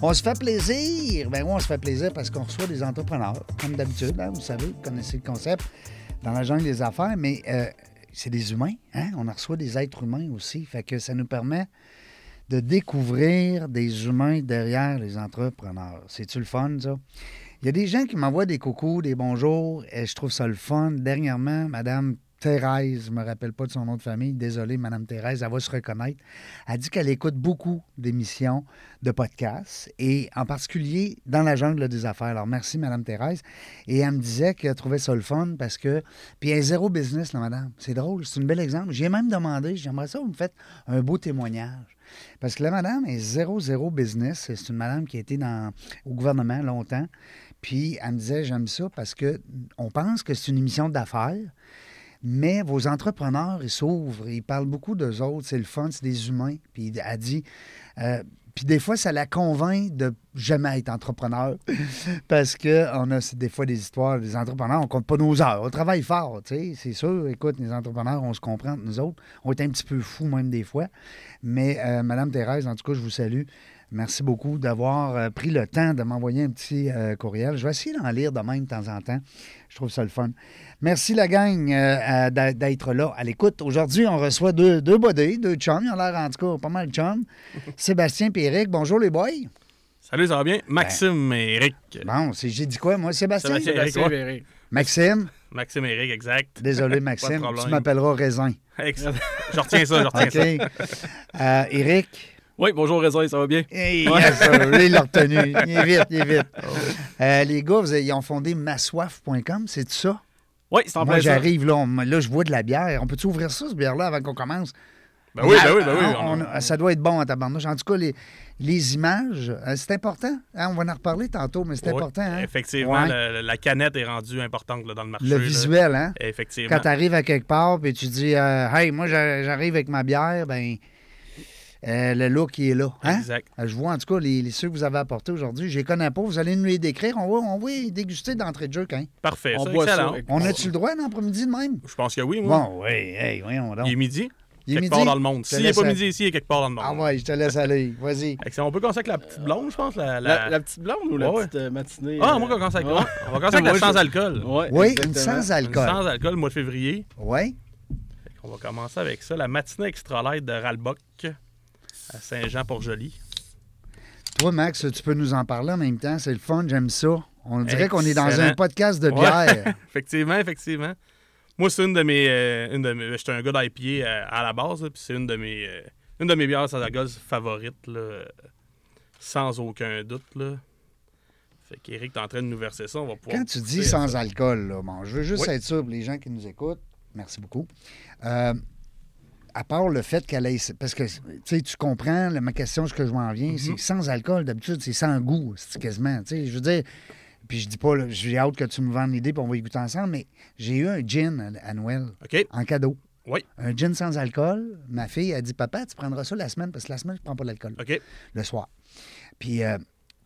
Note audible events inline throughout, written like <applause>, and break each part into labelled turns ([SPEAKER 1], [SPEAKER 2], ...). [SPEAKER 1] on se fait plaisir. Ben oui, on se fait plaisir parce qu'on reçoit des entrepreneurs, comme d'habitude. hein, vous savez, vous connaissez le concept dans la jungle des affaires, mais euh, c'est des humains. Hein? On en reçoit des êtres humains aussi. Fait que ça nous permet de découvrir des humains derrière les entrepreneurs. C'est-tu le fun, ça? Il y a des gens qui m'envoient des coucous, des bonjours, et je trouve ça le fun. Dernièrement, Madame Thérèse, je me rappelle pas de son nom de famille, désolé, Madame Thérèse, elle va se reconnaître. Elle dit qu'elle écoute beaucoup d'émissions de podcasts, et en particulier dans la jungle des affaires. Alors, merci, Madame Thérèse. Et elle me disait qu'elle trouvait ça le fun parce que. Puis elle est zéro business, la madame. C'est drôle, c'est un bel exemple. J'ai même demandé, j'aimerais ça, vous me faites un beau témoignage. Parce que la madame est zéro, zéro business. C'est une madame qui a été dans, au gouvernement longtemps. Puis elle me disait, j'aime ça parce que on pense que c'est une émission d'affaires, mais vos entrepreneurs, ils s'ouvrent, ils parlent beaucoup d'eux autres, c'est le fun, c'est des humains. Puis elle dit, euh, puis des fois, ça la convainc de jamais être entrepreneur <laughs> parce qu'on a c'est des fois des histoires des entrepreneurs, on compte pas nos heures, on travaille fort, tu sais, c'est sûr. Écoute, les entrepreneurs, on se comprend, entre nous autres, on est un petit peu fous même des fois. Mais euh, Madame Thérèse, en tout cas, je vous salue. Merci beaucoup d'avoir euh, pris le temps de m'envoyer un petit euh, courriel. Je vais essayer d'en lire de même de temps en temps. Je trouve ça le fun. Merci la gang euh, à- d'a- d'être là à l'écoute. Aujourd'hui, on reçoit deux, deux buddies, deux chums. Ils ont l'air en tout cas pas mal de chums. Sébastien et Eric. Bonjour les boys.
[SPEAKER 2] Salut, ça va bien?
[SPEAKER 1] Ben,
[SPEAKER 2] Maxime et Eric.
[SPEAKER 1] Bon, c'est- j'ai dit quoi moi? Sébastien?
[SPEAKER 2] Sébastien. Eric,
[SPEAKER 3] Sébastien
[SPEAKER 2] ouais.
[SPEAKER 3] Béré.
[SPEAKER 1] Maxime?
[SPEAKER 2] Maxime et Eric, exact.
[SPEAKER 1] Désolé Maxime,
[SPEAKER 2] problème.
[SPEAKER 1] tu m'appelleras Raisin.
[SPEAKER 2] Excellent. je retiens ça, je retiens
[SPEAKER 1] OK. Euh,
[SPEAKER 2] ça.
[SPEAKER 1] Eric?
[SPEAKER 3] Oui, bonjour Raisin, ça va bien?
[SPEAKER 1] Hey, yes, sir. Là, il l'a retenu. Il est vite, il est vite. Euh, les gars, vous avez- ils ont fondé massoif.com, c'est ça?
[SPEAKER 3] Oui, c'est en
[SPEAKER 1] Moi,
[SPEAKER 3] plein ça.
[SPEAKER 1] j'arrive, là, on m- là, je vois de la bière. On peut-tu ouvrir ça, cette bière-là, avant qu'on commence?
[SPEAKER 2] Ben oui, ben oui, ben oui.
[SPEAKER 1] Ah, on- ah, ça doit être bon à tabarnouche. En tout cas, les, les images, euh, c'est important. hein, on va en reparler tantôt, mais c'est
[SPEAKER 2] Oui,
[SPEAKER 1] important. hein.
[SPEAKER 2] Effectivement,
[SPEAKER 1] Ouais.
[SPEAKER 2] le- le- la canette est rendue importante là, dans le marché.
[SPEAKER 1] Le
[SPEAKER 2] là.
[SPEAKER 1] visuel, hein?
[SPEAKER 2] Effectivement.
[SPEAKER 1] Quand tu arrives à quelque part et tu dis euh, Hey, moi, j'a- j'arrive avec ma bière », ben euh, le look, il est là. hein?
[SPEAKER 2] Exact.
[SPEAKER 1] Euh, Je vois, en tout cas, les, les- ceux que vous avez apportés aujourd'hui, je les connais pas. Vous allez nous les décrire. On va, on va les déguster d'entrée de jeu, quand
[SPEAKER 2] Parfait.
[SPEAKER 3] On
[SPEAKER 2] ça,
[SPEAKER 3] boit
[SPEAKER 2] excellent.
[SPEAKER 3] ça. avec-
[SPEAKER 1] On a-tu le droit dans l'après-midi de même?
[SPEAKER 2] Je pense que oui, moi.
[SPEAKER 1] Bon, oui, hey, voyons donc.
[SPEAKER 2] Il est midi.
[SPEAKER 1] Il est
[SPEAKER 2] quelque
[SPEAKER 1] midi?
[SPEAKER 2] part dans le monde.
[SPEAKER 1] Je te
[SPEAKER 2] S'il n'est
[SPEAKER 1] laisse
[SPEAKER 2] pas
[SPEAKER 1] à-
[SPEAKER 2] midi ici, il est quelque part dans le monde.
[SPEAKER 1] Ah ouais, je te laisse aller. Vas-y.
[SPEAKER 2] Excellent. On peut commencer avec la petite blonde, je pense. La, la-
[SPEAKER 3] Euh, La, la petite blonde ou la
[SPEAKER 2] Ouais, ouais.
[SPEAKER 3] petite euh, matinée?
[SPEAKER 2] Ah,
[SPEAKER 3] euh,
[SPEAKER 2] moi, on commence avec,
[SPEAKER 3] ouais.
[SPEAKER 2] ouais, on va commencer avec la
[SPEAKER 3] Moi, je-
[SPEAKER 2] sans alcool.
[SPEAKER 3] Ouais,
[SPEAKER 1] Oui, une
[SPEAKER 3] exactement.
[SPEAKER 1] sans
[SPEAKER 2] Une
[SPEAKER 1] alcool.
[SPEAKER 2] Sans alcool, mois de février.
[SPEAKER 1] Oui.
[SPEAKER 2] On va commencer avec ça. La matinée extra light de Ralbock à Saint-Jean-Port-Joli.
[SPEAKER 1] Toi, Max, tu peux nous en parler en même temps. C'est le fun, j'aime ça. On dirait qu'on est dans
[SPEAKER 2] Excellent.
[SPEAKER 1] un podcast de
[SPEAKER 2] Ouais.
[SPEAKER 1] bière.
[SPEAKER 2] <laughs> Effectivement, effectivement. Moi, c'est une de mes. euh, une de mes J'étais un gars d'IPA euh, à la base, là, puis c'est une de mes. euh, une de mes bières sans alcool favorites, là, euh, sans aucun doute. Là. Fait qu'Éric, t'es en train de nous verser ça, on va pouvoir.
[SPEAKER 1] Quand tu dis
[SPEAKER 2] goûter à
[SPEAKER 1] sans
[SPEAKER 2] ça.
[SPEAKER 1] alcool, là, bon, je veux juste
[SPEAKER 2] Oui.
[SPEAKER 1] être sûr pour les gens qui nous écoutent. Merci beaucoup. Euh, à part le fait qu'elle ait. Parce que tu sais, tu comprends la- ma question, ce que je m'en viens,
[SPEAKER 2] Mm-hmm.
[SPEAKER 1] c'est que sans alcool, d'habitude, c'est sans goût, c'est quasiment. Tu sais, je veux dire. Puis je dis pas, là, j'ai hâte que tu me vendes l'idée, puis on va y goûter ensemble, mais j'ai eu un gin à, à Noël,
[SPEAKER 2] OK.
[SPEAKER 1] en cadeau.
[SPEAKER 2] Oui.
[SPEAKER 1] Un gin sans alcool. Ma fille a dit Papa, tu prendras ça la semaine, parce que la semaine, je prends pas d'alcool
[SPEAKER 2] OK.
[SPEAKER 1] le soir. Puis, euh,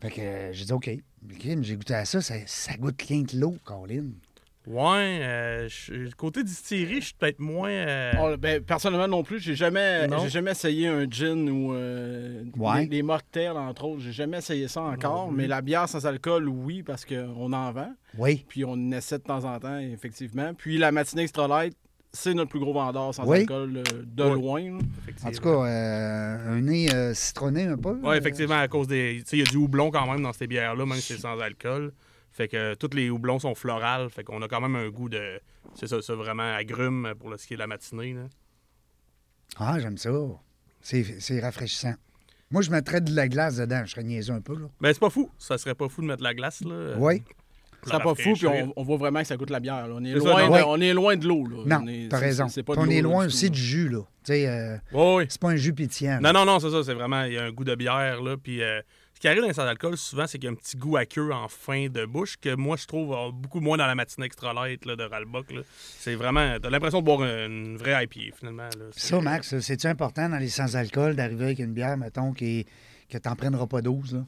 [SPEAKER 1] fait que euh, j'ai dit, OK. OK, mais j'ai goûté à ça, ça, ça goûte rien que l'eau, Colin.
[SPEAKER 2] Ouais. euh, je- côté distillerie, je suis peut-être moins. euh,
[SPEAKER 3] On- ben, personnellement non plus, j'ai jamais,
[SPEAKER 2] Non.
[SPEAKER 3] j'ai jamais essayé un gin ou euh,
[SPEAKER 1] Ouais.
[SPEAKER 3] les, les mocktails, entre autres. J'ai jamais essayé ça
[SPEAKER 2] Non
[SPEAKER 3] encore,
[SPEAKER 2] plus.
[SPEAKER 3] mais la bière sans alcool, oui, parce qu'on en vend.
[SPEAKER 1] Oui.
[SPEAKER 3] Puis on en essaie de temps en temps, effectivement. Puis la matinée extra light, c'est notre plus gros vendeur sans
[SPEAKER 1] Oui.
[SPEAKER 3] alcool euh, de
[SPEAKER 2] Oui.
[SPEAKER 3] loin. là.
[SPEAKER 1] En
[SPEAKER 2] effectivement.
[SPEAKER 1] tout cas, euh, un nez euh, citronné un peu. euh,
[SPEAKER 2] Ouais, effectivement, à cause des. Tu sais, il y a du houblon quand même dans ces bières-là, même si c'est sans alcool. Fait que euh, tous les houblons sont florales. Fait qu'on a quand même un goût de. C'est ça, ça vraiment agrume pour le, ce qui est de la matinée. Là.
[SPEAKER 1] Ah, j'aime ça. C'est c'est rafraîchissant. Moi, je mettrais de la glace dedans. Je serais niaiseux un peu, là.
[SPEAKER 2] Ben, c'est pas fou. Ça serait pas fou de mettre la glace, là.
[SPEAKER 1] Oui.
[SPEAKER 2] Pour la
[SPEAKER 3] C'est pas fou, puis
[SPEAKER 2] rafraîchir.
[SPEAKER 3] on, on voit vraiment que ça coûte la bière. là. On, est
[SPEAKER 2] C'est ça,
[SPEAKER 3] loin
[SPEAKER 2] non?
[SPEAKER 3] de,
[SPEAKER 1] Ouais.
[SPEAKER 3] on est loin de l'eau. là.
[SPEAKER 1] Non,
[SPEAKER 3] On est-
[SPEAKER 1] t'as
[SPEAKER 3] c'est-
[SPEAKER 1] raison.
[SPEAKER 3] c'est pas de
[SPEAKER 1] Puis on est
[SPEAKER 3] l'eau, là,
[SPEAKER 1] loin
[SPEAKER 3] du
[SPEAKER 1] aussi
[SPEAKER 3] tout,
[SPEAKER 1] du jus, là. Tu sais, euh,
[SPEAKER 2] Ouais, ouais.
[SPEAKER 1] c'est pas un jus pétillant.
[SPEAKER 2] Non,
[SPEAKER 1] là.
[SPEAKER 2] non, non, c'est ça. C'est vraiment. Il y a un goût de bière, là. Puis euh, Ce qui arrive dans les sans alcool, souvent, c'est qu'il y a un petit goût aqueux en fin de bouche que moi, je trouve euh, beaucoup moins dans la matinée extra light là, de Ralbock. là. C'est vraiment. T'as l'impression de boire une vraie IPA, finalement. là.
[SPEAKER 1] Puis Ça, Max, c'est-tu important dans les sans-alcool d'arriver avec une bière, mettons, qui, que t'en prendras pas 12, là?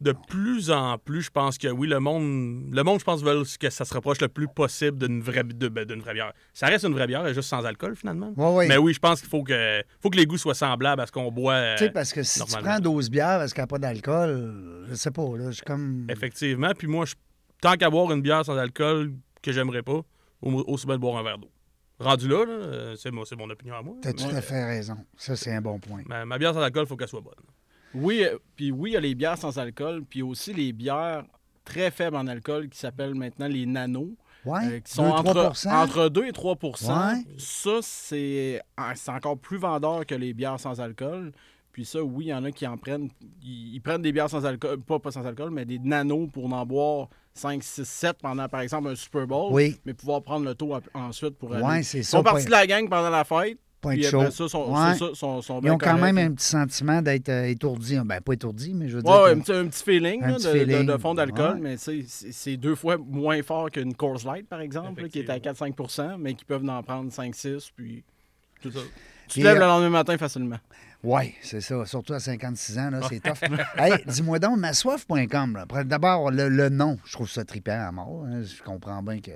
[SPEAKER 2] De plus en plus, je pense que oui, le monde, le monde, je pense, veut que ça se rapproche le plus possible d'une vraie, de- ben, d'une vraie bière. Ça reste une vraie bière, elle est juste sans alcool, finalement.
[SPEAKER 1] Ouais, ouais.
[SPEAKER 2] Mais oui, je pense qu'il faut que, faut que les goûts soient semblables à ce qu'on boit. euh,
[SPEAKER 1] tu sais, parce que si tu
[SPEAKER 2] normalement.
[SPEAKER 1] prends 12 bières parce qu'il n'y a pas d'alcool, je sais pas, là, je suis comme...
[SPEAKER 2] Effectivement. Puis moi, je- tant qu'à boire une bière sans alcool que j'aimerais pas, au- aussi bien de boire un verre d'eau. Rendu là, là, euh, c'est mon, c'est mon opinion à moi.
[SPEAKER 1] T'as tout
[SPEAKER 2] Mais,
[SPEAKER 1] à fait raison. Ça, c'est un bon point.
[SPEAKER 2] ma, ma bière sans alcool, faut qu'elle soit bonne.
[SPEAKER 3] Oui, euh, puis oui, il y a les bières sans alcool, puis aussi les bières très faibles en alcool qui s'appellent maintenant les nanos,
[SPEAKER 1] Ouais,
[SPEAKER 3] euh, qui sont
[SPEAKER 1] 2-3
[SPEAKER 3] entre, entre 2 et 3
[SPEAKER 1] Ouais.
[SPEAKER 3] Ça, c'est ah, c'est encore plus vendeur que les bières sans alcool. Puis ça, oui, il y en a qui en prennent. Ils, ils prennent des bières sans alcool, pas, pas sans alcool, mais des nanos pour en boire 5, 6, 7 pendant, par exemple, un Super Bowl.
[SPEAKER 1] Oui.
[SPEAKER 3] mais pouvoir prendre le taux ap- ensuite pour aller.
[SPEAKER 1] Ouais, c'est
[SPEAKER 3] Ils
[SPEAKER 1] ça.
[SPEAKER 3] sont
[SPEAKER 1] pas-
[SPEAKER 3] partis de la gang pendant la fête.
[SPEAKER 1] pas
[SPEAKER 3] Puis
[SPEAKER 1] être
[SPEAKER 3] après
[SPEAKER 1] chaud.
[SPEAKER 3] ça, sont,
[SPEAKER 1] Ouais.
[SPEAKER 3] c'est ça, sont, sont
[SPEAKER 1] Ils
[SPEAKER 3] bien
[SPEAKER 1] ont quand même
[SPEAKER 3] corrects.
[SPEAKER 1] un petit sentiment d'être euh, étourdis. Ben, pas étourdis, mais je veux dire...
[SPEAKER 3] Ouais, ouais,
[SPEAKER 1] que-
[SPEAKER 3] un, petit, un petit feeling,
[SPEAKER 1] Un
[SPEAKER 3] là,
[SPEAKER 1] petit
[SPEAKER 3] de, de-
[SPEAKER 1] feeling.
[SPEAKER 3] de fond d'alcool,
[SPEAKER 1] Ouais.
[SPEAKER 3] mais tu sais, c'est c'est deux fois moins fort qu'une Coors Light, par exemple, là, qui est à 4-5 mais qui peuvent en prendre 5-6, puis
[SPEAKER 2] Tout ça.
[SPEAKER 3] tu te
[SPEAKER 1] Puis,
[SPEAKER 3] lèves le
[SPEAKER 1] euh,
[SPEAKER 3] lendemain matin facilement.
[SPEAKER 1] Oui, c'est ça. Surtout à 56 ans, là, c'est tough. hey, dis-moi donc, massoif.com. là. Pre- D'abord, le, le nom, je trouve ça trippant à mort. hein. Je comprends bien que.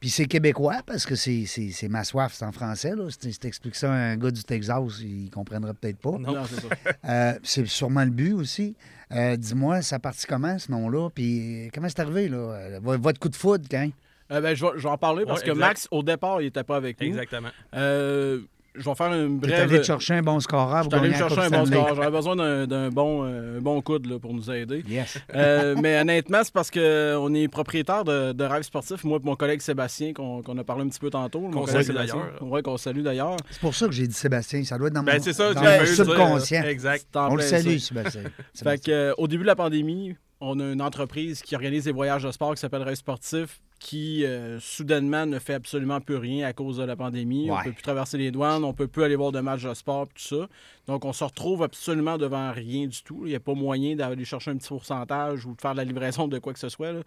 [SPEAKER 1] Puis c'est québécois parce que c'est, c'est, c'est ma soif, c'est en français. Là. Si tu- si t'expliques ça à un gars du Texas, il comprendrait peut-être pas.
[SPEAKER 3] Non, c'est ça.
[SPEAKER 1] Euh, c'est sûrement le but aussi. Euh, dis-moi, ça partit comment ce nom-là? Puis euh, comment c'est arrivé, là? Euh, vo- Votre coup de foudre, hein? quand?
[SPEAKER 3] Euh, ben, je, vais, je vais en parler parce
[SPEAKER 2] Ouais,
[SPEAKER 3] que
[SPEAKER 2] exact.
[SPEAKER 3] Max, au départ, il n'était pas avec nous.
[SPEAKER 2] Exactement.
[SPEAKER 3] Euh, je vais faire une
[SPEAKER 1] T'es
[SPEAKER 3] brève.
[SPEAKER 1] allé te chercher un bon scoreur pour
[SPEAKER 3] euh, Je suis allé me
[SPEAKER 1] gagner la
[SPEAKER 3] chercher un
[SPEAKER 1] Coupe
[SPEAKER 3] bon
[SPEAKER 1] Stanley.
[SPEAKER 3] score. J'avais besoin d'un d'un bon, euh, un bon coude là, pour nous aider.
[SPEAKER 1] Yes.
[SPEAKER 3] Euh, mais honnêtement, c'est parce qu'on est propriétaire de, de Rêve Sportif, moi et mon collègue Sébastien, qu'on qu'on a parlé un petit peu tantôt. mon
[SPEAKER 2] Qu'on
[SPEAKER 3] collègue
[SPEAKER 2] salue
[SPEAKER 3] Sébastien.
[SPEAKER 2] d'ailleurs.
[SPEAKER 3] Ouais, qu'on salue d'ailleurs.
[SPEAKER 1] C'est pour ça que j'ai dit Sébastien. Ça doit être dans
[SPEAKER 2] Ben,
[SPEAKER 1] mon,
[SPEAKER 2] c'est ça,
[SPEAKER 1] dans
[SPEAKER 2] j'ai
[SPEAKER 1] mon
[SPEAKER 2] eu ça,
[SPEAKER 1] subconscient.
[SPEAKER 2] euh, Exact.
[SPEAKER 3] C'est en
[SPEAKER 1] On le
[SPEAKER 3] plein
[SPEAKER 1] salue,
[SPEAKER 3] ça. <laughs>
[SPEAKER 1] Sébastien. Sébastien.
[SPEAKER 3] Fait que, euh, au début de la pandémie, on a une entreprise qui organise des voyages de sport qui s'appelle Rêve Sportif qui euh, soudainement ne fait absolument plus rien à cause de la pandémie. On
[SPEAKER 1] Ouais.
[SPEAKER 3] ne peut plus traverser les douanes, on ne peut plus aller voir de matchs de sport, tout ça. Donc, on se retrouve absolument devant rien du tout. Il n'y a pas moyen d'aller chercher un petit pourcentage ou de faire de la livraison de quoi que ce soit. là.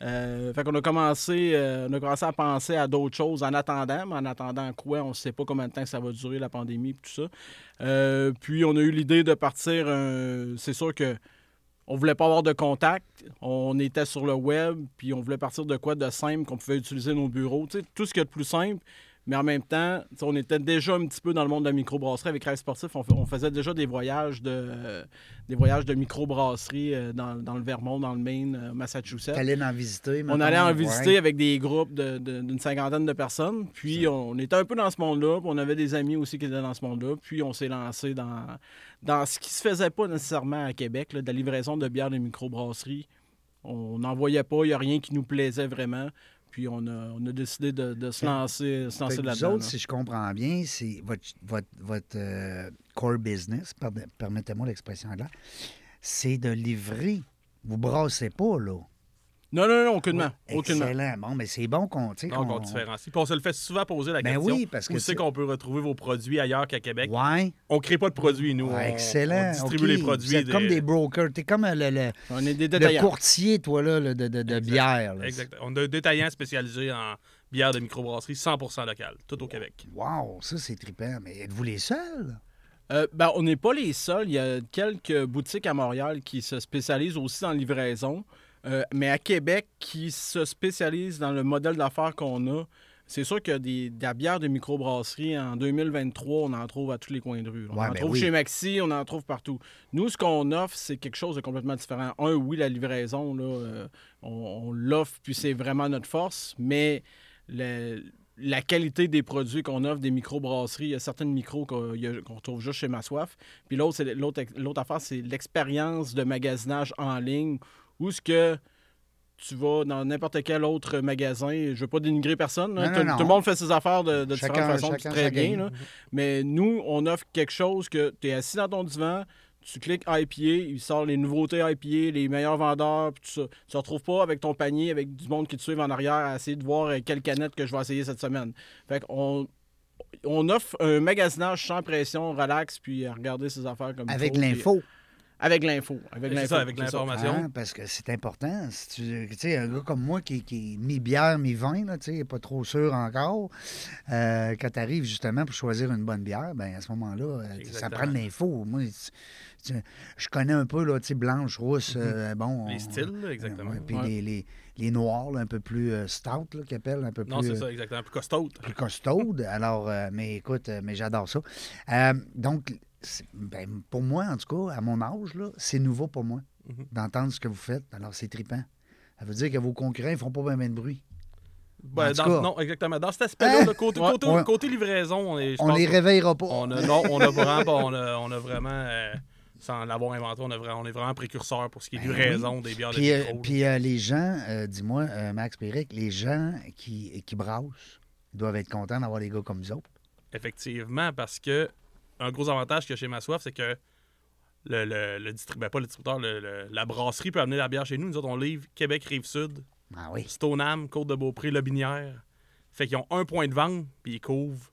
[SPEAKER 3] Euh, fait qu'on a commencé, euh, on a commencé à penser à d'autres choses en attendant, mais en attendant quoi, on ne sait pas combien de temps que ça va durer la pandémie et tout ça. Euh, puis on a eu l'idée de partir. un- c'est sûr que on voulait pas avoir de contact. On était sur le web, puis on voulait partir de quoi de simple qu'on pouvait utiliser nos bureaux. Tu sais, tout ce qu'il y a de plus simple. Mais en même temps, tu sais, on était déjà un petit peu dans le monde de la microbrasserie avec Rêve Sportif. On, fa- on faisait déjà des voyages de, euh, des voyages de microbrasserie euh, dans, dans le Vermont, dans le Maine, euh, Massachusetts.
[SPEAKER 1] T'allais en visiter.
[SPEAKER 3] On
[SPEAKER 1] mettons,
[SPEAKER 3] allait en
[SPEAKER 1] ouais.
[SPEAKER 3] visiter avec des groupes de- de- d'une cinquantaine de personnes. Puis on était un peu dans ce monde-là. puis On avait des amis aussi qui étaient dans ce monde-là. Puis on s'est lancé dans, dans ce qui se faisait pas nécessairement à Québec, là, de la livraison de bières de microbrasseries. On n'en voyait pas. Il n'y a rien qui nous plaisait vraiment. Puis on a, on a décidé de, de se lancer, se
[SPEAKER 1] Fait
[SPEAKER 3] lancer
[SPEAKER 1] que vous
[SPEAKER 3] là-dedans.
[SPEAKER 1] autres,
[SPEAKER 3] là.
[SPEAKER 1] si je comprends bien, c'est votre, votre, votre, euh, core business, pardon- permettez-moi l'expression là, c'est de livrer. Vous brassez pas, là.
[SPEAKER 3] Non, non, non, aucunement. aucunement.
[SPEAKER 1] Excellent. Bon, mais c'est bon qu'on... tu sais,
[SPEAKER 2] Donc,
[SPEAKER 1] qu'on-
[SPEAKER 2] on différencie. Puis on se le fait souvent poser la
[SPEAKER 1] Ben
[SPEAKER 2] question.
[SPEAKER 1] oui, parce que
[SPEAKER 2] où c'est
[SPEAKER 1] tu-
[SPEAKER 2] qu'on peut retrouver vos produits ailleurs qu'à Québec?
[SPEAKER 1] Ouais,
[SPEAKER 2] On crée pas de produits, nous.
[SPEAKER 1] ouais,
[SPEAKER 2] on-
[SPEAKER 1] excellent.
[SPEAKER 2] On distribue
[SPEAKER 1] OK.
[SPEAKER 2] les produits.
[SPEAKER 1] Vous êtes
[SPEAKER 2] de-
[SPEAKER 1] comme des brokers. T'es comme le, le-
[SPEAKER 3] On est des
[SPEAKER 1] le
[SPEAKER 3] détaillants.
[SPEAKER 1] courtier, toi, là, le- de, de, de
[SPEAKER 2] Exact.
[SPEAKER 1] bière. là.
[SPEAKER 2] Exact. On a un détaillant spécialisé en bière de microbrasserie 100 locale, tout au Québec.
[SPEAKER 1] Wow, ça, c'est trippant. Mais êtes-vous les seuls?
[SPEAKER 3] Euh, ben, on n'est pas les seuls. Il y a quelques boutiques à Montréal qui se spécialisent aussi en livraison, euh, mais à Québec qui se spécialisent dans le modèle d'affaires qu'on a. C'est sûr que des, de la bière de microbrasserie en 2023, on en trouve à tous les coins de rue. On
[SPEAKER 1] Ouais,
[SPEAKER 3] en
[SPEAKER 1] ben
[SPEAKER 3] trouve
[SPEAKER 1] oui.
[SPEAKER 3] chez Maxi, on en trouve partout. Nous, ce qu'on offre, c'est quelque chose de complètement différent. Un, oui, la livraison, là, euh, on, on l'offre, puis c'est vraiment notre force, mais le- la qualité des produits qu'on offre des microbrasseries, il y a certaines micros qu'on il y a- qu'on retrouve juste chez Ma Soif. Puis l'autre, c'est l'autre ex- l'autre affaire, c'est l'expérience de magasinage en ligne, où ce que tu vas dans n'importe quel autre magasin, je ne veux pas dénigrer personne, là.
[SPEAKER 1] Non,
[SPEAKER 3] tout,
[SPEAKER 1] non, non.
[SPEAKER 3] tout le monde fait ses affaires de, de
[SPEAKER 1] Chacun-
[SPEAKER 3] différentes façons, puis
[SPEAKER 1] chacun
[SPEAKER 3] très
[SPEAKER 1] sa
[SPEAKER 3] bien.
[SPEAKER 1] game. Mhm.
[SPEAKER 3] là. Mais nous, on offre quelque chose que tu es assis dans ton divan, tu cliques IPA, il sort les nouveautés IPA, les meilleurs vendeurs, puis tout ça. Tu te retrouves pas avec ton panier, avec du monde qui te suive en arrière à essayer de voir euh, quelle canette que je vais essayer cette semaine. Fait qu'on on offre un magasinage sans pression, relax, puis à regarder ses affaires comme il
[SPEAKER 1] Avec
[SPEAKER 3] faut, puis-
[SPEAKER 1] l'info.
[SPEAKER 3] Avec l'info. Avec
[SPEAKER 2] C'est
[SPEAKER 3] l'info.
[SPEAKER 2] ça, avec
[SPEAKER 3] c'est ça.
[SPEAKER 2] l'information.
[SPEAKER 1] Hein, parce que c'est important. Si tu tu sais, un gars comme moi qui, qui est mi-bière, mi-vin, là, tu sais, pas trop sûr encore, euh, quand tu arrives justement pour choisir une bonne bière, ben à ce moment-là, euh, ça
[SPEAKER 2] Exactement.
[SPEAKER 1] prend de l'info. Moi, tu- tu- je connais un peu, là, tu sais, blanche, rousse, euh, bon. on-
[SPEAKER 2] Mhm. Les styles, là, exactement.
[SPEAKER 1] Ouais, puis
[SPEAKER 2] Ouais.
[SPEAKER 1] les, les, les noirs, là, un peu plus euh, stout, là, qu'ils appellent, un peu
[SPEAKER 2] Non,
[SPEAKER 1] plus.
[SPEAKER 2] c'est
[SPEAKER 1] euh,
[SPEAKER 2] ça, exactement. Plus costaud.
[SPEAKER 1] plus costaude. Alors, euh, mais écoute, euh, mais j'adore ça. Euh, donc, c'est- ben, pour moi, en tout cas, à mon âge, là, c'est nouveau pour moi
[SPEAKER 2] Mhm.
[SPEAKER 1] d'entendre ce que vous faites. Alors, c'est trippant. Ça veut dire que vos concurrents ne font pas bien de bruit.
[SPEAKER 2] Ben,
[SPEAKER 1] En tout
[SPEAKER 2] dans-
[SPEAKER 1] cas.
[SPEAKER 2] non, exactement. Dans cet aspect-là,
[SPEAKER 1] Hein?
[SPEAKER 2] le côté,
[SPEAKER 3] Ouais,
[SPEAKER 2] côté,
[SPEAKER 1] ouais.
[SPEAKER 2] côté livraison, on est. je
[SPEAKER 1] On
[SPEAKER 2] pense
[SPEAKER 1] les
[SPEAKER 2] que-
[SPEAKER 1] réveillera pas.
[SPEAKER 2] on a, Non, on a vraiment. pas- on, a, on a vraiment. euh, sans l'avoir inventé, on, a vra- on est vraiment précurseur pour ce qui est
[SPEAKER 1] Ben
[SPEAKER 2] livraison des bières
[SPEAKER 1] Puis,
[SPEAKER 2] de
[SPEAKER 1] euh,
[SPEAKER 2] micro. là.
[SPEAKER 1] puis, euh, les gens, euh, dis-moi, euh, Max Péric, les gens qui, qui brassent doivent être contents d'avoir des gars comme vous autres.
[SPEAKER 2] Effectivement, parce que un gros avantage que chez Ma Soif, c'est que le, le, le distrib- ben, pas le distributeur, le- le- la brasserie peut amener la bière chez nous. Nous autres, on livre Québec, Rive-Sud,
[SPEAKER 1] Ah oui.
[SPEAKER 2] Stoneham, Côte-de-Beaupré, Lobinière. Fait qu'ils ont un point de vente, puis ils couvrent,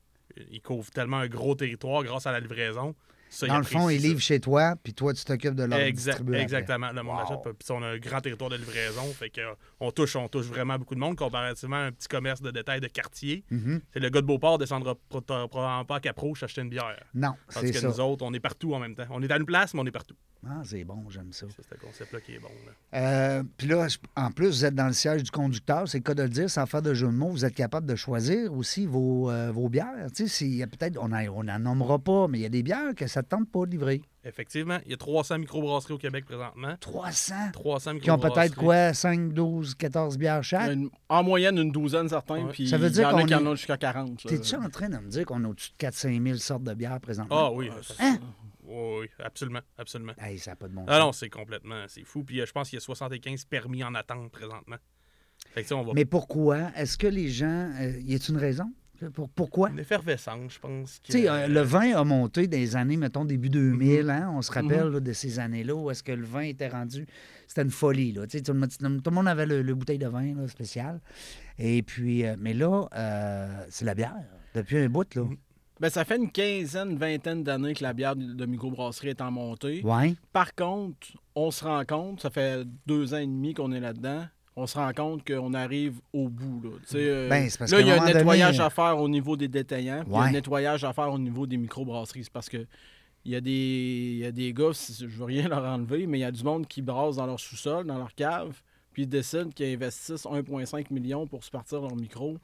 [SPEAKER 2] ils couvrent tellement un gros territoire grâce à la livraison. Ça,
[SPEAKER 1] Dans le fond, ils
[SPEAKER 2] apprécient ça.
[SPEAKER 1] livrent chez toi, puis toi, tu t'occupes de leur
[SPEAKER 2] Exact-
[SPEAKER 1] distribuer après.
[SPEAKER 2] exactement. Le monde
[SPEAKER 1] Wow.
[SPEAKER 2] achète. Puis on a un grand territoire de livraison. Fait que euh, on touche, on touche vraiment beaucoup de monde comparativement à un petit commerce de détail de quartier.
[SPEAKER 1] Mhm.
[SPEAKER 2] C'est le gars de Beauport descendra pro- probablement pas à Caproche acheter une bière.
[SPEAKER 1] Non,
[SPEAKER 2] Tandis
[SPEAKER 1] c'est
[SPEAKER 2] que
[SPEAKER 1] ça.
[SPEAKER 2] nous autres, on est partout en même temps. On est à une place, mais on est partout.
[SPEAKER 1] Ah, c'est bon, j'aime ça.
[SPEAKER 2] C'est ce concept-là qui est bon. là.
[SPEAKER 1] Euh, Puis là, je- en plus, vous êtes dans le siège du conducteur, c'est le cas de le dire, sans faire de jeu de mots, vous êtes capable de choisir aussi vos, euh, vos bières. Tu sais, s'il y a peut-être, on n'en on en nommera pas, mais il y a des bières que ça ne tente pas de livrer.
[SPEAKER 2] Effectivement, il y a 300 microbrasseries au Québec présentement.
[SPEAKER 1] 300!
[SPEAKER 2] 300
[SPEAKER 1] Qui ont
[SPEAKER 2] microbrasseries.
[SPEAKER 1] peut-être quoi, 5, 12, 14 bières chaque?
[SPEAKER 3] Une- en moyenne, une douzaine certains.
[SPEAKER 2] Ouais.
[SPEAKER 3] Puis
[SPEAKER 1] Ça veut
[SPEAKER 3] il y
[SPEAKER 1] dire
[SPEAKER 3] en a
[SPEAKER 1] qu'on
[SPEAKER 3] qui en
[SPEAKER 1] est-
[SPEAKER 3] ont jusqu'à 40. là.
[SPEAKER 2] euh,
[SPEAKER 1] T'es-tu en train de me dire qu'on a au-dessus de 4-5 000 sortes de bières présentement?
[SPEAKER 2] Ah oui, ça-
[SPEAKER 1] Hein?
[SPEAKER 2] oui, oui, absolument, absolument.
[SPEAKER 1] Hey, ça n'a pas de bon sens.
[SPEAKER 2] Ah non, c'est complètement, c'est fou. Puis euh, je pense qu'il y a 75 permis en attente présentement. Fait que tu sais, on va
[SPEAKER 1] Mais pourquoi? Est-ce que les gens... euh, y a-t-il une raison? Pour- pourquoi?
[SPEAKER 2] Une effervescence, je pense. que-
[SPEAKER 1] Tu sais, euh, le vin a monté des années, mettons, début 2000, hein? on se rappelle là, de ces années-là où est-ce que le vin était rendu... C'était une folie, là. Tu sais, Tout, le monde- tout le monde avait le, le bouteille de vin là, spécial. Et puis, euh, mais là, euh, c'est la bière. Depuis un bout, là.
[SPEAKER 3] Ben, ça fait une quinzaine, vingtaine d'années que la bière de microbrasserie est en montée.
[SPEAKER 1] Ouais.
[SPEAKER 3] Par contre, on se rend compte, ça fait deux ans et demi qu'on est là-dedans, on se rend compte qu'on arrive au bout. Là, Tu sais, euh,
[SPEAKER 1] Ben, c'est parce
[SPEAKER 3] là,
[SPEAKER 1] qu'à
[SPEAKER 3] il y a
[SPEAKER 1] un
[SPEAKER 3] un
[SPEAKER 1] moment
[SPEAKER 3] nettoyage
[SPEAKER 1] donné- euh,
[SPEAKER 3] à faire au niveau des détaillants, puis il y a
[SPEAKER 1] Ouais.
[SPEAKER 3] un nettoyage à faire au niveau des microbrasseries. C'est parce que il y, a des, il y a des gars, si- je veux rien leur enlever, mais il y a du monde qui brasse dans leur sous-sol, dans leur cave, puis ils décident qu'ils investissent 1,5 million pour se partir leur micro.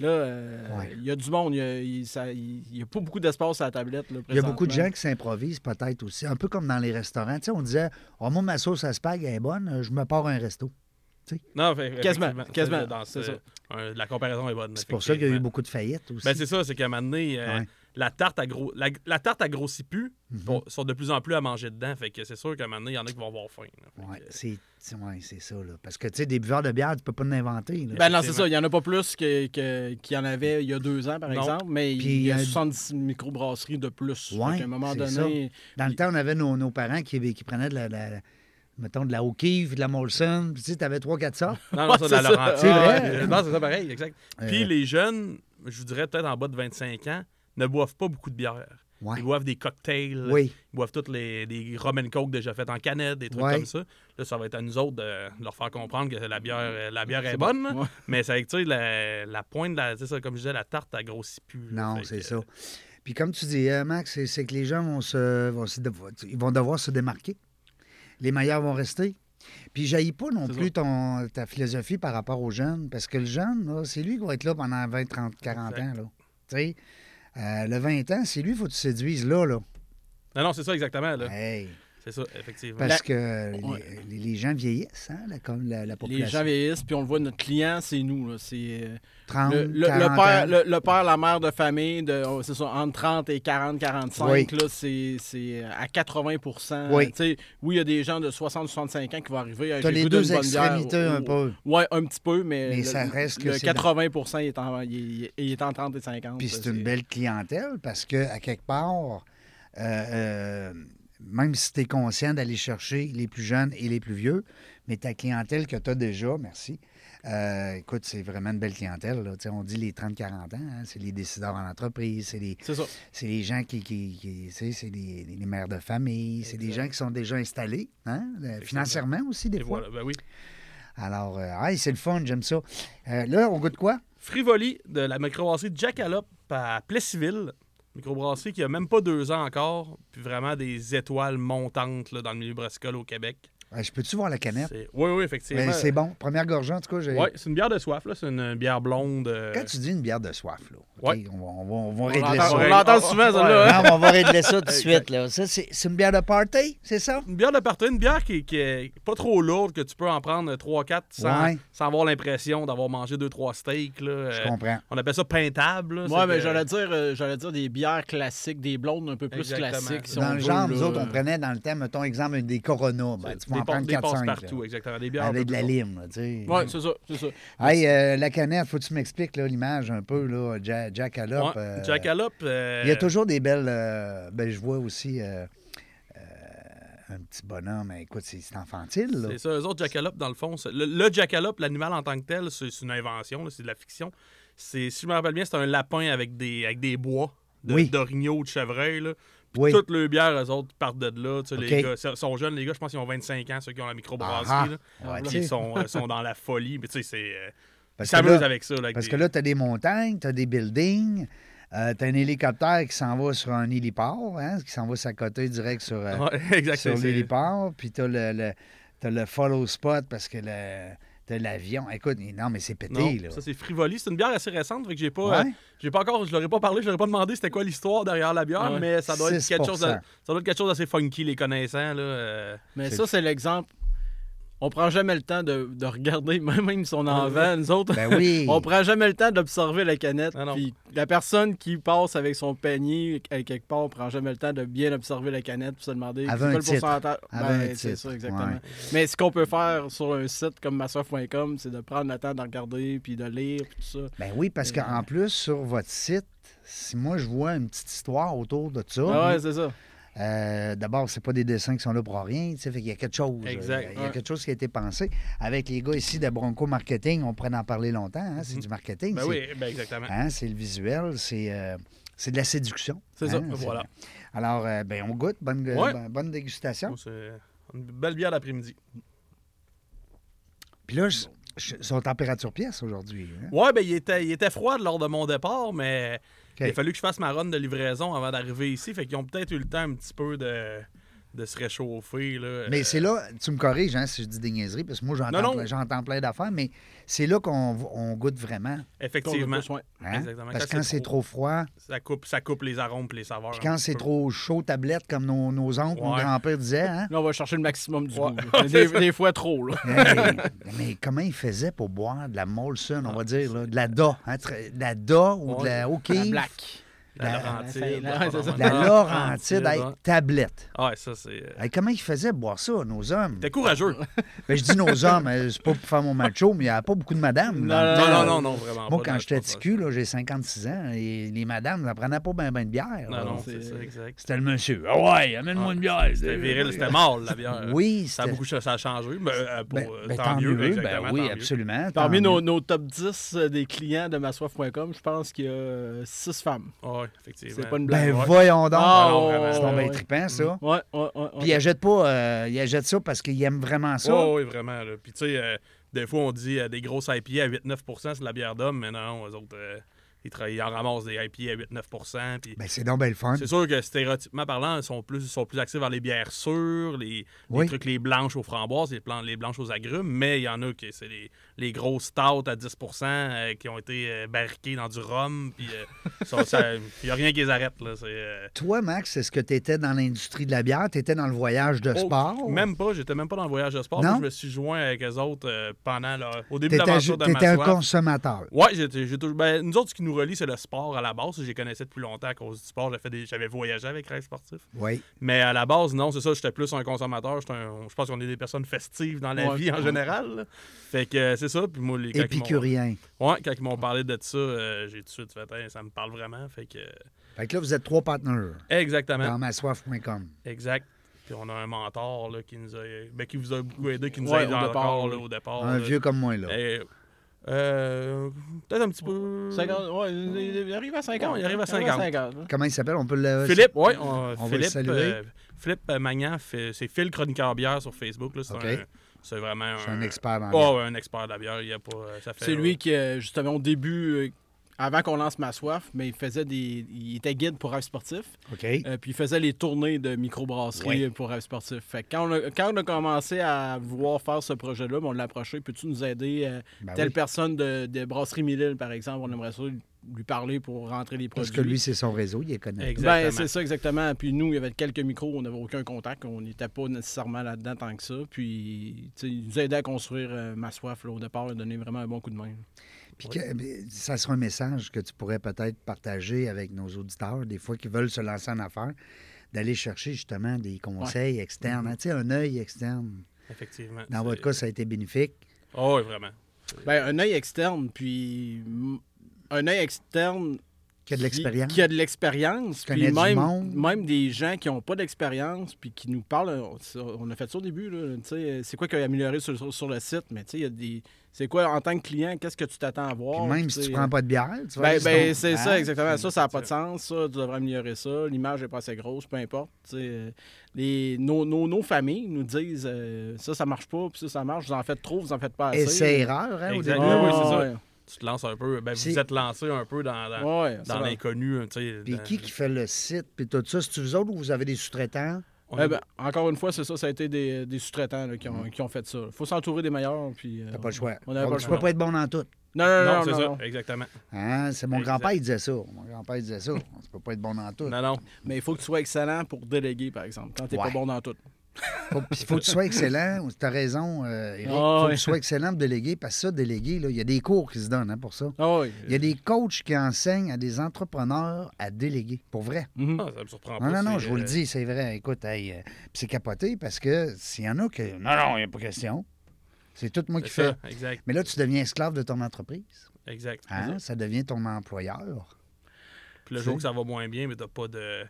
[SPEAKER 3] Là, euh,
[SPEAKER 1] Ouais.
[SPEAKER 3] il y a du monde. Il y a, il- ça- il- il y a pas beaucoup d'espace à la tablette. là,
[SPEAKER 1] Il y a beaucoup de
[SPEAKER 3] présentement.
[SPEAKER 1] gens qui s'improvisent peut-être aussi, un peu comme dans les restaurants. Tu sais, on disait, oh, moi, ma sauce à spag elle est bonne, je me pars un resto.
[SPEAKER 2] Non, fait-
[SPEAKER 3] Quasiment,
[SPEAKER 2] effectivement,
[SPEAKER 3] quasiment,
[SPEAKER 2] dans ce-
[SPEAKER 3] c'est ça.
[SPEAKER 2] un- la comparaison est bonne.
[SPEAKER 1] C'est pour ça qu'il y a eu
[SPEAKER 2] effectivement.
[SPEAKER 1] beaucoup de faillites aussi.
[SPEAKER 2] Ben, c'est ça, c'est qu'à un moment donné, euh,
[SPEAKER 1] Ouais. Mhm.
[SPEAKER 2] la tarte a gros, la, la tarte a grossi plus, bon, sont de plus en plus à manger dedans. Fait que c'est sûr qu'à un moment donné, il y en a qui vont avoir faim. là. Fait
[SPEAKER 1] Ouais,
[SPEAKER 2] que-
[SPEAKER 1] c'est c'est- ouais, c'est ça, là. Parce que, tu sais, des buveurs de bière, tu peux pas en inventer. là.
[SPEAKER 3] Ben non, c'est
[SPEAKER 2] Effectivement.
[SPEAKER 3] ça. Il n'y en a pas plus que- que- qu'il y en avait il y a deux ans, par
[SPEAKER 2] Non.
[SPEAKER 3] exemple, mais
[SPEAKER 1] Puis,
[SPEAKER 3] il y
[SPEAKER 1] euh,
[SPEAKER 3] a 70 microbrasseries de plus.
[SPEAKER 1] Ouais,
[SPEAKER 3] à un moment
[SPEAKER 1] c'est
[SPEAKER 3] donné,
[SPEAKER 1] Dans le temps, on avait nos, nos parents qui, qui prenaient de la, la- mettons, de la O'Keeffe, de la Molson. Puis, tu sais, t'avais trois, quatre sortes.
[SPEAKER 2] Non, non, ça, de la
[SPEAKER 3] c'est ça.
[SPEAKER 2] Laurentine.
[SPEAKER 1] C'est vrai.
[SPEAKER 2] Ouais, euh, <laughs> non, c'est ça pareil, exact. Puis
[SPEAKER 1] Euh.
[SPEAKER 2] les jeunes, je vous dirais peut-être en bas de 25 ans, ne boivent pas beaucoup de bière.
[SPEAKER 1] Ouais.
[SPEAKER 2] Ils boivent des cocktails,
[SPEAKER 1] Ah. Oui.
[SPEAKER 2] ils boivent toutes les des rum and coke déjà faites en canette, des trucs
[SPEAKER 1] Ouais.
[SPEAKER 2] comme ça. Là, ça va être à nous autres de leur faire comprendre que la bière, euh, la bière est, bonne. là.
[SPEAKER 1] hein?
[SPEAKER 3] Ouais.
[SPEAKER 2] Mais c'est avec tu sais, la, la pointe, de la, tu sais, ça, comme je disais, la tarte, elle grossit plus. là.
[SPEAKER 1] Non,
[SPEAKER 2] Fait
[SPEAKER 1] c'est
[SPEAKER 2] que-
[SPEAKER 1] ça. Puis comme tu dis, euh, Max, c'est- c'est que les gens vont se, vont se devoir, ils vont devoir se démarquer. Les meilleurs vont rester. Puis jaillit pas non
[SPEAKER 2] C'est
[SPEAKER 1] plus ton, ta philosophie par rapport aux jeunes, parce que le jeune, là, c'est lui qui va être là pendant 20, 30, 40 ans. Là. Tu sais, euh, le 20 ans, c'est lui qu'il faut que tu séduises là. là.
[SPEAKER 2] Non, non, c'est ça exactement. Là.
[SPEAKER 1] Hey,
[SPEAKER 2] C'est ça, effectivement.
[SPEAKER 1] parce que
[SPEAKER 3] Ouais.
[SPEAKER 1] les, les gens vieillissent, hein, la, comme la, la
[SPEAKER 3] les
[SPEAKER 1] population.
[SPEAKER 3] gens vieillissent, puis on le voit, notre client, c'est nous. là. C'est euh,
[SPEAKER 1] 30,
[SPEAKER 3] le, le- le
[SPEAKER 1] 40
[SPEAKER 3] père,
[SPEAKER 1] ans.
[SPEAKER 3] le, le père, la mère de famille, de, oh, c'est ça, entre 30 et 40, 45,
[SPEAKER 1] Oui.
[SPEAKER 3] là, c'est, c'est euh, à 80
[SPEAKER 1] Oui.
[SPEAKER 3] Tu sais, oui, il y a des gens de 60, 65 ans qui vont arriver.
[SPEAKER 1] T'as les deux extrémités
[SPEAKER 3] oh,
[SPEAKER 1] un peu.
[SPEAKER 3] Oui, un petit peu, mais,
[SPEAKER 1] Mais
[SPEAKER 3] le,
[SPEAKER 1] ça reste que
[SPEAKER 3] le
[SPEAKER 1] c'est
[SPEAKER 3] 80 il est, en, il est- il est en 30 et 50.
[SPEAKER 1] Puis
[SPEAKER 3] là,
[SPEAKER 1] c'est une belle clientèle parce que, à quelque part, euh, euh, même si tu es conscient d'aller chercher les plus jeunes et les plus vieux, mais ta clientèle que tu as déjà, merci. euh, écoute, c'est vraiment une belle clientèle. là. Tu sais, On dit les 30-40 ans, hein, c'est les décideurs en entreprise, c'est les,
[SPEAKER 3] C'est ça.
[SPEAKER 1] c'est les gens qui, qui, qui- tu sais, c'est les, les mères de famille, c'est des gens qui sont déjà installés, hein, euh, financièrement aussi, des
[SPEAKER 2] Et
[SPEAKER 1] fois.
[SPEAKER 2] voilà, ben oui.
[SPEAKER 1] Alors, euh, ah, c'est le fun, j'aime ça. Euh, là, on goûte quoi?
[SPEAKER 2] Frivoli de la microbrasserie Jackalope à Plessisville. Microbrasserie qui a même pas deux ans encore, puis vraiment des étoiles montantes là, dans le milieu brassicole au Québec.
[SPEAKER 1] Euh, je peux-tu voir la canette?
[SPEAKER 2] C'est- Oui, oui,
[SPEAKER 1] Ben,
[SPEAKER 2] effectivement.
[SPEAKER 1] C'est bon. Première gorgée, en tout cas. j'ai-
[SPEAKER 2] Oui, c'est une bière de soif, là. c'est une bière blonde. euh,
[SPEAKER 1] Quand tu dis une bière de soif, là, OK,
[SPEAKER 2] Ouais.
[SPEAKER 1] on, va, on va- on va
[SPEAKER 3] On
[SPEAKER 1] régler
[SPEAKER 3] l'entend-
[SPEAKER 1] ça.
[SPEAKER 3] on
[SPEAKER 2] Ouais.
[SPEAKER 3] l'entend souvent, celle-là. hein?
[SPEAKER 1] Non, on va régler ça tout
[SPEAKER 2] <laughs>
[SPEAKER 1] de suite. Là. Ça, c'est c'est une bière de party, c'est ça?
[SPEAKER 2] Une bière de party, une bière qui, qui est pas trop lourde, que tu peux en prendre 3-4 sans,
[SPEAKER 1] Ouais.
[SPEAKER 2] sans avoir l'impression d'avoir mangé 2-3 steaks. là.
[SPEAKER 1] Je
[SPEAKER 2] Euh,
[SPEAKER 1] comprends.
[SPEAKER 2] On appelle ça peintable. là.
[SPEAKER 3] Moi,
[SPEAKER 2] hein? C'est
[SPEAKER 3] mais
[SPEAKER 2] que-
[SPEAKER 3] j'allais dire, euh, j'allais dire des bières classiques, des blondes un peu plus
[SPEAKER 2] Exactement.
[SPEAKER 3] classiques. si on
[SPEAKER 1] Dans le
[SPEAKER 3] veut,
[SPEAKER 1] genre, nous
[SPEAKER 3] là.
[SPEAKER 1] autres, on prenait dans le temps, mettons, exemple, une des Corona. Ben, tu peux en
[SPEAKER 2] des,
[SPEAKER 1] prendre
[SPEAKER 2] des passes
[SPEAKER 1] 4-5.
[SPEAKER 2] partout,
[SPEAKER 1] là,
[SPEAKER 2] exactement. Des bières un
[SPEAKER 1] Avec
[SPEAKER 2] peu
[SPEAKER 1] de la
[SPEAKER 2] plus
[SPEAKER 1] lime, là, tu sais.
[SPEAKER 3] Ouais, c'est ça, c'est ça.
[SPEAKER 1] Hey, euh, la canette, faut que tu m'expliques là, l'image un peu, là, Jack, Allop.
[SPEAKER 2] Ouais, Jackalope, euh,
[SPEAKER 1] Il y a toujours des belles. euh, ben, je vois aussi euh, euh, un petit bonhomme. Écoute, c'est c'est infantile. Là.
[SPEAKER 2] C'est ça, eux autres, Jackalope, dans le fond. c'est- Le, le Jackalope, l'animal en tant que tel, c'est c'est une invention, là, c'est de la fiction. C'est- Si je me rappelle bien, c'est un lapin avec des, avec des bois de-
[SPEAKER 1] Oui.
[SPEAKER 2] d'orignaux, de chevreuil. là. Puis
[SPEAKER 1] Oui.
[SPEAKER 2] toutes leurs bières, eux autres, partent de là. tu sais,
[SPEAKER 1] OK.
[SPEAKER 2] Les gars ils sont jeunes, les gars, je pense qu'ils ont 25 ans, ceux qui ont la
[SPEAKER 1] Ah,
[SPEAKER 2] microbrasserie. là.
[SPEAKER 1] ah. Ouais,
[SPEAKER 2] Puis
[SPEAKER 1] tu sais.
[SPEAKER 2] ils sont, euh, sont dans la folie. Mais tu sais, c'est. euh, ils
[SPEAKER 1] Parce que
[SPEAKER 2] s'amusent
[SPEAKER 1] là-
[SPEAKER 2] avec ça. là, avec
[SPEAKER 1] Parce
[SPEAKER 2] des-
[SPEAKER 1] que là, tu as des montagnes, tu as des buildings, euh, tu as un hélicoptère qui s'en va sur un héliport, hein, qui s'en va s'accoter direct sur, euh,
[SPEAKER 2] <laughs> Ouais, exact,
[SPEAKER 1] sur
[SPEAKER 2] c'est- c'est-
[SPEAKER 1] l'héliport, puis tu as le, le- t'as le follow spot parce que le, t'as l'avion. Écoute, non, mais c'est pété,
[SPEAKER 2] Non,
[SPEAKER 1] là.
[SPEAKER 2] ça c'est frivoli. C'est une bière assez récente, fait que j'ai pas,
[SPEAKER 1] Ouais.
[SPEAKER 2] euh, j'ai pas encore, je l'aurais pas parlé, je l'aurais pas demandé c'était quoi l'histoire derrière la bière,
[SPEAKER 3] Ouais.
[SPEAKER 2] mais ça doit être quelque
[SPEAKER 1] 6%.
[SPEAKER 2] chose, de- ça doit être quelque chose d'assez funky les connaissants là. euh.
[SPEAKER 3] Mais
[SPEAKER 1] C'est-
[SPEAKER 3] ça, c'est l'exemple. On prend jamais le temps de, de regarder, <laughs> même, même si on en vend, nous autres.
[SPEAKER 1] Ben
[SPEAKER 2] <laughs>
[SPEAKER 1] oui.
[SPEAKER 3] <laughs> on prend jamais le temps d'observer la canette.
[SPEAKER 2] Ah non.
[SPEAKER 3] Puis la personne qui passe avec son panier à quelque part, on prend jamais le temps de bien observer la canette puis se demander
[SPEAKER 1] Avec
[SPEAKER 3] c'est
[SPEAKER 1] un
[SPEAKER 3] quoi le
[SPEAKER 1] titre.
[SPEAKER 3] pourcentage.
[SPEAKER 1] Avec
[SPEAKER 3] Ben,
[SPEAKER 1] un
[SPEAKER 3] c'est
[SPEAKER 1] titre,
[SPEAKER 3] ça, exactement.
[SPEAKER 1] ouais.
[SPEAKER 3] Mais ce qu'on peut faire sur un site comme massoif.com, c'est de prendre le temps de regarder puis de lire puis tout ça.
[SPEAKER 1] Ben oui, parce
[SPEAKER 2] Euh.
[SPEAKER 1] qu'en plus, sur votre site, si moi je vois une petite histoire autour de ça,
[SPEAKER 3] Ah ouais, c'est ça.
[SPEAKER 1] Euh, D'abord, c'est pas des dessins qui sont là pour rien. Il y a quelque chose.
[SPEAKER 2] Exact,
[SPEAKER 1] euh, Il y a
[SPEAKER 3] ouais.
[SPEAKER 1] quelque chose qui a été pensé. Avec les gars ici de Bronco Marketing, on pourrait en parler longtemps. hein, C'est du marketing.
[SPEAKER 2] Ben
[SPEAKER 1] c'est-
[SPEAKER 2] oui, ben exactement.
[SPEAKER 1] hein, c'est le visuel, c'est euh, c'est de la séduction. hein,
[SPEAKER 3] C'est ça,
[SPEAKER 2] ben voilà.
[SPEAKER 1] Alors, euh, ben, on goûte. Bonne, gue-
[SPEAKER 2] Ouais.
[SPEAKER 1] bonne, bonne dégustation.
[SPEAKER 2] Bon, c'est une belle bière d'après-midi.
[SPEAKER 1] Puis là, je- je- ils sont en température pièce aujourd'hui. hein.
[SPEAKER 2] Ouais, ben il était, il était froid lors de mon départ, mais
[SPEAKER 1] OK.
[SPEAKER 2] il a fallu que je fasse ma run de livraison avant d'arriver ici, fait qu'ils ont peut-être eu le temps un petit peu de, de se réchauffer là.
[SPEAKER 1] Mais
[SPEAKER 2] euh,
[SPEAKER 1] c'est là, tu me corriges hein, si je dis des niaiseries, parce que moi, j'entends
[SPEAKER 2] Non, non.
[SPEAKER 1] plein- j'entends plein d'affaires, mais c'est là qu'on on goûte vraiment.
[SPEAKER 2] Euh, effectivement.
[SPEAKER 3] Qu'on le pousse,
[SPEAKER 1] hein.
[SPEAKER 2] Exactement.
[SPEAKER 1] Parce que quand c'est trop froid,
[SPEAKER 2] ça coupe, ça coupe les arômes, et les saveurs.
[SPEAKER 1] Puis
[SPEAKER 2] un
[SPEAKER 1] quand
[SPEAKER 2] petit
[SPEAKER 1] c'est
[SPEAKER 2] peu.
[SPEAKER 1] trop chaud, tablette, comme nos, nos oncles, nos
[SPEAKER 2] Ouais.
[SPEAKER 1] grands-pères disaient,
[SPEAKER 2] <laughs>
[SPEAKER 1] hein?
[SPEAKER 3] Là, on va chercher le maximum du
[SPEAKER 2] Ouais.
[SPEAKER 3] goût.
[SPEAKER 2] <laughs>
[SPEAKER 3] là. Des, des fois trop, là.
[SPEAKER 1] Hey, mais comment ils faisaient pour boire de la Molson,
[SPEAKER 2] Ah,
[SPEAKER 1] on va dire, là, de la DA, hein, très- de la DA ou de la
[SPEAKER 3] La
[SPEAKER 1] O'Keeffe,
[SPEAKER 3] black.
[SPEAKER 2] La
[SPEAKER 1] La-
[SPEAKER 2] Laurentide.
[SPEAKER 3] la- ouais, c'est ça.
[SPEAKER 1] de
[SPEAKER 2] Ah,
[SPEAKER 1] la Laurentide, hey,
[SPEAKER 2] ouais.
[SPEAKER 1] tablette.
[SPEAKER 2] Ouais, ça, c'est. euh,
[SPEAKER 1] Hey, comment ils faisaient boire ça, nos hommes?
[SPEAKER 2] T'es courageux.
[SPEAKER 1] Ben, je dis
[SPEAKER 2] <laughs>
[SPEAKER 1] nos hommes, euh, c'est pas pour faire mon macho, mais il n'y a pas beaucoup de madames. là.
[SPEAKER 2] non, non, non, non, vraiment.
[SPEAKER 1] Euh, Moi,
[SPEAKER 2] pas,
[SPEAKER 1] quand
[SPEAKER 2] non,
[SPEAKER 1] j'étais
[SPEAKER 2] je pense
[SPEAKER 1] petit cul, là, j'ai 56 ans, et les madames n'en prenaient pas bien ben de bière.
[SPEAKER 2] pas.
[SPEAKER 1] là.
[SPEAKER 2] Non, non,
[SPEAKER 3] c'est-
[SPEAKER 2] c'est ça, exact.
[SPEAKER 1] C'était le monsieur. Ah ouais, amène-moi une bière.
[SPEAKER 2] C'était viril, c'était mort, la bière.
[SPEAKER 1] Oui,
[SPEAKER 2] Ça a
[SPEAKER 1] c'était-
[SPEAKER 2] beaucoup ça a changé. Mais, euh, pour,
[SPEAKER 1] Ben-
[SPEAKER 2] euh,
[SPEAKER 1] ben,
[SPEAKER 2] tant, mieux, exactement.
[SPEAKER 1] ben oui,
[SPEAKER 2] tant mieux.
[SPEAKER 1] absolument. tant
[SPEAKER 3] Parmi nos,
[SPEAKER 1] mieux.
[SPEAKER 3] nos top 10 des clients de massoif.com, je pense qu'il y a 6 femmes.
[SPEAKER 2] Ouais, effectivement.
[SPEAKER 3] C'est pas une
[SPEAKER 1] Ben
[SPEAKER 3] blague. ouais.
[SPEAKER 1] voyons donc.
[SPEAKER 3] Ah,
[SPEAKER 2] non,
[SPEAKER 3] ouais,
[SPEAKER 2] vraiment.
[SPEAKER 1] c'est
[SPEAKER 3] ouais,
[SPEAKER 1] donc bien
[SPEAKER 3] ouais.
[SPEAKER 1] trippant, ça.
[SPEAKER 2] Mm.
[SPEAKER 3] Ouais, ouais, ouais, ouais.
[SPEAKER 1] Puis ils achètent pas, euh, ils achètent ça parce qu'ils aiment vraiment ça.
[SPEAKER 2] Ouais, ouais, vraiment. là. Puis, tu sais, euh, des fois, on dit euh, des grosses IPA à 8-9 c'est de la bière d'homme, mais non, eux autres, euh, ils, tra- ils en ramassent des IPA à 8-9 puis-
[SPEAKER 1] Ben c'est donc bien le fun.
[SPEAKER 2] C'est sûr que stéréotypement parlant, ils sont plus, ils sont plus axés vers les bières sûres, les, les
[SPEAKER 1] Oui.
[SPEAKER 2] trucs, les blanches aux framboises, les, plan- les blanches aux agrumes, mais il y en a qui, c'est les, les grosses stouts à 10 euh, qui ont été euh, barriquées dans du rhum, puis
[SPEAKER 1] <laughs>
[SPEAKER 2] euh, ça- ça- il n'y a rien qui les arrête. Là, c'est, euh,
[SPEAKER 1] Toi, Max, c'est ce que tu étais dans l'industrie de la bière, tu étais dans le voyage de
[SPEAKER 2] oh,
[SPEAKER 1] sport.
[SPEAKER 2] Même pas, j'étais même pas dans le voyage de sport,
[SPEAKER 1] Non?
[SPEAKER 2] moi, je me suis joint avec eux autres euh, pendant leur- au début de
[SPEAKER 1] T'étais, ju-
[SPEAKER 2] l'aventure de
[SPEAKER 1] t'étais un
[SPEAKER 2] Massoif.
[SPEAKER 1] consommateur.
[SPEAKER 2] Ouais, j'étais- j'ai toujours- ben, nous autres, ce qui nous relie, c'est le sport à la base. J'ai connaissais depuis longtemps à cause du sport. J'ai fait des- J'avais voyagé avec Rêve Sportif.
[SPEAKER 1] Oui.
[SPEAKER 2] Mais à la base, non, c'est ça, j'étais plus un consommateur. J'étais un- je pense qu'on est des personnes festives dans la
[SPEAKER 3] Ouais.
[SPEAKER 2] vie en général. là. Fait que euh, c'est ça. Puis moi, les, quand ils m'ont-
[SPEAKER 1] Épicurien.
[SPEAKER 2] Ouais, quand ils m'ont parlé de ça, euh, j'ai tout de suite fait, Hey, ça me parle vraiment. Fait que.
[SPEAKER 1] Fait que là, vous êtes trois partenaires
[SPEAKER 2] Exactement.
[SPEAKER 1] dans massoif.com.
[SPEAKER 2] Exact. Puis on a un mentor là, qui nous a, ben, qui vous a beaucoup aidé, qui nous
[SPEAKER 3] Ouais,
[SPEAKER 2] a aidé
[SPEAKER 3] au
[SPEAKER 2] encore
[SPEAKER 3] départ,
[SPEAKER 2] là,
[SPEAKER 3] oui.
[SPEAKER 2] au départ.
[SPEAKER 1] Un
[SPEAKER 2] là.
[SPEAKER 1] vieux comme moi, là.
[SPEAKER 2] Et, euh, Peut-être un petit peu.
[SPEAKER 3] 50, ouais, il arrive à 50.
[SPEAKER 2] Ouais, il arrive à
[SPEAKER 3] 50, hein.
[SPEAKER 1] Comment il s'appelle? On peut le...
[SPEAKER 2] Philippe, oui. On,
[SPEAKER 1] Euh, On va le
[SPEAKER 2] Philippe,
[SPEAKER 1] saluer.
[SPEAKER 2] euh, Philippe Magnan, fait- c'est Phil Chroniqueur bière sur Facebook. là. C'est
[SPEAKER 1] OK.
[SPEAKER 2] un- c'est vraiment un.
[SPEAKER 1] C'est un expert dans
[SPEAKER 2] Oh, ouais, un expert de la bière. Il y a pas, ça fait,
[SPEAKER 3] C'est
[SPEAKER 1] Ben
[SPEAKER 3] lui qui, euh, justement, au début, euh, avant qu'on lance Ma Soif, mais il faisait des. Il était guide pour rêve sportif.
[SPEAKER 1] OK.
[SPEAKER 3] euh, puis il faisait les tournées de microbrasserie
[SPEAKER 1] Ouais.
[SPEAKER 3] pour rêve sportif. Fait que quand, on a, quand on a commencé à vouloir faire ce projet-là, ben, on l'a approché. Peux-tu nous aider? euh,
[SPEAKER 1] Ben
[SPEAKER 3] telle
[SPEAKER 1] oui,
[SPEAKER 3] personne de, de Brasserie Mille, par exemple, on aimerait ça lui parler pour rentrer les produits.
[SPEAKER 1] Parce que lui, c'est son réseau, il est connecté.
[SPEAKER 2] Exactement.
[SPEAKER 3] Ben, c'est ça, exactement. Puis nous, il y avait quelques micros, on n'avait aucun contact, on n'était pas nécessairement là-dedans tant que ça. Puis, tu sais, il nous a aidé à construire euh, Ma Soif, là, au départ, il a donné vraiment un bon coup de main.
[SPEAKER 1] Puis que- ben, ça sera un message que tu pourrais peut-être partager avec nos auditeurs, des fois qui veulent se lancer en affaires, d'aller chercher justement des conseils externes.
[SPEAKER 3] Mm-hmm.
[SPEAKER 1] hein, tu sais, un œil externe.
[SPEAKER 2] Effectivement.
[SPEAKER 1] Dans
[SPEAKER 2] C'est-
[SPEAKER 1] votre cas, ça a été bénéfique.
[SPEAKER 2] Oh, oui, vraiment.
[SPEAKER 3] Ben, un œil externe, puis mm, un œil externe
[SPEAKER 1] Qui a de l'expérience.
[SPEAKER 3] Qui a de l'expérience.
[SPEAKER 1] Qui
[SPEAKER 3] Puis
[SPEAKER 1] connaît du
[SPEAKER 3] même,
[SPEAKER 1] monde.
[SPEAKER 3] même des gens qui n'ont pas d'expérience, puis qui nous parlent. On, ça, on a fait ça au début. là, tu sais, C'est quoi qu'il y a amélioré sur, sur- sur le site? Mais tu sais, il y a des. C'est quoi, en tant que client, qu'est-ce que tu t'attends à voir?
[SPEAKER 1] Puis même si
[SPEAKER 3] tu
[SPEAKER 1] tu
[SPEAKER 3] sais,
[SPEAKER 1] prends pas de bière, tu vas
[SPEAKER 3] Ben,
[SPEAKER 1] juste
[SPEAKER 3] ben,
[SPEAKER 1] ton-
[SPEAKER 3] c'est
[SPEAKER 1] hein?
[SPEAKER 3] ça, exactement. Ça, ça n'a pas de
[SPEAKER 2] c'est-
[SPEAKER 3] sens. Ça, tu devrais améliorer ça. L'image n'est pas assez grosse, peu importe. tu sais, euh, Les, nos, nos- nos familles nous disent euh, ça, ça marche pas, puis ça, ça marche. Vous en faites trop, vous en faites pas assez. Ah,
[SPEAKER 1] Et c'est erreur, hein, au
[SPEAKER 2] Exact.
[SPEAKER 1] début.
[SPEAKER 2] Ben oui, c'est ça.
[SPEAKER 3] Ouais,
[SPEAKER 2] Tu te lances un peu. Ben,
[SPEAKER 1] C'est-
[SPEAKER 2] vous êtes lancé un peu dans, dans,
[SPEAKER 3] ouais,
[SPEAKER 2] dans
[SPEAKER 3] ça va.
[SPEAKER 2] l'inconnu. hein, tu sais,
[SPEAKER 1] Puis
[SPEAKER 2] dans-
[SPEAKER 1] qui qui fait le site, puis tout ça? C'est-tu vous autres ou vous avez des sous-traitants?
[SPEAKER 2] on
[SPEAKER 3] Eh
[SPEAKER 2] est- Mm-hmm.
[SPEAKER 3] ben, encore une fois, c'est ça, ça a été des, des sous-traitants là, qui, ont, qui ont fait ça. faut s'entourer des meilleurs. Puis, euh,
[SPEAKER 1] T'as pas le choix.
[SPEAKER 3] On n'avait
[SPEAKER 1] Donc,
[SPEAKER 3] pas le
[SPEAKER 1] tu
[SPEAKER 3] choix.
[SPEAKER 1] peux pas être bon dans tout.
[SPEAKER 3] Non, non,
[SPEAKER 2] Non,
[SPEAKER 3] non, non,
[SPEAKER 2] c'est
[SPEAKER 3] non,
[SPEAKER 2] ça,
[SPEAKER 3] non.
[SPEAKER 2] exactement.
[SPEAKER 1] Hein? C'est mon
[SPEAKER 2] Exact.
[SPEAKER 1] grand-père, il disait ça. Mon grand-père il disait ça. Tu peux pas être bon dans tout.
[SPEAKER 2] Non, non.
[SPEAKER 3] Mais il faut que tu sois excellent pour déléguer, par exemple, quand tu
[SPEAKER 1] Ouais.
[SPEAKER 3] pas bon dans tout.
[SPEAKER 1] Faut, il faut que tu sois excellent. T'as raison, euh, Eric.
[SPEAKER 3] Ah,
[SPEAKER 1] faut que
[SPEAKER 3] ouais.
[SPEAKER 1] tu sois excellent pour déléguer. Parce que ça, déléguer, là, il y a des cours qui se donnent hein, pour ça.
[SPEAKER 3] Ah oui.
[SPEAKER 1] Il y a
[SPEAKER 2] Euh.
[SPEAKER 1] des coachs qui enseignent à des entrepreneurs à déléguer, pour vrai.
[SPEAKER 3] Mhm.
[SPEAKER 2] Ah, ça me surprend pas.
[SPEAKER 1] Non, non, non,
[SPEAKER 2] c'est,
[SPEAKER 1] je vous le
[SPEAKER 2] euh,
[SPEAKER 1] dis, c'est vrai. Écoute, hey, euh, puis c'est capoté parce que s'il y en a que. Non, non, il n'y a pas question. C'est tout moi
[SPEAKER 2] c'est
[SPEAKER 1] qui fais.
[SPEAKER 2] ça, Exact,
[SPEAKER 1] Mais là, tu deviens esclave de ton entreprise.
[SPEAKER 2] exact.
[SPEAKER 1] Hein? Ça devient ton employeur.
[SPEAKER 2] Puis le jour que ça va moins bien, mais t'as pas de,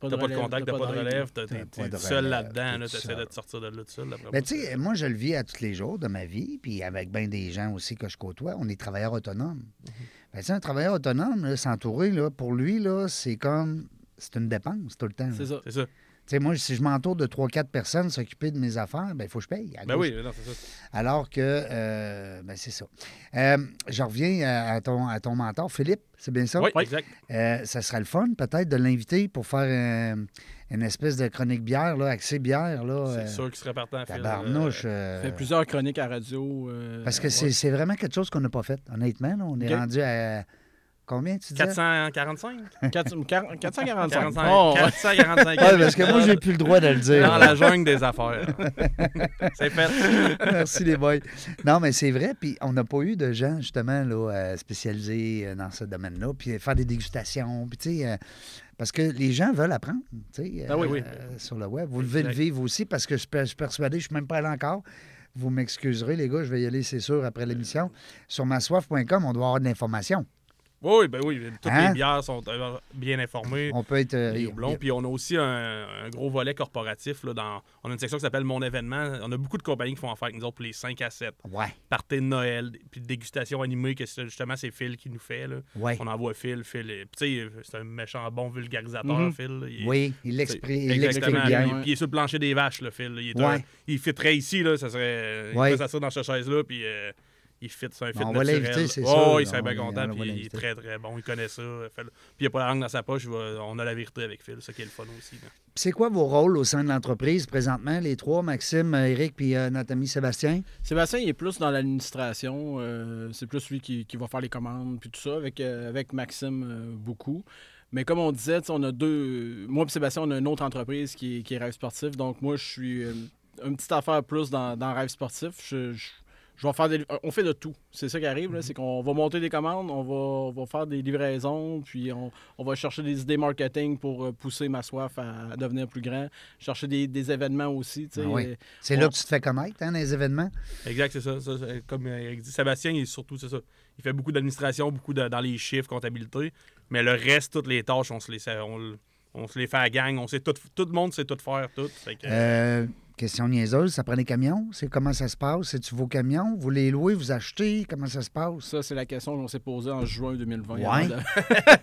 [SPEAKER 2] t'as pas de
[SPEAKER 3] relève,
[SPEAKER 2] contact, t'as pas de relève, t'as-
[SPEAKER 1] T'as
[SPEAKER 2] t'es
[SPEAKER 1] pas de
[SPEAKER 2] t'es seul
[SPEAKER 1] relève,
[SPEAKER 2] là-dedans,
[SPEAKER 1] t'es
[SPEAKER 2] là,
[SPEAKER 1] tout
[SPEAKER 2] t'essaies
[SPEAKER 1] seul.
[SPEAKER 2] de te sortir de là tout seul. d'après
[SPEAKER 1] Ben,
[SPEAKER 2] moi,
[SPEAKER 1] tu sais, moi, je le vis à tous les jours de ma vie, puis avec bien des gens aussi que je côtoie, on est travailleurs autonomes.
[SPEAKER 2] Mhm.
[SPEAKER 1] Ben, tu sais, un travailleur autonome, là, s'entourer, là, pour lui, là, c'est comme. C'est une dépense tout le temps. là.
[SPEAKER 3] C'est
[SPEAKER 1] Tu
[SPEAKER 3] ça.
[SPEAKER 2] C'est ça. Ben
[SPEAKER 1] sais, moi, si je m'entoure de 3-4 personnes s'occuper de mes affaires, ben, il faut que je paye. à
[SPEAKER 2] Ben
[SPEAKER 1] gauche.
[SPEAKER 2] oui, non, c'est ça.
[SPEAKER 1] Alors que, euh, ben, c'est ça. Euh, je reviens à à ton, à ton mentor, Philippe, c'est bien ça?
[SPEAKER 2] Oui, exact.
[SPEAKER 1] Euh, ça serait le fun, peut-être, de l'inviter pour faire euh, une espèce de chronique bière, là, axée bière, là. euh,
[SPEAKER 2] C'est sûr qu'il serait partant à faire.
[SPEAKER 1] Tabarnouche. euh,
[SPEAKER 3] Il fait plusieurs chroniques à radio. euh,
[SPEAKER 1] Parce que c'est c'est vraiment quelque chose qu'on n'a pas fait, honnêtement. là. on est
[SPEAKER 3] Ok.
[SPEAKER 1] rendu à combien, tu dis?
[SPEAKER 2] 445?
[SPEAKER 3] ouais. 400 quar- 445.
[SPEAKER 2] 45.
[SPEAKER 3] Oh, ouais.
[SPEAKER 2] 445.
[SPEAKER 1] parce que moi, j'ai plus le droit de le dire. <laughs>
[SPEAKER 2] Dans la jungle des affaires. c'est fait.
[SPEAKER 1] Merci, les boys. Non, mais c'est vrai. Puis on n'a pas eu de gens, justement, là, euh, spécialisés euh, dans ce domaine-là. Puis faire des dégustations. Puis, tu sais, euh, parce que les gens veulent apprendre, tu sais, euh,
[SPEAKER 2] Ah oui, oui.
[SPEAKER 1] sur le web. Vous devez le
[SPEAKER 2] Exact.
[SPEAKER 1] vivre aussi parce que je suis je suis persuadé, je ne suis même pas allé encore. Vous m'excuserez, les gars, je vais y aller, c'est sûr, après l'émission. Sur massoif.com, on doit avoir de l'information.
[SPEAKER 2] Oui, ben oui. Toutes
[SPEAKER 1] Hein?
[SPEAKER 2] les bières sont euh, bien informées.
[SPEAKER 1] On peut être. euh,
[SPEAKER 2] les houblons. Puis on a aussi un, un gros volet corporatif. Là, dans, on a une section qui s'appelle Mon événement. On a beaucoup de compagnies qui font affaire avec nous autres pour les 5 à 7.
[SPEAKER 1] Ouais,
[SPEAKER 2] Partez de Noël, puis de dégustation animée, que c'est- justement c'est Phil qui nous fait. Là.
[SPEAKER 1] ouais.
[SPEAKER 2] On envoie Phil. Phil est- tu sais, c'est un méchant bon vulgarisateur,
[SPEAKER 1] Mm-hmm.
[SPEAKER 3] Mhm.
[SPEAKER 2] Phil. là. Il-
[SPEAKER 1] Oui, il
[SPEAKER 2] tu sais,
[SPEAKER 1] l'exprime il
[SPEAKER 2] Exactement.
[SPEAKER 1] l'exprime
[SPEAKER 2] Puis
[SPEAKER 1] bien.
[SPEAKER 3] ouais.
[SPEAKER 2] il est sur le plancher des vaches, le Phil. là. Il, est
[SPEAKER 1] Ouais.
[SPEAKER 2] un- il fitterait ici, là, ça
[SPEAKER 1] Ouais.
[SPEAKER 2] serait.
[SPEAKER 1] Ben,
[SPEAKER 2] Il fait ça dans cette chaise-là, puis euh, il fit, c'est un fit
[SPEAKER 1] on va
[SPEAKER 2] naturel.
[SPEAKER 1] l'inviter, c'est
[SPEAKER 2] Ouais,
[SPEAKER 1] sûr.
[SPEAKER 2] ouais, il serait bien
[SPEAKER 1] On- on
[SPEAKER 2] content,
[SPEAKER 1] va
[SPEAKER 2] puis il est
[SPEAKER 1] l'inviter.
[SPEAKER 2] très très bon, il connaît ça. Fait- Puis il a pas la langue dans sa poche, il va- on a la vérité avec Phil, ça qui est le fun aussi. là.
[SPEAKER 1] C'est quoi vos rôles au sein de l'entreprise présentement, les trois, Maxime, euh, Eric, puis euh, notre ami Sébastien?
[SPEAKER 3] Sébastien, il est plus dans l'administration. euh, c'est plus lui qui, qui va faire les commandes, puis tout ça, avec, euh, avec Maxime euh, beaucoup. Mais comme on disait, tu sais, on a deux. Moi et Sébastien, on a une autre entreprise qui, est- qui est Rêve Sportif. Donc, moi, je suis euh, une petite affaire plus dans, dans Rêve Sportif. Je, je- je vais faire des- On fait de tout. C'est ça qui arrive. là, C'est qu'on va monter des commandes, on va, on va faire des livraisons, puis on, on va chercher des idées marketing pour euh, pousser ma soif à, à devenir plus grand. Chercher des, des événements aussi. tu sais.
[SPEAKER 1] Ah oui.
[SPEAKER 3] Euh,
[SPEAKER 1] C'est
[SPEAKER 3] Ouais.
[SPEAKER 1] là que tu te fais connaître, hein, dans les événements?
[SPEAKER 2] Exact, c'est ça. Ça, c'est- Comme Eric dit, Sébastien, il est surtout, c'est ça. Il fait beaucoup d'administration, beaucoup de- dans les chiffres, comptabilité. Mais le reste, toutes les tâches, on se les, on, le- On se les fait à la gang, on sait tout, tout le monde sait tout faire, tout. Fait que,
[SPEAKER 1] Euh, question niaiseuse, ça prend des camions? C'est comment ça se passe? C'est-tu vos camions? Vous les louez, vous achetez? Comment ça se
[SPEAKER 3] <laughs>
[SPEAKER 1] passe?
[SPEAKER 3] Ça, c'est la question qu'on s'est posée en juin 2020.
[SPEAKER 1] Ouais.
[SPEAKER 3] avant de-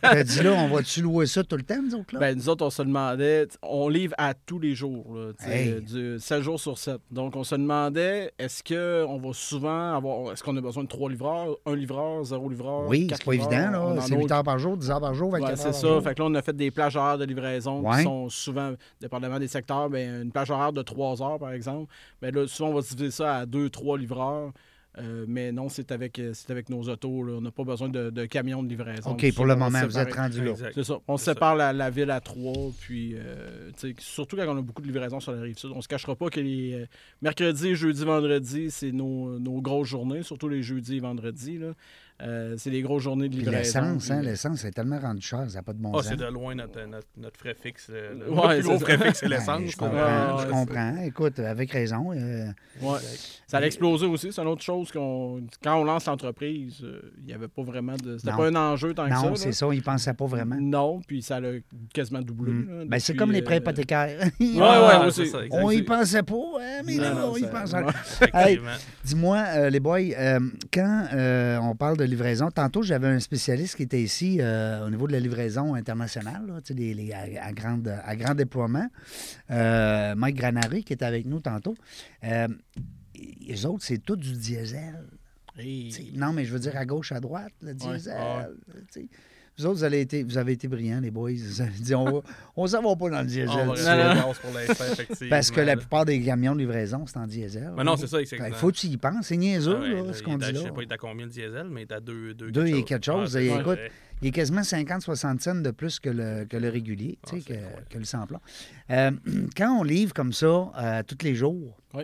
[SPEAKER 1] T'as dit là, on va-tu louer ça tout le temps, nous autres, là?
[SPEAKER 3] Ben, nous autres, on se demandait, t- on livre à tous les jours, là, tu sais,
[SPEAKER 1] Hey.
[SPEAKER 3] du 7 jours sur 7. Donc, on se demandait, est-ce qu'on va souvent avoir, est-ce qu'on a besoin de trois livreurs, un livreur, zéro livreur?
[SPEAKER 1] oui,
[SPEAKER 3] quatre
[SPEAKER 1] c'est pas
[SPEAKER 3] livreurs,
[SPEAKER 1] évident,
[SPEAKER 3] on
[SPEAKER 1] là.
[SPEAKER 3] en
[SPEAKER 1] C'est
[SPEAKER 3] a
[SPEAKER 1] 8 heures par jour, 10 heures par jour, 24
[SPEAKER 3] Ouais,
[SPEAKER 1] heures
[SPEAKER 3] c'est
[SPEAKER 1] par
[SPEAKER 3] ça. Mmh.
[SPEAKER 1] jour.
[SPEAKER 3] Fait que là, on a fait des plages horaires de livraison
[SPEAKER 1] Ouais.
[SPEAKER 3] qui sont souvent, dépendamment des secteurs, ben, une plage horaire de 3 heures, par exemple. Mais là, souvent, on va diviser ça à 2-3 livreurs. Euh, mais non, c'est avec, euh, c'est avec nos autos. là. On n'a pas besoin de, de camions de livraison.
[SPEAKER 1] OK,
[SPEAKER 3] Tout
[SPEAKER 1] pour
[SPEAKER 3] ça,
[SPEAKER 1] le
[SPEAKER 3] on va
[SPEAKER 1] moment, vous
[SPEAKER 3] séparer.
[SPEAKER 1] êtes rendu là.
[SPEAKER 2] exact.
[SPEAKER 3] C'est ça. On
[SPEAKER 2] C'est ça.
[SPEAKER 3] sépare la, la ville à trois, puis euh, tu sais, surtout quand on a beaucoup de livraisons sur la rive sud. On se cachera pas que les euh, mercredis, jeudi, vendredi, c'est nos, nos grosses journées, surtout les jeudis et vendredis. là. Euh, c'est les grosses journées de
[SPEAKER 1] Puis
[SPEAKER 3] livraison.
[SPEAKER 1] l'essence, hein,
[SPEAKER 3] puis, euh,
[SPEAKER 1] l'essence est tellement rendu cher, ça n'a pas de bon
[SPEAKER 2] Ah,
[SPEAKER 1] sens.
[SPEAKER 2] c'est de loin notre, notre, notre frais fixe. Le, le
[SPEAKER 3] Ouais,
[SPEAKER 2] plus gros
[SPEAKER 3] c'est ça.
[SPEAKER 2] frais fixe,
[SPEAKER 1] <laughs>
[SPEAKER 2] c'est
[SPEAKER 1] Ben,
[SPEAKER 2] l'essence.
[SPEAKER 1] je
[SPEAKER 3] là.
[SPEAKER 1] comprends, je
[SPEAKER 3] hein. Ouais,
[SPEAKER 1] comprends. Écoute, avec raison. euh,
[SPEAKER 3] ouais. Ça a explosé aussi. C'est une autre chose. qu'on Quand on lance l'entreprise, euh, il n'y avait pas vraiment de. C'était
[SPEAKER 1] Non.
[SPEAKER 3] pas un enjeu tant que ça.
[SPEAKER 1] non,
[SPEAKER 3] là.
[SPEAKER 1] c'est ça, ils ne pensaient pas vraiment.
[SPEAKER 3] Non, puis ça l'a quasiment doublé.
[SPEAKER 1] Mm.
[SPEAKER 3] là,
[SPEAKER 1] Ben, c'est
[SPEAKER 3] depuis,
[SPEAKER 1] comme les prêts
[SPEAKER 3] euh,
[SPEAKER 1] hypothécaires. <laughs>
[SPEAKER 3] Ouais,
[SPEAKER 2] Ah,
[SPEAKER 3] ouais,
[SPEAKER 2] c'est
[SPEAKER 3] aussi.
[SPEAKER 2] ça, exact.
[SPEAKER 1] on y pensait pas, hein, mais là,
[SPEAKER 3] Non, non,
[SPEAKER 1] on y
[SPEAKER 3] ça-
[SPEAKER 1] pense.
[SPEAKER 3] ouais.
[SPEAKER 2] Effectivement.
[SPEAKER 1] Dis-moi, euh, les boys, euh, quand euh, on parle de livraison, tantôt, j'avais un spécialiste qui était ici euh, au niveau de la livraison internationale, là, tu sais, les- les- à, à grande- à grand déploiement, euh, Mike Granary, qui était avec nous tantôt. Euh, les autres, c'est tout du diesel.
[SPEAKER 3] Et-
[SPEAKER 1] tu sais. Non, mais je veux dire à gauche, à droite, le diesel.
[SPEAKER 2] Ah
[SPEAKER 3] ouais.
[SPEAKER 1] tu sais. Vous autres, vous avez, été, vous avez été brillants, les boys. Vous avez dit, on ne s'en va pas dans le diesel.
[SPEAKER 2] On va
[SPEAKER 1] tu
[SPEAKER 2] rester
[SPEAKER 1] sais.
[SPEAKER 2] la base pour l'instant,
[SPEAKER 1] <laughs>
[SPEAKER 2] effectivement.
[SPEAKER 1] Parce que la
[SPEAKER 2] là.
[SPEAKER 1] plupart des camions de livraison, c'est en diesel.
[SPEAKER 2] Mais non, c'est ça, exactement.
[SPEAKER 1] Il faut que tu y penses. C'est niaiseux,
[SPEAKER 2] Ah ouais,
[SPEAKER 1] là,
[SPEAKER 2] là,
[SPEAKER 1] ce
[SPEAKER 2] il
[SPEAKER 1] qu'on
[SPEAKER 2] est à-
[SPEAKER 1] dit
[SPEAKER 2] Je
[SPEAKER 1] là.
[SPEAKER 2] sais pas, il est à combien le diesel, mais il est à 2 deux,
[SPEAKER 1] Deux et quelque chose,
[SPEAKER 2] Ah,
[SPEAKER 1] et
[SPEAKER 2] c'est
[SPEAKER 1] écoute,
[SPEAKER 2] vrai.
[SPEAKER 1] Il est quasiment 50-60 cents de plus que le, que le régulier, tu sais,
[SPEAKER 2] Ah, c'est
[SPEAKER 1] que,
[SPEAKER 2] incroyable.
[SPEAKER 1] que le sans-plan. Euh, <clears throat> quand on livre comme ça euh, tous les jours,
[SPEAKER 3] Oui.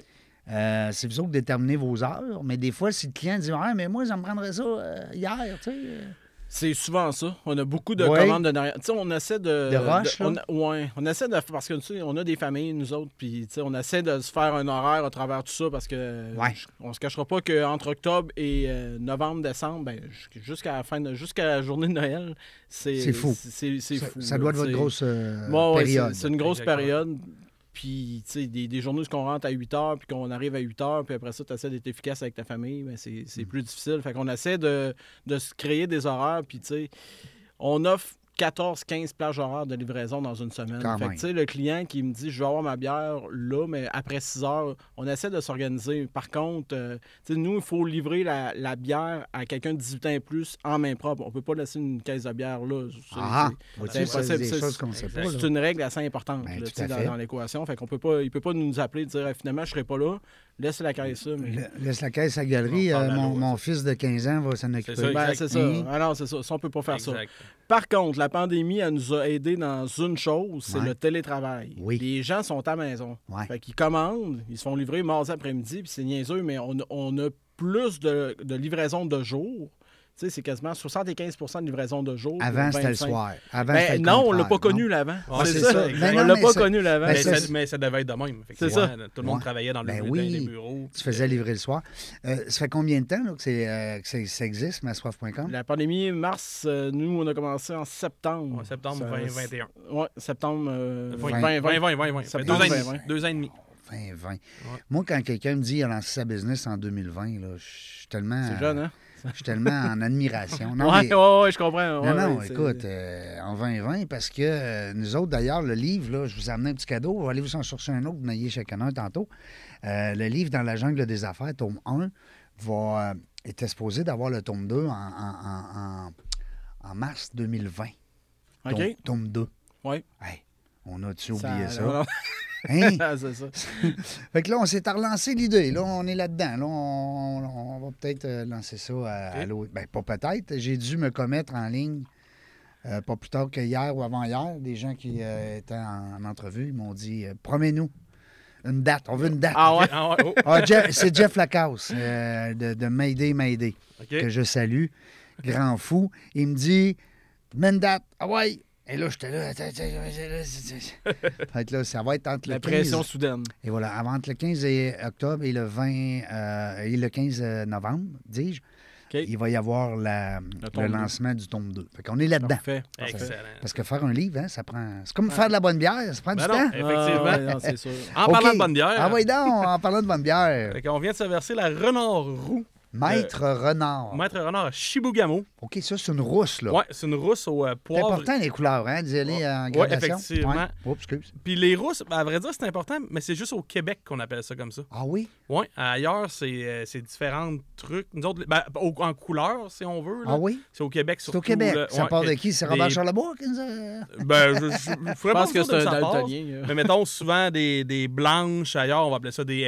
[SPEAKER 1] euh, c'est vous autres qui déterminez vos heures, mais des fois, si le client dit Ah, mais moi, ça me prendrait ça euh, hier, tu sais. euh.
[SPEAKER 3] C'est souvent ça. On a beaucoup de
[SPEAKER 1] Ouais.
[SPEAKER 3] commandes de derrière. Tu sais, on essaie de.
[SPEAKER 1] De rush,
[SPEAKER 3] on,
[SPEAKER 1] là.
[SPEAKER 3] ouais. on essaie de. Parce que, tu sais, on a des familles, nous autres, puis, tu sais, on essaie de se faire un horaire à travers tout ça parce que.
[SPEAKER 1] Ouais.
[SPEAKER 3] je- on se cachera pas qu'entre octobre et euh, novembre, décembre, ben, j- jusqu'à la fin, de- jusqu'à la journée de Noël, c'est.
[SPEAKER 1] C'est fou.
[SPEAKER 3] C'est c'est fou.
[SPEAKER 1] ça
[SPEAKER 3] là.
[SPEAKER 1] doit être votre
[SPEAKER 3] C'est-
[SPEAKER 1] grosse euh,
[SPEAKER 3] Bon, ouais,
[SPEAKER 1] période.
[SPEAKER 3] c'est- c'est une grosse
[SPEAKER 2] Exactement.
[SPEAKER 3] période. Puis, tu sais, des, des journées où on rentre à 8 heures, puis qu'on arrive à 8 heures, puis après ça, tu essaies d'être efficace avec ta famille, ben c'est c'est
[SPEAKER 1] Mm.
[SPEAKER 3] plus difficile. Fait qu'on essaie de, de se créer des horaires, puis tu sais, on offre 14-15 plages horaires de livraison dans une semaine.
[SPEAKER 1] Quand
[SPEAKER 3] fait que,
[SPEAKER 1] même.
[SPEAKER 3] tu sais, le client qui me dit, je vais avoir ma bière là, mais après 6 heures, on essaie de s'organiser. Par contre, euh, tu sais, nous, il faut livrer la, la bière à quelqu'un de 18 ans et plus en main propre. On peut pas laisser une caisse de bière là. C'est-
[SPEAKER 1] Ah,
[SPEAKER 3] c'est-
[SPEAKER 1] vois-tu, ça, c'est
[SPEAKER 3] impossible,
[SPEAKER 1] des
[SPEAKER 3] c'est-
[SPEAKER 1] choses qu'on ne sait pas.
[SPEAKER 2] exact.
[SPEAKER 1] Oh là.
[SPEAKER 3] c'est une règle assez importante
[SPEAKER 1] Ben,
[SPEAKER 3] là,
[SPEAKER 1] tout
[SPEAKER 3] tu sais,
[SPEAKER 1] à
[SPEAKER 3] dans,
[SPEAKER 1] fait.
[SPEAKER 3] dans l'équation. Fait qu'on peut pas, il peut pas nous appeler et dire Ah, finalement je serai pas là, laisse la caisse ça. Mais...
[SPEAKER 1] Le- Laisse la caisse à la galerie,
[SPEAKER 2] On parle
[SPEAKER 1] euh,
[SPEAKER 2] à
[SPEAKER 1] mon,
[SPEAKER 2] l'eau,
[SPEAKER 1] mon fils de 15 ans va s'en
[SPEAKER 2] ça,
[SPEAKER 1] occuper.
[SPEAKER 3] Ben,
[SPEAKER 2] exact.
[SPEAKER 3] c'est ça.
[SPEAKER 1] Mhm.
[SPEAKER 3] Ah non, c'est ça. Ça, on peut pas faire ça.
[SPEAKER 2] Exact.
[SPEAKER 3] Par contre, la pandémie, elle nous a aidés dans une chose, c'est
[SPEAKER 1] Ouais.
[SPEAKER 3] le télétravail.
[SPEAKER 1] Oui.
[SPEAKER 3] Les gens sont à la maison.
[SPEAKER 1] Ouais.
[SPEAKER 3] Fait qu'ils commandent, ils se font livrer mardi après-midi, puis c'est niaiseux, mais on, on a plus de, de livraison de jour. Tu sais, c'est quasiment 75 de livraison de jour.
[SPEAKER 1] Avant,
[SPEAKER 3] puis
[SPEAKER 1] c'était le
[SPEAKER 3] 25.
[SPEAKER 1] soir. Avant,
[SPEAKER 3] Ben,
[SPEAKER 1] c'était le
[SPEAKER 3] non, on l'a
[SPEAKER 1] contraire,
[SPEAKER 3] pas
[SPEAKER 1] non?
[SPEAKER 3] connu l'avant.
[SPEAKER 2] Ah,
[SPEAKER 3] c'est
[SPEAKER 2] c'est
[SPEAKER 3] ça.
[SPEAKER 2] ça,
[SPEAKER 1] exact.
[SPEAKER 3] on
[SPEAKER 1] Non,
[SPEAKER 3] l'a
[SPEAKER 1] mais
[SPEAKER 3] pas
[SPEAKER 1] ça-
[SPEAKER 3] connu l'avant.
[SPEAKER 1] Ben,
[SPEAKER 2] mais,
[SPEAKER 1] ça,
[SPEAKER 2] ça,
[SPEAKER 1] c'est-
[SPEAKER 2] mais ça devait être de même.
[SPEAKER 3] C'est ça.
[SPEAKER 2] effectivement. Tout le monde
[SPEAKER 1] Ouais.
[SPEAKER 2] travaillait dans le
[SPEAKER 1] Ben
[SPEAKER 2] dans
[SPEAKER 1] oui.
[SPEAKER 2] les bureaux.
[SPEAKER 1] Tu faisais livrer le soir. Euh, ça fait combien de temps là, que, c'est, euh, que c'est- ça existe, massoif.com?
[SPEAKER 3] La pandémie, mars, euh, nous, on a commencé en septembre.
[SPEAKER 2] En septembre
[SPEAKER 3] Ça-
[SPEAKER 2] 2021.
[SPEAKER 3] Ouais, septembre euh,
[SPEAKER 2] 20,
[SPEAKER 3] 20,
[SPEAKER 2] 20, 20, 20. Ça fait deux,
[SPEAKER 3] Septembre
[SPEAKER 2] ans et demi.
[SPEAKER 3] 20.
[SPEAKER 2] deux ans et demi.
[SPEAKER 1] 2020. Moi, quand quelqu'un me dit qu'il a lancé sa business en 2020, là, je suis tellement,
[SPEAKER 3] C'est jeune, hein?
[SPEAKER 1] je suis tellement
[SPEAKER 3] <laughs>
[SPEAKER 1] en admiration. Ah. Non,
[SPEAKER 3] ouais,
[SPEAKER 1] mais-
[SPEAKER 3] ouais, ouais, je comprends.
[SPEAKER 1] non,
[SPEAKER 3] Ah Ouais,
[SPEAKER 1] non,
[SPEAKER 3] ouais, c'est-
[SPEAKER 1] écoute, euh, en 2020, parce que euh, nous autres, d'ailleurs, le livre, là, je vous ai amené un petit cadeau. Allez vous en chercher un autre, vous en ayez chacun un tantôt. Euh, le livre Dans la jungle des affaires, tome 1, va, euh, est exposé d'avoir le tome 2 en, en- en- en- en mars 2020.
[SPEAKER 3] OK?
[SPEAKER 1] Tome, tome 2.
[SPEAKER 3] Ouais.
[SPEAKER 1] Hey, on a-tu oublié ça?
[SPEAKER 3] non,
[SPEAKER 1] Hein?
[SPEAKER 3] <laughs> non, Ah, c'est ça.
[SPEAKER 1] Fait que là, on s'est relancé l'idée. Là, on est là-dedans. Là, on, on- on va peut-être euh, lancer ça à, à
[SPEAKER 2] Ok.
[SPEAKER 1] l'autre. Ben, pas peut-être. J'ai dû me commettre en ligne, euh, pas plus tard que hier ou avant-hier. Des gens qui euh, étaient en, en entrevue, ils m'ont dit euh, Promets-nous une date. On veut une date.
[SPEAKER 3] Ah ouais?
[SPEAKER 2] Ah ouais, oh,
[SPEAKER 1] Ah, Jeff- c'est Jeff Lacasse euh, de, de Mayday Mayday
[SPEAKER 2] OK.
[SPEAKER 1] <laughs> que je salue, grand fou. Il me dit Mets une date. Ah ouais. Et là, j'étais là. Attends, attends, attends, attends,
[SPEAKER 3] <laughs>
[SPEAKER 1] attends. Fait que là, ça va être entre
[SPEAKER 3] La
[SPEAKER 1] le
[SPEAKER 3] pression
[SPEAKER 1] 15.
[SPEAKER 3] soudaine.
[SPEAKER 1] Et voilà, avant le 15 et- octobre et le 20 euh, et le 15 novembre, euh, dis-je, il va y avoir la- le,
[SPEAKER 3] tome deux.
[SPEAKER 1] lancement du tome 2. Fait qu'on est là-dedans.
[SPEAKER 3] Parfait. parfait.
[SPEAKER 2] Excellent.
[SPEAKER 1] Parce que faire un livre, hein, ça prend. C'est comme faire de la bonne bière, ça prend
[SPEAKER 2] Ben
[SPEAKER 1] du
[SPEAKER 2] non,
[SPEAKER 1] temps.
[SPEAKER 2] <laughs> effectivement.
[SPEAKER 3] Ah, ouais, non,
[SPEAKER 1] <laughs>
[SPEAKER 3] c'est sûr.
[SPEAKER 2] En
[SPEAKER 1] OK.
[SPEAKER 2] parlant de bonne bière,
[SPEAKER 1] Ah oui, donc, en parlant de bonne bière.
[SPEAKER 2] on vient de se verser la Renard Roux.
[SPEAKER 1] Maître
[SPEAKER 2] euh,
[SPEAKER 1] Renard.
[SPEAKER 2] Maître Renard à Shibugamo.
[SPEAKER 1] OK, ça, c'est une rousse, Ah. là.
[SPEAKER 2] Ouais, c'est une rousse au euh,
[SPEAKER 1] c'est
[SPEAKER 2] poivre.
[SPEAKER 1] important, les couleurs, hein, d'y aller en
[SPEAKER 2] Ouais,
[SPEAKER 1] gradation.
[SPEAKER 2] effectivement.
[SPEAKER 1] Ouais. Oups, excuse.
[SPEAKER 2] Puis les rousses, ben, à vrai dire, c'est important, mais c'est juste au Québec qu'on appelle ça comme ça.
[SPEAKER 1] Ah oui?
[SPEAKER 2] Ouais, ailleurs, c'est euh, c'est différents trucs. Nous autres, ben, au- en couleur, si on veut. là.
[SPEAKER 1] Ah oui?
[SPEAKER 2] C'est au Québec,
[SPEAKER 1] C'est
[SPEAKER 2] surtout.
[SPEAKER 1] au Québec.
[SPEAKER 2] là.
[SPEAKER 1] ça
[SPEAKER 2] Ouais,
[SPEAKER 1] part de
[SPEAKER 2] que-
[SPEAKER 1] qui? C'est
[SPEAKER 2] les-
[SPEAKER 1] Robert Charlebois? qui nous a-
[SPEAKER 2] Ben, je, je- je ferais pas
[SPEAKER 3] Je pense que
[SPEAKER 2] sûr
[SPEAKER 3] c'est
[SPEAKER 2] de
[SPEAKER 3] un
[SPEAKER 2] sa part.
[SPEAKER 3] daltonien. euh.
[SPEAKER 2] Mais mettons souvent des, des blanches ailleurs, on va appeler ça des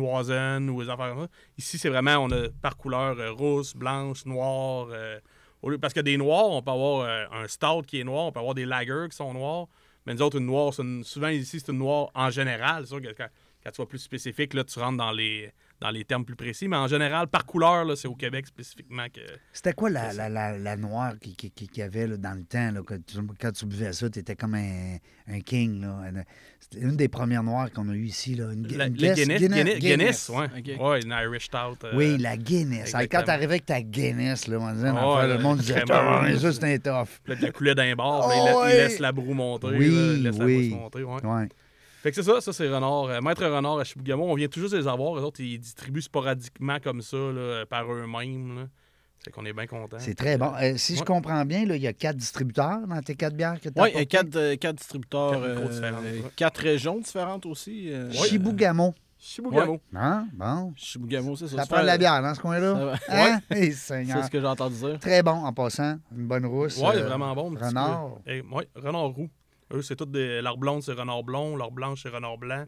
[SPEAKER 2] Wazen ou des affaires comme ça. Ici, c'est vraiment, on a par couleur euh, rousse, blanche, noire. euh, au lieu- parce que des noirs, on peut avoir euh, un stout qui est noir, on peut avoir des lagers qui sont noirs. Mais nous autres, une noire, c'est une- souvent ici, c'est une noire en général. C'est sûr que quand, quand tu vas plus spécifique, là, tu rentres dans les, dans les termes plus précis. Mais en général, par couleur, là, c'est au Québec spécifiquement que.
[SPEAKER 1] C'était quoi la, la, la, la noire qui- qui- qui- qu'il y avait là, dans le temps? Là, que tu- quand tu buvais ça, tu étais comme un, un king. là. C'était une des premières noires qu'on a eues ici. Là. Une, gu-
[SPEAKER 2] La-
[SPEAKER 1] une
[SPEAKER 2] les
[SPEAKER 1] Guess-
[SPEAKER 2] Guinness, Guinness, Guinness, ouais.
[SPEAKER 3] ok.
[SPEAKER 2] Ouais, une Irish Stout. euh,
[SPEAKER 1] Oui, la Guinness. Ah, Quand
[SPEAKER 2] exactement.
[SPEAKER 1] t'arrivais avec ta Guinness, là, on disait,
[SPEAKER 2] Oh,
[SPEAKER 1] enfin, le
[SPEAKER 2] là,
[SPEAKER 1] monde disait,
[SPEAKER 2] crème.
[SPEAKER 1] Ah, mais ça, c'est un tough.
[SPEAKER 2] Puis là, il coulait d'un bar,
[SPEAKER 1] Oh,
[SPEAKER 2] puis il, la- il
[SPEAKER 1] ouais.
[SPEAKER 2] laisse la broue monter.
[SPEAKER 1] Oui,
[SPEAKER 2] là, il laisse
[SPEAKER 1] oui.
[SPEAKER 2] la broue monter, ouais.
[SPEAKER 1] Ouais.
[SPEAKER 2] Fait que c'est ça, ça c'est Renard. Euh, Maître Renard à Chibougamau, on vient toujours les avoir. Eux autres, ils distribuent sporadiquement comme ça, là, euh, par eux-mêmes. là. C'est qu'on est bien content.
[SPEAKER 1] C'est très bon. Euh, si je
[SPEAKER 2] ouais.
[SPEAKER 1] comprends bien, là, il y a quatre distributeurs dans tes quatre bières que tu as.
[SPEAKER 3] Oui, quatre, euh, quatre distributeurs,
[SPEAKER 2] Quatre micros
[SPEAKER 3] euh,
[SPEAKER 2] différentes, ouais.
[SPEAKER 3] quatre régions différentes aussi. euh.
[SPEAKER 1] Chibougamau.
[SPEAKER 2] Chibougamau.
[SPEAKER 3] Ouais.
[SPEAKER 1] Hein? Bon.
[SPEAKER 3] Chibougamau, c'est ça.
[SPEAKER 1] Ça
[SPEAKER 3] se
[SPEAKER 1] prend de
[SPEAKER 3] fait-
[SPEAKER 1] la bière dans ce coin-là.
[SPEAKER 3] Ça
[SPEAKER 1] Hein? Eh,
[SPEAKER 3] C'est
[SPEAKER 1] Seigneur.
[SPEAKER 3] ce que j'ai entendu dire.
[SPEAKER 1] Très bon en passant. Une bonne rousse.
[SPEAKER 2] Ouais,
[SPEAKER 1] euh,
[SPEAKER 2] vraiment bon. un petit
[SPEAKER 1] renard.
[SPEAKER 2] peu. Eh, ouais, renard roux. Eux, c'est toutes des. Leur blonde, c'est renard blond. Leur blanche, c'est renard blanc.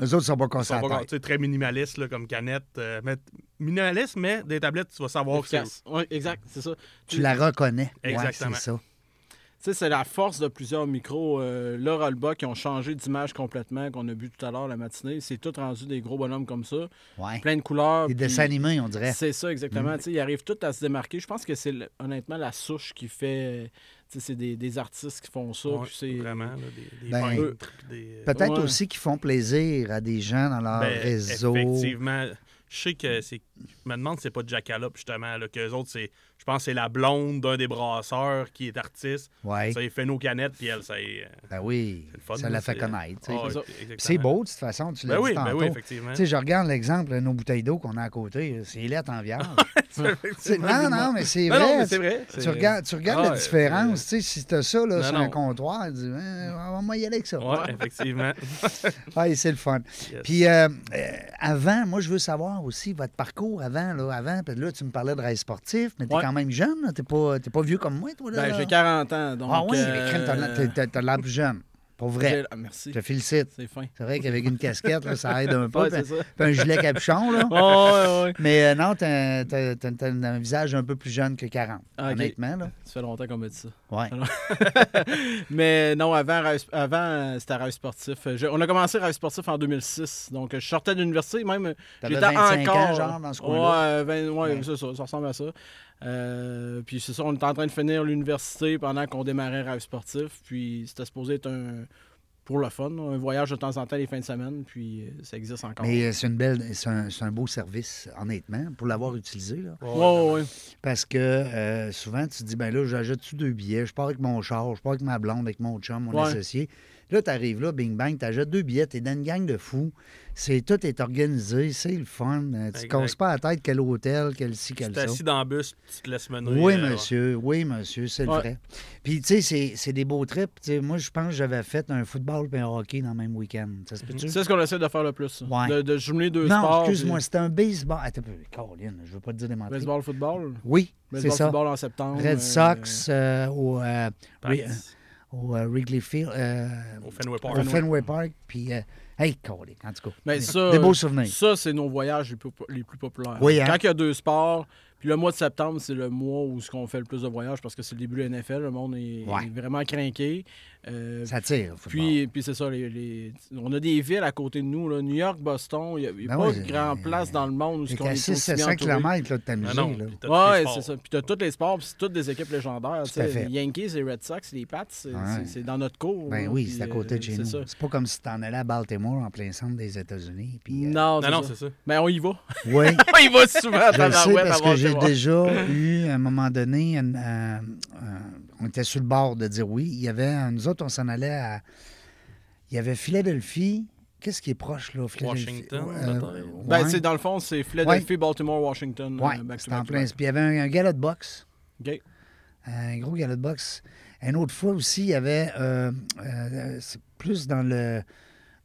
[SPEAKER 1] Eux autres sont pas
[SPEAKER 2] Ils
[SPEAKER 1] cassés
[SPEAKER 2] sont
[SPEAKER 1] à
[SPEAKER 2] pas-
[SPEAKER 1] tête.
[SPEAKER 2] tu sais, très minimaliste là, comme canette. euh, mais, minimaliste, mais des tablettes, tu vas savoir que c'est.
[SPEAKER 3] Efficace. Ouais, exact, c'est ça.
[SPEAKER 1] Tu la reconnais. Ouais,
[SPEAKER 2] Exactement.
[SPEAKER 1] c'est ça.
[SPEAKER 3] Tu sais, c'est la force de plusieurs micros. Euh, là, Rolba, qui ont changé d'image complètement, qu'on a bu tout à l'heure la matinée. C'est tout rendu des gros bonhommes comme ça.
[SPEAKER 1] Ouais.
[SPEAKER 3] Plein de couleurs.
[SPEAKER 1] Des
[SPEAKER 3] puis-
[SPEAKER 1] dessins animés, Mm. on dirait.
[SPEAKER 3] C'est ça, exactement. Tu sais, Ils arrivent tous à se démarquer. Je pense que c'est le- honnêtement la souche qui fait. tu sais, C'est des, des artistes qui font ça.
[SPEAKER 2] Ouais,
[SPEAKER 3] puis c'est-
[SPEAKER 2] Vraiment, là, des, des
[SPEAKER 1] Ben,
[SPEAKER 2] peintres, puis des- euh,
[SPEAKER 1] Peut-être
[SPEAKER 3] Ouais.
[SPEAKER 1] aussi qu'ils font plaisir à des gens dans leur
[SPEAKER 2] Ben,
[SPEAKER 1] réseau.
[SPEAKER 2] Effectivement. Je sais que c'est. Je me demande si c'est pas Jackalope, justement. Là, que les autres, c'est. Je pense que c'est la blonde d'un des brasseurs qui est artiste.
[SPEAKER 1] Ouais.
[SPEAKER 2] Ça, il fait nos canettes, puis elle, ça. euh,
[SPEAKER 1] Ben oui.
[SPEAKER 2] c'est le fun,
[SPEAKER 1] ça
[SPEAKER 2] là,
[SPEAKER 1] la fait
[SPEAKER 2] c'est-
[SPEAKER 1] connaître. tu sais.
[SPEAKER 2] Ah,
[SPEAKER 3] c'est ça.
[SPEAKER 2] exactement.
[SPEAKER 1] Puis C'est beau, de toute façon, tu l'as
[SPEAKER 2] Ben
[SPEAKER 1] dit
[SPEAKER 2] oui, ben
[SPEAKER 1] tantôt.
[SPEAKER 2] oui, effectivement.
[SPEAKER 1] Tu sais, je regarde l'exemple, nos bouteilles d'eau qu'on a à côté, c'est lettre en
[SPEAKER 2] <laughs>
[SPEAKER 1] viande. C'est- non, non, mais c'est
[SPEAKER 2] Non,
[SPEAKER 1] vrai.
[SPEAKER 2] Ben non, mais c'est vrai.
[SPEAKER 1] Tu regardes, tu regardes
[SPEAKER 2] Ah,
[SPEAKER 1] la
[SPEAKER 2] ouais,
[SPEAKER 1] différence. Tu sais, si tu as ça là,
[SPEAKER 2] Non,
[SPEAKER 1] sur un
[SPEAKER 2] non.
[SPEAKER 1] comptoir, tu dis, Eh, on va y aller avec ça.
[SPEAKER 2] Ouais, effectivement.
[SPEAKER 1] Ah, et c'est le fun.
[SPEAKER 2] Yes.
[SPEAKER 1] Puis euh, euh, avant, moi, je veux savoir aussi votre parcours avant. Là, avant puis là tu me parlais de rêve sportif, mais tu es
[SPEAKER 3] Ouais.
[SPEAKER 1] quand même jeune. Tu n'es pas, t'es pas vieux comme moi, toi. Là,
[SPEAKER 3] Ben,
[SPEAKER 1] là.
[SPEAKER 3] j'ai 40 ans. Donc,
[SPEAKER 1] Ah oui,
[SPEAKER 3] euh,
[SPEAKER 1] mais crème, t'as l'air- t'as- t'as- t'as l'air plus jeune. Pour vrai.
[SPEAKER 3] j'ai- ah, merci.
[SPEAKER 1] Je te félicite.
[SPEAKER 3] C'est fin.
[SPEAKER 1] C'est vrai qu'avec une casquette, là, ça aide un peu.
[SPEAKER 3] Ouais,
[SPEAKER 1] puis-
[SPEAKER 3] c'est
[SPEAKER 1] <laughs>
[SPEAKER 3] ça.
[SPEAKER 1] puis un gilet capuchon, là.
[SPEAKER 3] Oh, ouais, ouais.
[SPEAKER 1] Mais euh, non, t'as, t'as- t'as- t'as un visage un peu plus jeune que 40,
[SPEAKER 3] Ah, ok.
[SPEAKER 1] honnêtement. Là.
[SPEAKER 3] Ça fait longtemps qu'on me dit ça.
[SPEAKER 1] Ouais.
[SPEAKER 3] Alors- Mais non, avant, Rêve- avant euh, c'était Rêve Sportif. Euh, je- on a commencé Rêve Sportif en 2006. Donc, euh, je sortais de l'université, même. euh,
[SPEAKER 1] T'avais
[SPEAKER 3] J'étais
[SPEAKER 1] 25
[SPEAKER 3] encore.
[SPEAKER 1] ans, genre, dans ce coin-là.
[SPEAKER 3] Ouais, vingt- ouais,
[SPEAKER 1] Ouais.
[SPEAKER 3] c'est ça, ça ressemble à ça. Euh, puis c'est ça, on était en train de finir l'université pendant qu'on démarrait Rêve Sportif. Puis c'était supposé être un. Pour le fun, un voyage de temps en temps les fins de semaine, puis euh, ça existe encore.
[SPEAKER 1] Mais euh, c'est, une belle, c'est, un, c'est un beau service, honnêtement, pour l'avoir utilisé. Là.
[SPEAKER 3] Ouais, ouais, ouais.
[SPEAKER 1] Parce que euh, souvent, tu te dis, ben là, j'ajoute-tu deux billets, je pars avec mon char, je pars avec ma blonde, avec mon chum, mon
[SPEAKER 3] Ouais.
[SPEAKER 1] associé. Là, tu arrives là, bing bang, t'ajoutes deux billets, t'es dans une gang de fous. C'est, tout est organisé, c'est le fun. Euh, Tu ne
[SPEAKER 2] Exact.
[SPEAKER 1] casses pas la tête quel hôtel, quel ci,
[SPEAKER 2] Tu
[SPEAKER 1] quel ça.
[SPEAKER 2] assis dans le bus, tu te laisses mener.
[SPEAKER 1] Oui,
[SPEAKER 2] euh, ouais.
[SPEAKER 1] monsieur. Oui, monsieur, c'est le
[SPEAKER 3] Ouais.
[SPEAKER 1] vrai. Puis, tu sais, c'est- c'est des beaux trips. Tu sais, moi, je pense que j'avais fait un football et un hockey dans le même week-end. Ça se peut-tu?
[SPEAKER 3] C'est ce qu'on essaie de faire le plus. ça.
[SPEAKER 1] Ouais.
[SPEAKER 3] De, de jumeler deux sports.
[SPEAKER 1] Non,
[SPEAKER 3] puis
[SPEAKER 1] excuse-moi, c'était un baseball. Attends, un peu, Colin, je veux pas te dire des menteries.
[SPEAKER 3] Baseball, football.
[SPEAKER 1] Oui, c'est
[SPEAKER 3] Baseball,
[SPEAKER 1] ça.
[SPEAKER 3] football en septembre. euh,
[SPEAKER 1] Red Sox euh, au, euh, Ri- au, euh, Wrigley Field, euh,
[SPEAKER 2] Au Fenway
[SPEAKER 1] au
[SPEAKER 2] Park.
[SPEAKER 1] Fenway, Park. Puis, euh, hey, Colin, en tout cas.
[SPEAKER 3] Mais Ben, ça,
[SPEAKER 1] des beaux souvenirs.
[SPEAKER 3] Ça, c'est nos voyages les plus, les plus populaires.
[SPEAKER 1] Oui, hein?
[SPEAKER 3] Quand il y a deux sports, puis le mois de septembre, c'est le mois où ce qu'on fait le plus de voyages parce que c'est le début de la NFL. Le monde est,
[SPEAKER 1] Ouais.
[SPEAKER 3] est vraiment craqué. Euh,
[SPEAKER 1] Ça tire. le
[SPEAKER 3] puis, puis c'est ça, les, les- on a des villes à côté de nous, là, New York, Boston, il n'y a, il y a
[SPEAKER 1] Ben
[SPEAKER 3] pas
[SPEAKER 1] oui,
[SPEAKER 3] de grande
[SPEAKER 1] euh,
[SPEAKER 3] place dans le monde où
[SPEAKER 1] football. Fait qu'à 6
[SPEAKER 3] est-ce qu'on est aussi bien
[SPEAKER 1] 700
[SPEAKER 3] entouré.
[SPEAKER 1] km là, de t'amuser.
[SPEAKER 2] Ah non,
[SPEAKER 1] là.
[SPEAKER 2] puis t'as tous les
[SPEAKER 3] Ouais,
[SPEAKER 2] sports.
[SPEAKER 3] c'est ça. Puis t'as tous les sports, puis c'est toutes des équipes légendaires. tu sais.
[SPEAKER 1] à fait.
[SPEAKER 3] Les Yankees, les Red Sox, les Pats, c'est
[SPEAKER 1] Ouais.
[SPEAKER 3] c'est- c'est dans notre cours.
[SPEAKER 1] Ben
[SPEAKER 3] là,
[SPEAKER 1] oui,
[SPEAKER 3] puis,
[SPEAKER 1] c'est à côté de
[SPEAKER 3] euh,
[SPEAKER 1] chez
[SPEAKER 3] c'est
[SPEAKER 1] nous.
[SPEAKER 3] ça.
[SPEAKER 1] C'est pas comme si t'en allais à Baltimore en plein centre des États-Unis. Puis, euh,
[SPEAKER 3] Non,
[SPEAKER 2] Non, non,
[SPEAKER 3] c'est
[SPEAKER 2] c'est
[SPEAKER 3] ça.
[SPEAKER 2] ça.
[SPEAKER 3] Mais on y va.
[SPEAKER 1] Oui,
[SPEAKER 3] <laughs> on y va souvent à
[SPEAKER 1] je le sais
[SPEAKER 3] Tabarouette
[SPEAKER 1] parce que
[SPEAKER 3] avant de
[SPEAKER 1] j'ai
[SPEAKER 3] voir. <laughs>
[SPEAKER 1] déjà eu, à un moment donné, une, euh, euh, on était sur le bord de dire oui. Il y avait, nous autres, on s'en allait à. Il y avait Philadelphie. Qu'est-ce qui est proche, là, Philadelphie?
[SPEAKER 2] Washington, peut-être.
[SPEAKER 3] Ben,
[SPEAKER 1] ouais.
[SPEAKER 3] c'est dans le fond, c'est Philadelphie,
[SPEAKER 1] Ouais.
[SPEAKER 3] Baltimore, Washington.
[SPEAKER 1] Ouais,
[SPEAKER 3] euh, back to
[SPEAKER 1] c'était en
[SPEAKER 3] back to
[SPEAKER 1] plein.
[SPEAKER 3] back.
[SPEAKER 1] Puis il y avait un, un gala de boxe,
[SPEAKER 3] OK.
[SPEAKER 1] un gros gala de boxe. Une autre fois aussi, il y avait, euh, euh, c'est plus dans le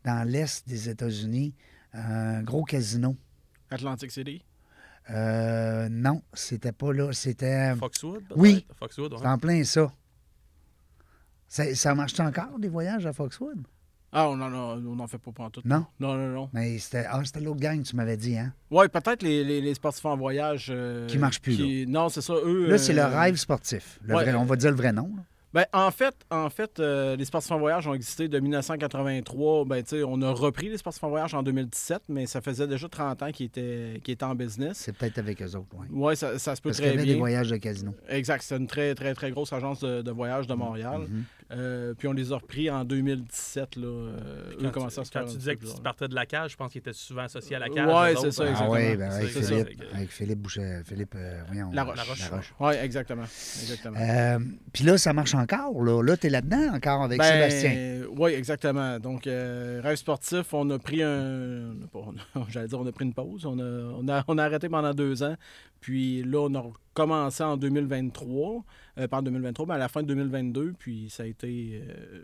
[SPEAKER 1] dans l'est des États-Unis, un gros casino.
[SPEAKER 3] Atlantic City.
[SPEAKER 1] Euh, non, c'était pas là, c'était
[SPEAKER 2] Foxwood, peut-être?
[SPEAKER 1] Oui.
[SPEAKER 2] Foxwood, ouais.
[SPEAKER 1] c'était en plein ça. Ça, ça marchait encore, des voyages à Foxwood?
[SPEAKER 3] Ah, on n'en on en fait pas pour tout.
[SPEAKER 1] Non.
[SPEAKER 3] Non, non, non.
[SPEAKER 1] Mais c'était ah, c'était l'autre gang, tu m'avais dit, hein?
[SPEAKER 3] Ouais, peut-être les, les, les sportifs en voyage. euh,
[SPEAKER 1] Qui marchent plus,
[SPEAKER 3] Non, c'est ça. Eux,
[SPEAKER 1] Là, c'est le
[SPEAKER 3] euh,
[SPEAKER 1] rêve sportif. Le
[SPEAKER 3] ouais.
[SPEAKER 1] vrai- on va dire le vrai nom. là.
[SPEAKER 3] Ben, en fait, en fait euh, les sportifs en voyage ont existé de 1983. Ben, tu sais, on a repris les sportifs en voyage en 2017, mais ça faisait déjà 30 ans qu'ils étaient, qu'ils étaient en business.
[SPEAKER 1] C'est peut-être avec eux autres, oui.
[SPEAKER 3] Oui, ça, ça se peut
[SPEAKER 1] Parce qu'il y
[SPEAKER 3] très
[SPEAKER 1] avait
[SPEAKER 3] bien.
[SPEAKER 1] des voyages de casino. Ah
[SPEAKER 3] Exact, c'est une très, très, très grosse agence de, de voyage de
[SPEAKER 2] Mhm.
[SPEAKER 3] Montréal. Euh, puis on les a repris en 2017. Là, euh, eux
[SPEAKER 2] Quand,
[SPEAKER 3] commençaient
[SPEAKER 2] tu,
[SPEAKER 3] à se
[SPEAKER 2] quand
[SPEAKER 3] faire
[SPEAKER 2] tu
[SPEAKER 3] un
[SPEAKER 2] disais
[SPEAKER 3] petit
[SPEAKER 2] que
[SPEAKER 3] peu
[SPEAKER 2] tu
[SPEAKER 3] bizarre.
[SPEAKER 2] partais de la cage, je pense qu'il était souvent associé à la cage.
[SPEAKER 3] Ouais,
[SPEAKER 2] eux
[SPEAKER 3] c'est
[SPEAKER 2] autres,
[SPEAKER 3] ça,
[SPEAKER 2] hein.
[SPEAKER 1] Ah
[SPEAKER 3] exactement.
[SPEAKER 1] oui, ben avec
[SPEAKER 2] C'est
[SPEAKER 3] ça. euh,
[SPEAKER 1] Philippe,
[SPEAKER 2] Fait que-
[SPEAKER 1] avec Philippe Boucher, Philippe, euh, voyons,
[SPEAKER 3] La Roche.
[SPEAKER 2] La Roche.
[SPEAKER 3] Oui, exactement. exactement.
[SPEAKER 1] Euh, Puis là, ça marche encore. Là, là tu es là-dedans encore avec
[SPEAKER 3] Ben,
[SPEAKER 1] Sébastien.
[SPEAKER 3] Oui, exactement. Donc, euh, rêve sportif, on a pris un. on a pas- on a- <laughs> J'allais dire, on a pris une pause. On a, on, a, on a arrêté pendant deux ans. Puis là, on a recommencé en 2023. euh, pas en 2023, mais à la fin de 2022. Puis ça a été. euh,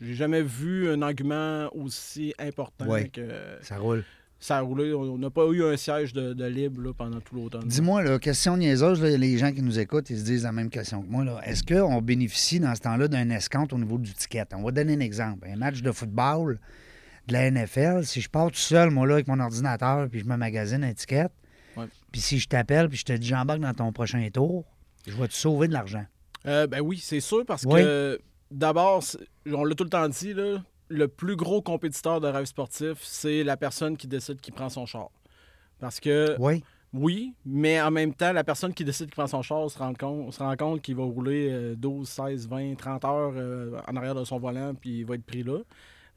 [SPEAKER 3] J'ai jamais vu un argument aussi important
[SPEAKER 1] Ouais.
[SPEAKER 3] que
[SPEAKER 1] Ça roule.
[SPEAKER 3] ça a roulé. On on n'a pas eu un siège de, de libre là, pendant tout l'automne.
[SPEAKER 1] Dis-moi, là, question niaiseuse, là, les gens qui nous écoutent, ils se disent la même question que moi. là. Est-ce qu'on bénéficie dans ce temps-là d'un escompte au niveau du ticket? On va donner un exemple. Un match de football de la NFL, si je pars tout seul, moi, là, avec mon ordinateur, puis je me magasine un ticket,
[SPEAKER 3] Ouais.
[SPEAKER 1] puis si je t'appelle, puis je te dis j'embarque dans ton prochain tour, je vais te sauver de l'argent.
[SPEAKER 3] Euh, ben oui, c'est sûr parce
[SPEAKER 1] Oui.
[SPEAKER 3] que d'abord, c'est- on l'a tout le temps dit, là, le plus gros compétiteur de rêve sportif, c'est la personne qui décide qui prend son char. Parce que
[SPEAKER 1] Oui.
[SPEAKER 3] oui, mais en même temps, la personne qui décide qui prend son char se rend compte, se rend compte qu'il va rouler euh, 12, 16, 20, 30 heures euh, en arrière de son volant puis il va être pris là.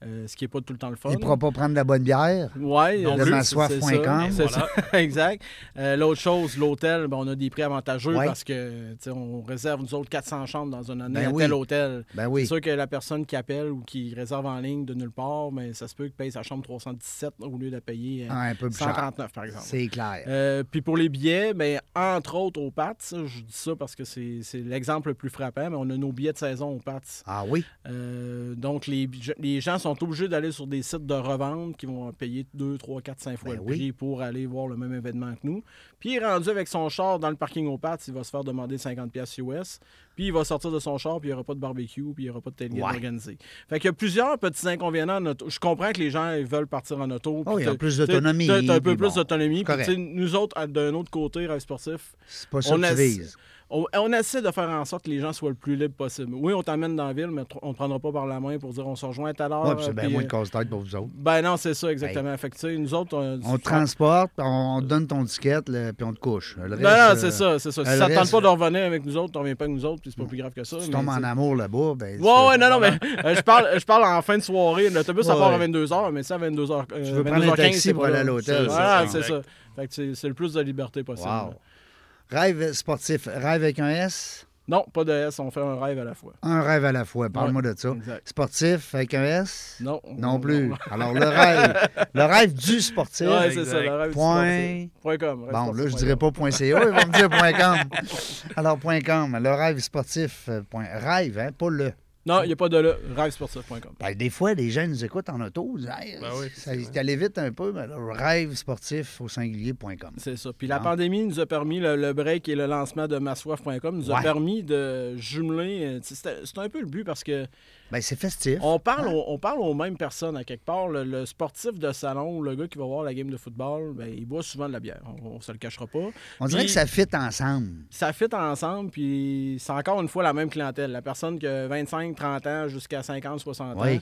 [SPEAKER 3] Euh, ce qui n'est pas tout le temps le fun.
[SPEAKER 1] Il ne pourra pas prendre de la bonne bière.
[SPEAKER 3] Ouais,
[SPEAKER 2] Non
[SPEAKER 3] euh,
[SPEAKER 1] plus.
[SPEAKER 3] c'est-
[SPEAKER 1] Lemassoif.com.
[SPEAKER 3] c'est ça.
[SPEAKER 2] Ben, Voilà.
[SPEAKER 3] C'est ça, <laughs> exact. Euh, L'autre chose, l'hôtel, ben, on a des prix avantageux
[SPEAKER 1] Ouais.
[SPEAKER 3] parce que tu sais, on réserve nous autres 400 chambres dans une année
[SPEAKER 1] Ben
[SPEAKER 3] à
[SPEAKER 1] oui.
[SPEAKER 3] tel hôtel.
[SPEAKER 1] Ben oui.
[SPEAKER 3] C'est sûr que la personne qui appelle ou qui réserve en ligne de nulle part, mais ça se peut qu'elle paye sa chambre 317 au lieu de la payer euh,
[SPEAKER 1] Ah, un peu plus cher.
[SPEAKER 3] 139 par exemple.
[SPEAKER 1] C'est clair.
[SPEAKER 3] Euh, Puis pour les billets, ben, entre autres au PATS, je dis ça parce que c'est c'est l'exemple le plus frappant, mais on a nos billets de saison au PATS.
[SPEAKER 1] Ah oui?
[SPEAKER 3] Euh, donc, les, les gens sont obligés d'aller sur des sites de revente qui vont payer 2, 3, 4, 5 fois
[SPEAKER 1] Ben
[SPEAKER 3] le
[SPEAKER 1] oui.
[SPEAKER 3] prix pour aller voir le même événement que nous. Puis, il est rendu avec son char dans le parking au pat, il va se faire demander 50$ piastres US. Puis, il va sortir de son char, puis il n'y aura pas de barbecue, puis il n'y aura pas de tailgate
[SPEAKER 1] Ouais.
[SPEAKER 3] organisé. Fait qu'il y a plusieurs petits inconvénients. en auto. Je comprends que les gens ils veulent partir en auto.
[SPEAKER 1] Oh,
[SPEAKER 3] puis
[SPEAKER 1] il y a
[SPEAKER 3] t'as-
[SPEAKER 1] plus
[SPEAKER 3] t'as-
[SPEAKER 1] d'autonomie,
[SPEAKER 3] T'as t'as un
[SPEAKER 1] puis
[SPEAKER 3] peu plus
[SPEAKER 1] bon,
[SPEAKER 3] d'autonomie. Puis,
[SPEAKER 1] correct.
[SPEAKER 3] tu sais, nous autres, à- d'un autre côté, rêve sportif,
[SPEAKER 1] C'est pas ça
[SPEAKER 3] on
[SPEAKER 1] que tu
[SPEAKER 3] essa-
[SPEAKER 1] vises.
[SPEAKER 3] on, on essaie de faire en sorte que les gens soient le plus libres possible. Oui, on t'amène dans la ville, mais tr- on ne prendra pas par la main pour dire on se rejoint tout à l'heure.
[SPEAKER 1] Ouais, puis c'est bien
[SPEAKER 3] puis,
[SPEAKER 1] moins
[SPEAKER 3] euh,
[SPEAKER 1] de casse-tête pour vous autres.
[SPEAKER 3] ben non, c'est ça, exactement. Fait que, tu sais, nous autres, on,
[SPEAKER 1] On te transporte, on, on te donne ton ticket, là, puis on te couche. Le
[SPEAKER 3] Non,
[SPEAKER 1] reste,
[SPEAKER 3] Ben non, c'est
[SPEAKER 1] euh,
[SPEAKER 3] ça, c'est ça. Si
[SPEAKER 1] le
[SPEAKER 3] ça ne tente
[SPEAKER 1] reste-
[SPEAKER 3] pas de revenir avec nous autres, on ne revient pas avec nous autres, puis c'est pas plus grave que ça.
[SPEAKER 1] Tu
[SPEAKER 3] mais
[SPEAKER 1] tombes
[SPEAKER 3] tu
[SPEAKER 1] en
[SPEAKER 3] sais.
[SPEAKER 1] amour là-bas, ben, tu
[SPEAKER 3] Ouais,
[SPEAKER 1] veux-
[SPEAKER 3] ouais, non, non, mais euh, je, parle, je parle en fin de soirée. L'autobus, ça
[SPEAKER 1] Ouais,
[SPEAKER 3] part à
[SPEAKER 1] ouais.
[SPEAKER 3] 22h, mais ça, à euh, 22h.
[SPEAKER 1] Tu veux prendre un taxi pour aller à l'hôtel.
[SPEAKER 3] Voilà,
[SPEAKER 2] c'est
[SPEAKER 3] c'est
[SPEAKER 2] ça.
[SPEAKER 3] ça. Fait que c'est c'est le plus de liberté possible.
[SPEAKER 1] Wow. Rêve sportif, rêve avec un S,
[SPEAKER 3] Non, pas de S, on fait un rêve à la fois.
[SPEAKER 1] un rêve à la fois. Parle-moi de ça.
[SPEAKER 3] exact.
[SPEAKER 1] Sportif avec un S?
[SPEAKER 3] Non.
[SPEAKER 1] Non
[SPEAKER 3] on-
[SPEAKER 1] plus. Alors, le rêve, le rêve du sportif.
[SPEAKER 3] Ouais,
[SPEAKER 2] Exact.
[SPEAKER 3] c'est ça, le rêve
[SPEAKER 1] Point.
[SPEAKER 3] sportif. Point com. rêve
[SPEAKER 1] Bon, là, je
[SPEAKER 3] sportif.
[SPEAKER 1] dirais pas .ca, ils vont me dire point .com. Alors, point .com, le rêve sportif, euh, point, rêve, hein, pas le.
[SPEAKER 3] Non, il n'y a pas de là. Rêvesportif.com.
[SPEAKER 1] Ben, des fois, les gens nous écoutent en auto, ils disent, Hey,
[SPEAKER 2] Ben oui,
[SPEAKER 1] ça est allé vite un peu, mais le rêve sportif au singulier.com.
[SPEAKER 3] C'est ça. Puis la
[SPEAKER 1] Ah.
[SPEAKER 3] pandémie nous a permis, le, le break et le lancement de massoif.com nous a
[SPEAKER 1] Ouais.
[SPEAKER 3] permis de jumeler. euh, tu sais, C'était c'était un peu le but parce que
[SPEAKER 1] Ben, c'est festif.
[SPEAKER 3] On parle, aux- on parle aux mêmes personnes à quelque part. Le, le sportif de salon, le gars qui va voir la game de football, ben, il boit souvent de la bière. On, on se le cachera pas.
[SPEAKER 1] On dirait
[SPEAKER 3] Puis-
[SPEAKER 1] que ça fit ensemble.
[SPEAKER 3] ça fit ensemble, puis c'est encore une fois la même clientèle. La personne qui a 25, 30 ans jusqu'à 50, 60
[SPEAKER 1] Oui.
[SPEAKER 3] ans.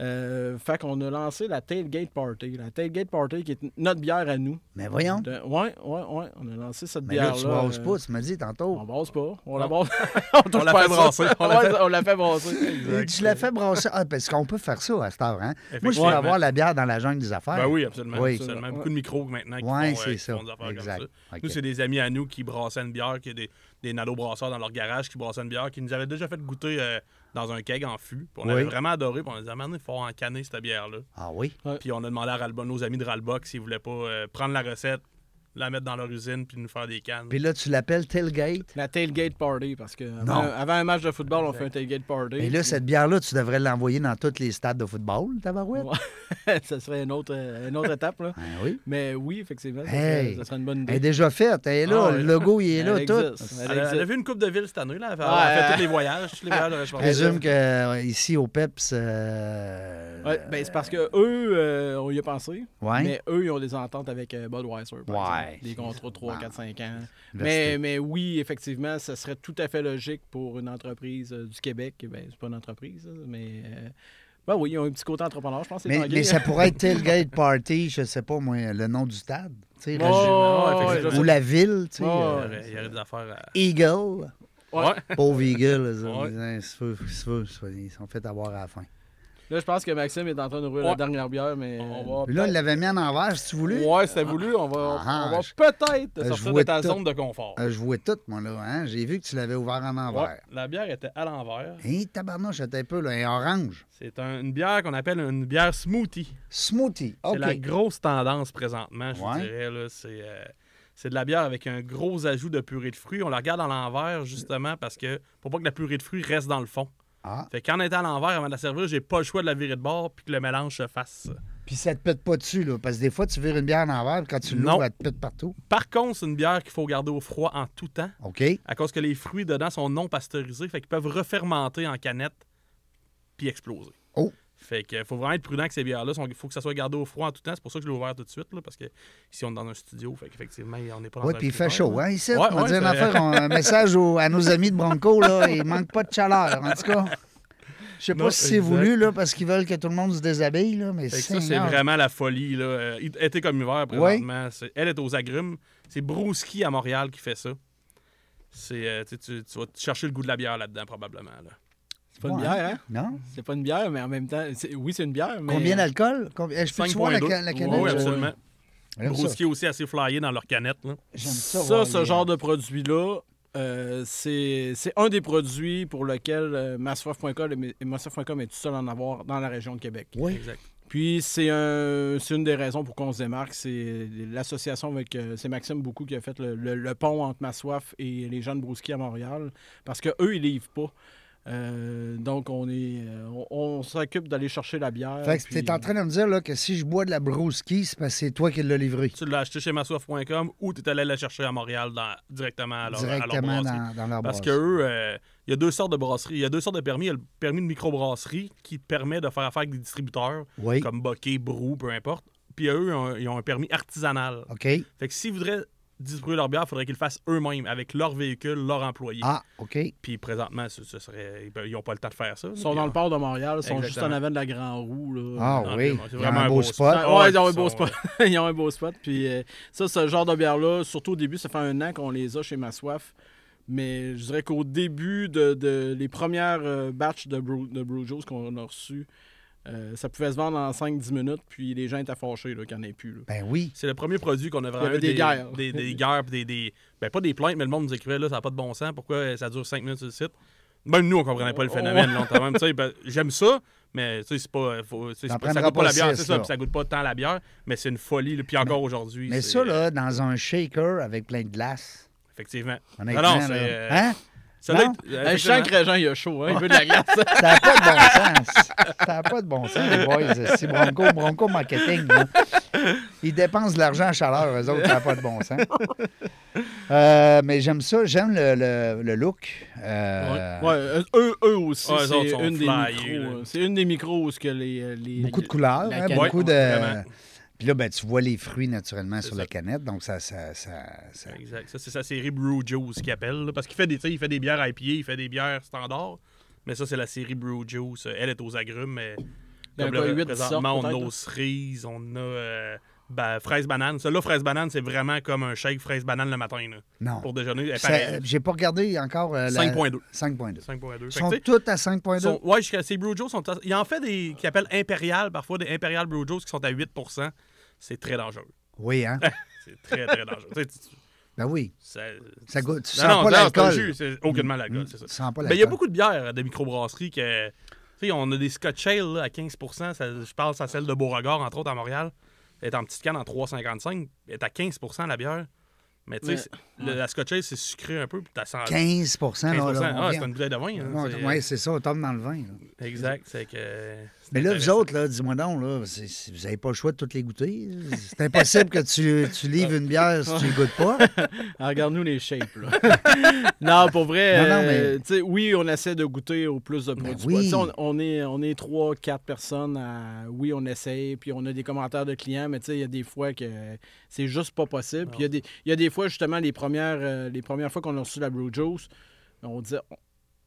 [SPEAKER 3] Euh, fait qu'on a lancé la Tailgate Party. La Tailgate Party qui est notre bière à nous.
[SPEAKER 1] Mais voyons.
[SPEAKER 3] De- ouais, ouais, ouais. On a lancé cette
[SPEAKER 1] Mais là,
[SPEAKER 3] bière-là.
[SPEAKER 1] tu brasses
[SPEAKER 3] euh,
[SPEAKER 1] pas, tu me dis
[SPEAKER 3] On
[SPEAKER 1] tantôt.
[SPEAKER 3] brasse pas. On la brasse.
[SPEAKER 1] <laughs>
[SPEAKER 3] on, touche
[SPEAKER 2] On la
[SPEAKER 3] pas
[SPEAKER 2] fait
[SPEAKER 3] à ça.
[SPEAKER 2] brasser. On la
[SPEAKER 3] <laughs> Ouais,
[SPEAKER 2] fait-
[SPEAKER 3] on la fait brasser.
[SPEAKER 1] Et tu l'as fait brasser. Ah, parce qu'on peut faire ça à cette heure, hein? Moi, je veux
[SPEAKER 2] Effectivement.
[SPEAKER 1] avoir la bière dans la jungle des affaires.
[SPEAKER 2] Ben oui, absolument.
[SPEAKER 1] Ah, Oui.
[SPEAKER 2] absolument. Beaucoup de micros maintenant qui,
[SPEAKER 1] Ouais,
[SPEAKER 2] font, euh,
[SPEAKER 1] c'est
[SPEAKER 2] qui
[SPEAKER 1] ça.
[SPEAKER 2] font des affaires
[SPEAKER 1] Exact.
[SPEAKER 2] comme ça.
[SPEAKER 1] Ok.
[SPEAKER 2] Nous, c'est des amis à nous qui brassaient une bière, qui a des, des nadeaux-brasseurs dans leur garage qui brassaient une bière, qui nous avaient déjà fait goûter euh, dans un keg en fût. Puis on
[SPEAKER 1] Oui.
[SPEAKER 2] avait vraiment adoré. Puis on les a amené fort en canner, cette bière-là.
[SPEAKER 1] Ah oui?
[SPEAKER 2] Puis on a demandé à Ralba, nos amis de Ralbox s'ils voulaient pas euh, prendre la recette, la mettre dans leur usine, puis nous faire des cannes.
[SPEAKER 1] Puis là, tu l'appelles tailgate.
[SPEAKER 3] La Tailgate Party, parce que
[SPEAKER 1] Non.
[SPEAKER 3] avant, avant un match de football, on fait un Tailgate Party.
[SPEAKER 1] Et là, cette bière-là, tu devrais l'envoyer dans tous les stades de football, tabarouette.
[SPEAKER 3] Ouais. <laughs> ça serait une autre, euh, une autre étape. Là.
[SPEAKER 1] Ben oui.
[SPEAKER 3] Mais oui, effectivement, ça serait,
[SPEAKER 1] Hey,
[SPEAKER 3] ça serait une bonne
[SPEAKER 1] elle est
[SPEAKER 3] idée.
[SPEAKER 1] déjà faite. Elle est là.
[SPEAKER 3] Ah
[SPEAKER 1] le
[SPEAKER 3] oui.
[SPEAKER 1] logo, il
[SPEAKER 2] <laughs>
[SPEAKER 1] est là,
[SPEAKER 3] Elle
[SPEAKER 1] tout.
[SPEAKER 3] existe.
[SPEAKER 2] elle, a, elle a vu une coupe de ville cette année, là. Elle a fait-
[SPEAKER 3] Ouais.
[SPEAKER 2] elle a fait tous les voyages, tous
[SPEAKER 1] <laughs>
[SPEAKER 2] les voyages de
[SPEAKER 1] Je
[SPEAKER 2] réponse.
[SPEAKER 1] présume que euh, ici au PEPS. euh,
[SPEAKER 3] Ouais, ben, c'est parce que eux, euh, on y a pensé,
[SPEAKER 1] ouais.
[SPEAKER 3] mais eux, ils ont des ententes avec euh, Budweiser. par
[SPEAKER 1] Ouais.
[SPEAKER 3] exemple. Des contrats de 3, 4, 5 ans.
[SPEAKER 1] Diversité.
[SPEAKER 3] Mais, mais oui, effectivement, ça serait tout à fait logique pour une entreprise euh, du Québec. Ben, c'est pas une entreprise, là, mais. euh, ben oui, ils ont un petit côté entrepreneur, je pense.
[SPEAKER 1] Mais, mais ça pourrait être Tailgate Party, je sais pas moi, le nom du stade. tu sais, rajoute- Ou la ville, tu sais.
[SPEAKER 3] Ouais,
[SPEAKER 1] euh,
[SPEAKER 2] Il y aurait des affaires à.
[SPEAKER 1] Eagle.
[SPEAKER 3] Ouais.
[SPEAKER 2] Ouais.
[SPEAKER 1] Pauvre Eagle, ça,
[SPEAKER 2] Ouais.
[SPEAKER 1] hein, c'est fou, c'est fou, c'est fou, ils sont fait avoir à la fin.
[SPEAKER 3] Là, je pense que Maxime est en train d'ouvrir la
[SPEAKER 2] Ouais.
[SPEAKER 3] dernière bière, mais.
[SPEAKER 2] On
[SPEAKER 1] Puis
[SPEAKER 2] va
[SPEAKER 1] là, il l'avait mis en envers, si tu voulais.
[SPEAKER 3] Ouais, c'était voulu. On va,
[SPEAKER 1] Ah,
[SPEAKER 3] on va
[SPEAKER 1] je-
[SPEAKER 3] peut-être
[SPEAKER 1] je
[SPEAKER 2] sortir de
[SPEAKER 1] vois
[SPEAKER 2] ta
[SPEAKER 1] tout.
[SPEAKER 2] zone de confort.
[SPEAKER 1] Euh, je vois tout, moi, là. hein. J'ai vu que tu l'avais ouvert en
[SPEAKER 2] Ouais,
[SPEAKER 1] envers.
[SPEAKER 2] la bière était à l'envers.
[SPEAKER 1] Hé, tabarnouche, attends un peu, là, un orange.
[SPEAKER 2] C'est un- une bière qu'on appelle une bière smoothie.
[SPEAKER 1] Smoothie,
[SPEAKER 2] C'est
[SPEAKER 1] OK.
[SPEAKER 2] la grosse tendance présentement, je vous
[SPEAKER 1] Ouais.
[SPEAKER 2] dirais. là. C'est euh, c'est de la bière avec un gros ajout de purée de fruits. On la regarde à l'envers, justement, parce que pour pas que la purée de fruits reste dans le fond.
[SPEAKER 1] Ah,
[SPEAKER 2] Fait qu'en étant à l'envers, avant de la servir, j'ai pas le choix de la virer de bord puis que le mélange se fasse.
[SPEAKER 1] puis ça te pète pas dessus, là, parce que des fois, tu vires une bière en envers, puis quand tu
[SPEAKER 2] Non.
[SPEAKER 1] l'ouvres, elle te pète partout.
[SPEAKER 2] Par contre, c'est une bière qu'il faut garder au froid en tout temps,
[SPEAKER 1] OK?
[SPEAKER 2] à cause que les fruits dedans sont non pasteurisés, fait qu'ils peuvent refermenter en canette puis exploser.
[SPEAKER 1] Oh.
[SPEAKER 2] Fait que faut vraiment être prudent avec ces bières-là. Il faut que ça soit gardé au froid en tout temps. C'est pour ça que je l'ai ouvert tout de suite, là, parce que ici, on est dans un studio. Fait qu'effectivement, on n'est pas dans
[SPEAKER 1] Oui,
[SPEAKER 2] un
[SPEAKER 1] puis il fait
[SPEAKER 2] frigo,
[SPEAKER 1] chaud,
[SPEAKER 2] là.
[SPEAKER 1] hein, ici.
[SPEAKER 2] Ouais,
[SPEAKER 1] on va
[SPEAKER 2] ouais,
[SPEAKER 1] dire une
[SPEAKER 2] c'est-
[SPEAKER 1] affaire, on- un message au- à nos amis de Bronco, là, il manque pas de chaleur, en tout cas. Je sais
[SPEAKER 2] Non,
[SPEAKER 1] pas si c'est
[SPEAKER 2] exact.
[SPEAKER 1] voulu, là, parce qu'ils veulent que tout le monde se déshabille, là, mais
[SPEAKER 2] Fait
[SPEAKER 1] c'est
[SPEAKER 2] que ça, c'est vraiment la folie. Là. Euh, été comme hiver, présentement. C'est- Elle est aux agrumes. C'est Brouski à Montréal qui fait ça. C'est, euh, tu, sais, tu- tu vas chercher le goût de la bière là-dedans, probablement. Là.
[SPEAKER 3] C'est pas une bière, hein?
[SPEAKER 1] Non?
[SPEAKER 3] C'est pas une bière, mais en même temps, c'est- oui, c'est une bière. Mais...
[SPEAKER 2] euh,
[SPEAKER 1] Combien d'alcool? Combi- Eh, Je peux-tu voir la,
[SPEAKER 2] 5.2.
[SPEAKER 1] ca- la canette?
[SPEAKER 2] Ouais, ouais,
[SPEAKER 1] Je-
[SPEAKER 2] absolument.
[SPEAKER 1] J'aime ça.
[SPEAKER 2] Brouski aussi assez flyé dans leur canette. là.
[SPEAKER 1] J'aime ça.
[SPEAKER 3] Ça,
[SPEAKER 1] voir
[SPEAKER 3] ce
[SPEAKER 1] les-
[SPEAKER 3] genre de produit-là, euh, c'est c'est un des produits pour lequel euh, Massoif.com est- et Massoif.com est tout seul à en avoir dans la région de Québec.
[SPEAKER 1] Oui.
[SPEAKER 2] Exact.
[SPEAKER 3] Puis c'est un- c'est une des raisons pour qu'on se démarque, c'est l'association avec euh, c'est Maxime Beaucoup qui a fait le, le- le pont entre Massoif et les gens de Brouski à Montréal, parce que eux ils livrent pas. Euh, donc on est euh, on, on s'occupe d'aller chercher la bière.
[SPEAKER 1] Fait que
[SPEAKER 3] puis-
[SPEAKER 1] t'es en train de me dire là, que si je bois de la brouski, c'est parce que c'est toi qui l'as livré.
[SPEAKER 2] Tu l'as acheté chez massoif.com ou tu es allé la chercher à Montréal dans- directement à leur, à leur
[SPEAKER 1] directement
[SPEAKER 2] brasserie.
[SPEAKER 1] dans, dans leur
[SPEAKER 2] Parce que
[SPEAKER 1] brasserie.
[SPEAKER 2] eux, euh, il y a deux sortes de brasseries. Il y a deux sortes de permis. Il y a le permis de microbrasserie qui te permet de faire affaire avec des distributeurs
[SPEAKER 1] Oui.
[SPEAKER 2] comme Bokeh, Brou, peu importe. Puis eux, ils ont, ils ont un permis artisanal.
[SPEAKER 1] OK.
[SPEAKER 2] Fait que s'ils voudraient distribuer leur bière, il faudrait qu'ils le fassent eux-mêmes avec leur véhicule, leur employé.
[SPEAKER 1] Ah, OK.
[SPEAKER 2] Puis présentement, ce, ce serait, ils n'ont pas le temps de faire ça.
[SPEAKER 3] Ils sont dans le port de Montréal, ils sont
[SPEAKER 2] Exactement.
[SPEAKER 3] juste en avant de la Grand Roue. Là.
[SPEAKER 1] Ah
[SPEAKER 2] non,
[SPEAKER 1] oui.
[SPEAKER 2] c'est
[SPEAKER 1] C'est
[SPEAKER 2] vraiment
[SPEAKER 1] vraiment un beau spot.
[SPEAKER 3] Ouais,
[SPEAKER 2] Ah ouais,
[SPEAKER 3] ils ont un
[SPEAKER 2] ils
[SPEAKER 3] beau
[SPEAKER 2] sont-
[SPEAKER 3] spot. <laughs> ils ont un beau spot. Puis euh, ça, ce genre de bière-là, surtout au début, ça fait un an qu'on les a chez Ma Soif. Mais je dirais qu'au début de, de- les premières euh, batches de Brew, de Brew Joes qu'on a reçues, euh, ça pouvait se vendre en 5-10 minutes, puis les gens étaient fâchés là, qu'il n'y en ait plus. là.
[SPEAKER 1] Ben oui.
[SPEAKER 2] C'est le premier produit qu'on a vraiment
[SPEAKER 3] Il y avait
[SPEAKER 2] eu
[SPEAKER 3] des guerres.
[SPEAKER 2] Des,
[SPEAKER 3] <laughs>
[SPEAKER 2] des guerres, pis des, des- ben, pas des plaintes, mais le monde nous écrivait, là, ça n'a pas de bon sens, pourquoi euh, ça dure 5 minutes sur le site. Même nous, on comprenait
[SPEAKER 3] Oh.
[SPEAKER 2] pas le phénomène, là, quand même. Tu
[SPEAKER 3] <laughs>
[SPEAKER 2] sais, ben, J'aime ça, mais tu sais, c'est pas, euh, faut- tu sais,
[SPEAKER 1] T'en
[SPEAKER 2] c'est pas- ça
[SPEAKER 1] prendras
[SPEAKER 2] goûte pas
[SPEAKER 1] pas
[SPEAKER 2] la bière,
[SPEAKER 1] six,
[SPEAKER 2] c'est ça,
[SPEAKER 1] là.
[SPEAKER 2] puis ça goûte pas tant la bière, mais c'est une folie, là, puis encore aujourd'hui.
[SPEAKER 1] Mais
[SPEAKER 2] c'est-
[SPEAKER 1] ça,
[SPEAKER 2] euh,
[SPEAKER 1] là, dans un shaker avec plein de glace.
[SPEAKER 2] Effectivement.
[SPEAKER 1] Honnêtement,
[SPEAKER 2] Non, non, c'est,
[SPEAKER 1] là.
[SPEAKER 2] euh,
[SPEAKER 1] Hein?
[SPEAKER 2] Celle-là,
[SPEAKER 1] Non.
[SPEAKER 2] euh,
[SPEAKER 3] Hey, je sens
[SPEAKER 2] effectivement.
[SPEAKER 3] que Régent, il a chaud, hein, il veut de
[SPEAKER 2] <laughs>
[SPEAKER 3] la glace.
[SPEAKER 1] Ça n'a pas de bon sens. Ça n'a pas de bon sens, les boys. C'est Bronco, Bronco Marketing. là. Ils dépensent de l'argent à chaleur, eux autres. Ça n'a pas de bon sens. Euh, mais j'aime ça. J'aime le, le- le look. Euh,
[SPEAKER 3] Ouais, euh, eux, eux aussi,
[SPEAKER 2] Ouais, eux autres
[SPEAKER 3] c'est
[SPEAKER 2] sont
[SPEAKER 3] une, des
[SPEAKER 2] flyés,
[SPEAKER 3] micros,
[SPEAKER 2] là.
[SPEAKER 3] euh, c'est une des micros où ce que les, euh, les...
[SPEAKER 1] Beaucoup de couleurs,
[SPEAKER 3] La
[SPEAKER 1] hein,
[SPEAKER 3] canette,
[SPEAKER 1] beaucoup
[SPEAKER 3] ouais,
[SPEAKER 1] de.
[SPEAKER 2] vraiment.
[SPEAKER 1] Puis là, ben, tu vois les fruits naturellement sur
[SPEAKER 2] ça.
[SPEAKER 1] la canette, donc ça. ça, ça- ça-
[SPEAKER 2] Exact. Ça, c'est sa série Brew Juice qu'il appelle. là, parce qu'il fait des, tu sais, il fait des bières IPA, il fait des bières standards. Mais ça, c'est la série Brew Juice. Euh, Elle est aux agrumes, mais
[SPEAKER 3] Ben,
[SPEAKER 2] comme
[SPEAKER 3] quoi,
[SPEAKER 2] là,
[SPEAKER 3] huit
[SPEAKER 2] présentement,
[SPEAKER 3] sortes,
[SPEAKER 2] on a
[SPEAKER 3] peut-être,
[SPEAKER 2] aux cerises, on a euh, ben, fraise banane. Celle-là, fraise banane, c'est vraiment comme un shake fraise banane le matin. là,
[SPEAKER 1] Non.
[SPEAKER 2] Pour déjeuner. Elle est
[SPEAKER 1] Ça-
[SPEAKER 2] pareille.
[SPEAKER 1] J'ai pas regardé encore. euh, la-
[SPEAKER 2] 5.2.
[SPEAKER 1] 5.2.
[SPEAKER 2] 5.2.
[SPEAKER 1] Ils
[SPEAKER 2] Fait que,
[SPEAKER 1] sont
[SPEAKER 2] tu sais,
[SPEAKER 1] toutes à 5.2.
[SPEAKER 2] sont- ouais, jusqu'à- ces Brew Juice sont. à- Il en fait des qui appellent impérial parfois, des impérial Brew Juice qui sont à 8 C'est très dangereux.
[SPEAKER 1] Oui,
[SPEAKER 2] <laughs>
[SPEAKER 1] hein?
[SPEAKER 2] C'est très, très dangereux. <laughs> Tu sais, tu- tu-
[SPEAKER 1] Ben oui.
[SPEAKER 2] ça,
[SPEAKER 1] Ça goûte. Tu
[SPEAKER 2] Non,
[SPEAKER 1] sens
[SPEAKER 2] non,
[SPEAKER 1] pas
[SPEAKER 2] non, c'est un
[SPEAKER 1] l'alcool.
[SPEAKER 2] jus, c'est aucunement l'alcool, c'est ça.
[SPEAKER 1] Tu sens pas
[SPEAKER 2] Mais il y a
[SPEAKER 1] l'alcool.
[SPEAKER 2] beaucoup de bières de microbrasserie que. Tu sais, on a des Scotch Ale là, à 15 ça- Je pense à celle de Beauregard, entre autres, à Montréal. Elle est en petite canne en 3,55. Elle est à 15 la bière. Mais tu sais,
[SPEAKER 3] Mais-
[SPEAKER 2] c'est- le- la Scotch Ale, c'est sucré un peu. Puis t'as 100
[SPEAKER 1] 15 là,
[SPEAKER 2] 15
[SPEAKER 1] là, on
[SPEAKER 2] Ah, c'est
[SPEAKER 1] vient-
[SPEAKER 2] une bouteille de vin. hein,
[SPEAKER 1] Non,
[SPEAKER 2] c'est-
[SPEAKER 1] ouais, c'est ça, on tombe dans le vin. là.
[SPEAKER 2] Exact. C'est que. c'est
[SPEAKER 1] Mais là, vous
[SPEAKER 2] intéressant.
[SPEAKER 1] autres, là, dis-moi donc, là, c'est- c'est- vous n'avez pas le choix de toutes les goûter. C'est impossible que tu, tu livres une bière si tu ne goûtes
[SPEAKER 2] <laughs>
[SPEAKER 1] pas.
[SPEAKER 3] Ah, Regarde-nous les shapes, là. <laughs> non, pour vrai,
[SPEAKER 1] Non, non, mais- Ben
[SPEAKER 3] euh, tu sais, oui, on essaie de goûter au plus de produits.
[SPEAKER 1] oui.
[SPEAKER 3] Tu sais, On, on est, on est trois, quatre personnes à... Oui, on essaie, puis on a des commentaires de clients, mais tu sais, il y a des fois que c'est juste pas possible. Puis il y, a des- il y a des fois, justement, les premières, euh, les premières fois qu'on a reçu la Brew Juice, on disait...